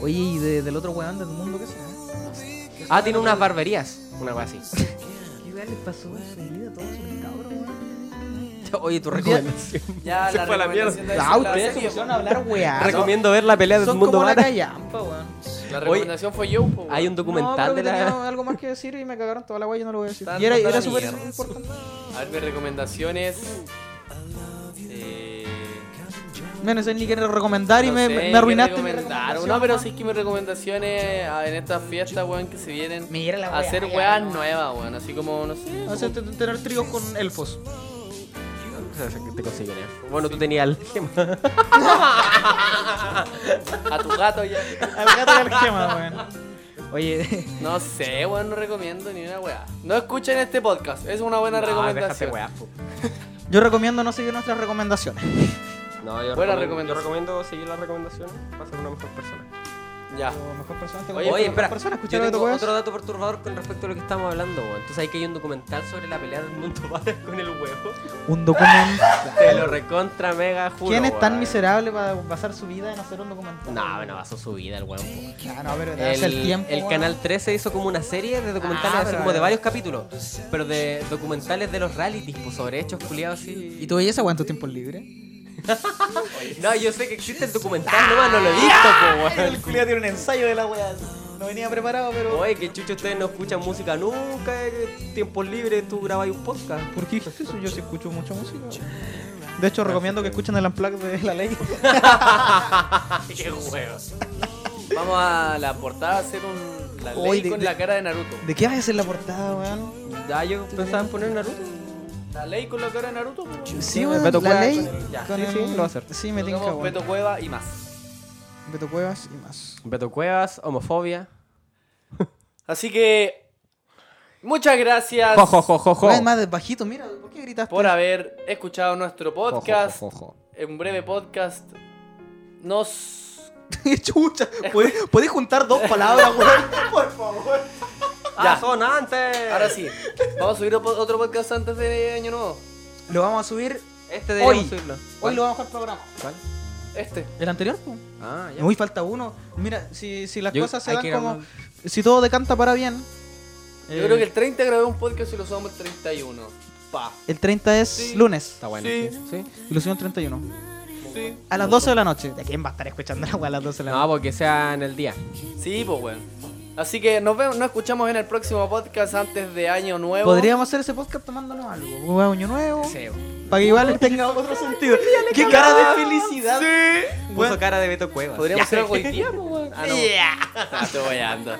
[SPEAKER 2] Oye, y de- del otro weón del mundo que se llama.
[SPEAKER 3] Ah, tiene unas barberías, una wea así.
[SPEAKER 2] ¿Qué weón les pasó en su vida? Todos son cabros, weón.
[SPEAKER 3] Oye, tu recomendación.
[SPEAKER 4] Ya,
[SPEAKER 3] Se
[SPEAKER 4] la
[SPEAKER 3] fue a la
[SPEAKER 4] recomendación de
[SPEAKER 2] Ah,
[SPEAKER 4] Decio
[SPEAKER 2] ustedes se
[SPEAKER 4] Plaza,
[SPEAKER 2] pusieron a hablar, weá.
[SPEAKER 3] Recomiendo ver la pelea del
[SPEAKER 2] Ah, Son
[SPEAKER 3] mundo
[SPEAKER 2] como la
[SPEAKER 3] Mara.
[SPEAKER 2] callampa, weón.
[SPEAKER 4] La recomendación fue yo, po,
[SPEAKER 3] Hay un documental
[SPEAKER 2] no,
[SPEAKER 3] de
[SPEAKER 2] pero que
[SPEAKER 3] la.
[SPEAKER 2] tenía algo más que decir y me cagaron toda la guay, yo no lo voy a decir.
[SPEAKER 4] Tanto
[SPEAKER 2] Y era,
[SPEAKER 4] para
[SPEAKER 2] era
[SPEAKER 4] la
[SPEAKER 2] súper
[SPEAKER 4] mierda.
[SPEAKER 2] importante.
[SPEAKER 4] A ver, mi recomendación es. Eh,
[SPEAKER 2] Bueno, no sé ni qué recomendar y
[SPEAKER 4] no
[SPEAKER 2] me,
[SPEAKER 4] sé,
[SPEAKER 2] me
[SPEAKER 4] ¿qué
[SPEAKER 2] arruinaste mi
[SPEAKER 4] recomendar?
[SPEAKER 2] recomendación.
[SPEAKER 4] No, pero sí que mi recomendación es ah, en estas fiestas, weón, que se vienen
[SPEAKER 2] Mira la
[SPEAKER 4] a
[SPEAKER 2] weá,
[SPEAKER 4] hacer
[SPEAKER 2] ya,
[SPEAKER 4] weas
[SPEAKER 2] no.
[SPEAKER 4] nuevas, weón. Así como, no sé.
[SPEAKER 2] O sea, t- tener tríos con elfos.
[SPEAKER 3] Te consiguen, eh. Bueno, tú tenías el gema.
[SPEAKER 4] A tu gato ya.
[SPEAKER 2] Al gato y al gema, weón. Oye,
[SPEAKER 4] No sé, weón, no recomiendo ni una weá. No escuchen este podcast, es una buena recomendación.
[SPEAKER 2] yo recomiendo no seguir nuestras recomendaciones.
[SPEAKER 3] No, yo,
[SPEAKER 4] Buena
[SPEAKER 3] recomiendo,
[SPEAKER 4] recomendación.
[SPEAKER 3] yo recomiendo seguir las recomendaciones para ser una mejor persona.
[SPEAKER 4] Ya.
[SPEAKER 2] O mejor persona, te
[SPEAKER 4] Oye,
[SPEAKER 2] conozco
[SPEAKER 3] Oye,
[SPEAKER 2] mejor
[SPEAKER 3] espera,
[SPEAKER 2] persona,
[SPEAKER 3] yo
[SPEAKER 2] escuchar
[SPEAKER 3] tengo
[SPEAKER 2] a Beto Cuevas.
[SPEAKER 3] otro dato perturbador con respecto a lo que estamos hablando, weón. Entonces hay que hay un documental sobre la pelea del mundo para con el huevo.
[SPEAKER 2] Un documento.
[SPEAKER 3] Te lo recontra mega juro,
[SPEAKER 2] ¿Quién es tan
[SPEAKER 3] weón.
[SPEAKER 2] miserable para basar su vida en hacer un documental?
[SPEAKER 3] No, bueno, basó su vida el weón. po.
[SPEAKER 2] Ah, no, pero te hace
[SPEAKER 3] El,
[SPEAKER 2] el tiempo.
[SPEAKER 3] el
[SPEAKER 2] weón.
[SPEAKER 3] canal 13 hizo como una serie de documentales
[SPEAKER 2] Ah,
[SPEAKER 3] así
[SPEAKER 2] pero-
[SPEAKER 3] como de varios capítulos, pero de documentales de los realities, pues sobre hechos culiados así.
[SPEAKER 2] ¿Y tú veías esa weá en tu tiempo libre?
[SPEAKER 3] No, yo sé que existe el documental, nomás no lo he visto, po, weón.
[SPEAKER 2] culiado tiene un ensayo de la weá. No venía preparado, pero.
[SPEAKER 3] Oye, que chucho, ustedes no escuchan música nunca, eh, tiempos libres, tú grabáis un podcast.
[SPEAKER 2] ¿Por qué dijiste eso? Yo sí escucho mucha música. De hecho, recomiendo que escuchen el Unplugged de la ley.
[SPEAKER 3] ¡Qué huevos!
[SPEAKER 4] Vamos a la portada a hacer un. La ley
[SPEAKER 2] Oye, de-
[SPEAKER 4] con
[SPEAKER 2] de-
[SPEAKER 4] la cara de Naruto.
[SPEAKER 2] ¿De qué vas a hacer la portada, weón?
[SPEAKER 3] Ya, yo pensaba en poner Naruto.
[SPEAKER 4] La ley con la cara de Naruto, weón.
[SPEAKER 2] Sí,
[SPEAKER 3] el
[SPEAKER 2] weón.
[SPEAKER 3] Beto
[SPEAKER 2] la
[SPEAKER 3] Cuevas
[SPEAKER 2] ley.
[SPEAKER 3] con el- ya,
[SPEAKER 2] con
[SPEAKER 3] sí, sí,
[SPEAKER 2] el-
[SPEAKER 3] lo va a hacer.
[SPEAKER 2] Sí, me tinca,
[SPEAKER 4] Colocamos
[SPEAKER 2] weón.
[SPEAKER 4] Beto Cueva y más.
[SPEAKER 2] Beto Cuevas y más.
[SPEAKER 3] Beto Cuevas, homofobia.
[SPEAKER 4] Así que. Muchas gracias
[SPEAKER 3] Jo, jo, jo, jo, jo.
[SPEAKER 2] Weón, es más de bajito, mira, ¿por qué gritaste?
[SPEAKER 4] por haber escuchado nuestro
[SPEAKER 3] Jo, jo,
[SPEAKER 4] podcast.
[SPEAKER 3] jo, jo, jo.
[SPEAKER 4] Un breve podcast. Nos.
[SPEAKER 2] Chucha, ¿podés, podés juntar dos palabras, weón. Por favor.
[SPEAKER 4] Ya.
[SPEAKER 3] ¡Ah, son antes!
[SPEAKER 4] Ahora sí. Vamos a subir op- otro podcast antes de Año Nuevo.
[SPEAKER 2] Lo vamos a subir.
[SPEAKER 3] Este deberíamos
[SPEAKER 2] Hoy.
[SPEAKER 3] subirlo.
[SPEAKER 2] Hoy lo vamos a dejar programa.
[SPEAKER 4] Este.
[SPEAKER 2] ¿El anterior? po?
[SPEAKER 3] Ah, ya.
[SPEAKER 2] Hoy falta uno. Mira, si, si las
[SPEAKER 3] Yo-
[SPEAKER 2] cosas se
[SPEAKER 3] hay
[SPEAKER 2] dan
[SPEAKER 3] que
[SPEAKER 2] como.
[SPEAKER 3] grabar.
[SPEAKER 2] Si todo decanta para bien. eh,
[SPEAKER 4] Yo
[SPEAKER 3] Eh.
[SPEAKER 4] creo que el 30 grabé un podcast y lo subimos el 31. Pa.
[SPEAKER 2] El 30 es
[SPEAKER 4] Sí.
[SPEAKER 2] lunes.
[SPEAKER 3] Está bueno.
[SPEAKER 4] Sí.
[SPEAKER 3] ¿Sí?
[SPEAKER 2] Ilusión 31.
[SPEAKER 4] Sí.
[SPEAKER 2] A las 12 de la noche. ¿De quién va a estar escuchando la weá a las 12 de la noche?
[SPEAKER 3] No, porque sea en el día.
[SPEAKER 4] Sí, pues bueno. Así que nos vemos, nos escuchamos en el próximo podcast antes de Año Nuevo.
[SPEAKER 2] Podríamos hacer ese podcast tomándonos algo. Un año nuevo.
[SPEAKER 3] Sí.
[SPEAKER 2] Para que igual tenga otro sentido. ¡Qué cara de felicidad!
[SPEAKER 3] Puso
[SPEAKER 2] Bueno.
[SPEAKER 3] cara de Beto Cuevas.
[SPEAKER 4] Podríamos hacer algo hoy día, pues bueno. Ah, no. Ah, estoy boyando.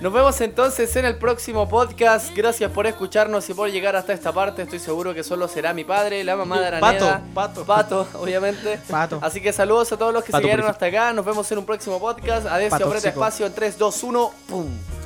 [SPEAKER 4] Nos vemos entonces en el próximo podcast. Gracias por escucharnos y por llegar hasta esta parte. Estoy seguro que solo será mi padre, la mamá de Araneda.
[SPEAKER 2] Pato,
[SPEAKER 4] Pato, obviamente.
[SPEAKER 2] Pato.
[SPEAKER 4] Así que saludos a todos los que
[SPEAKER 3] Pato
[SPEAKER 4] se quedaron
[SPEAKER 3] purifi-
[SPEAKER 4] hasta acá. Nos vemos en un próximo podcast. Adesso
[SPEAKER 2] Pato
[SPEAKER 4] aprieta
[SPEAKER 2] seco.
[SPEAKER 4] espacio en 3, 2, 1. ¡Pum!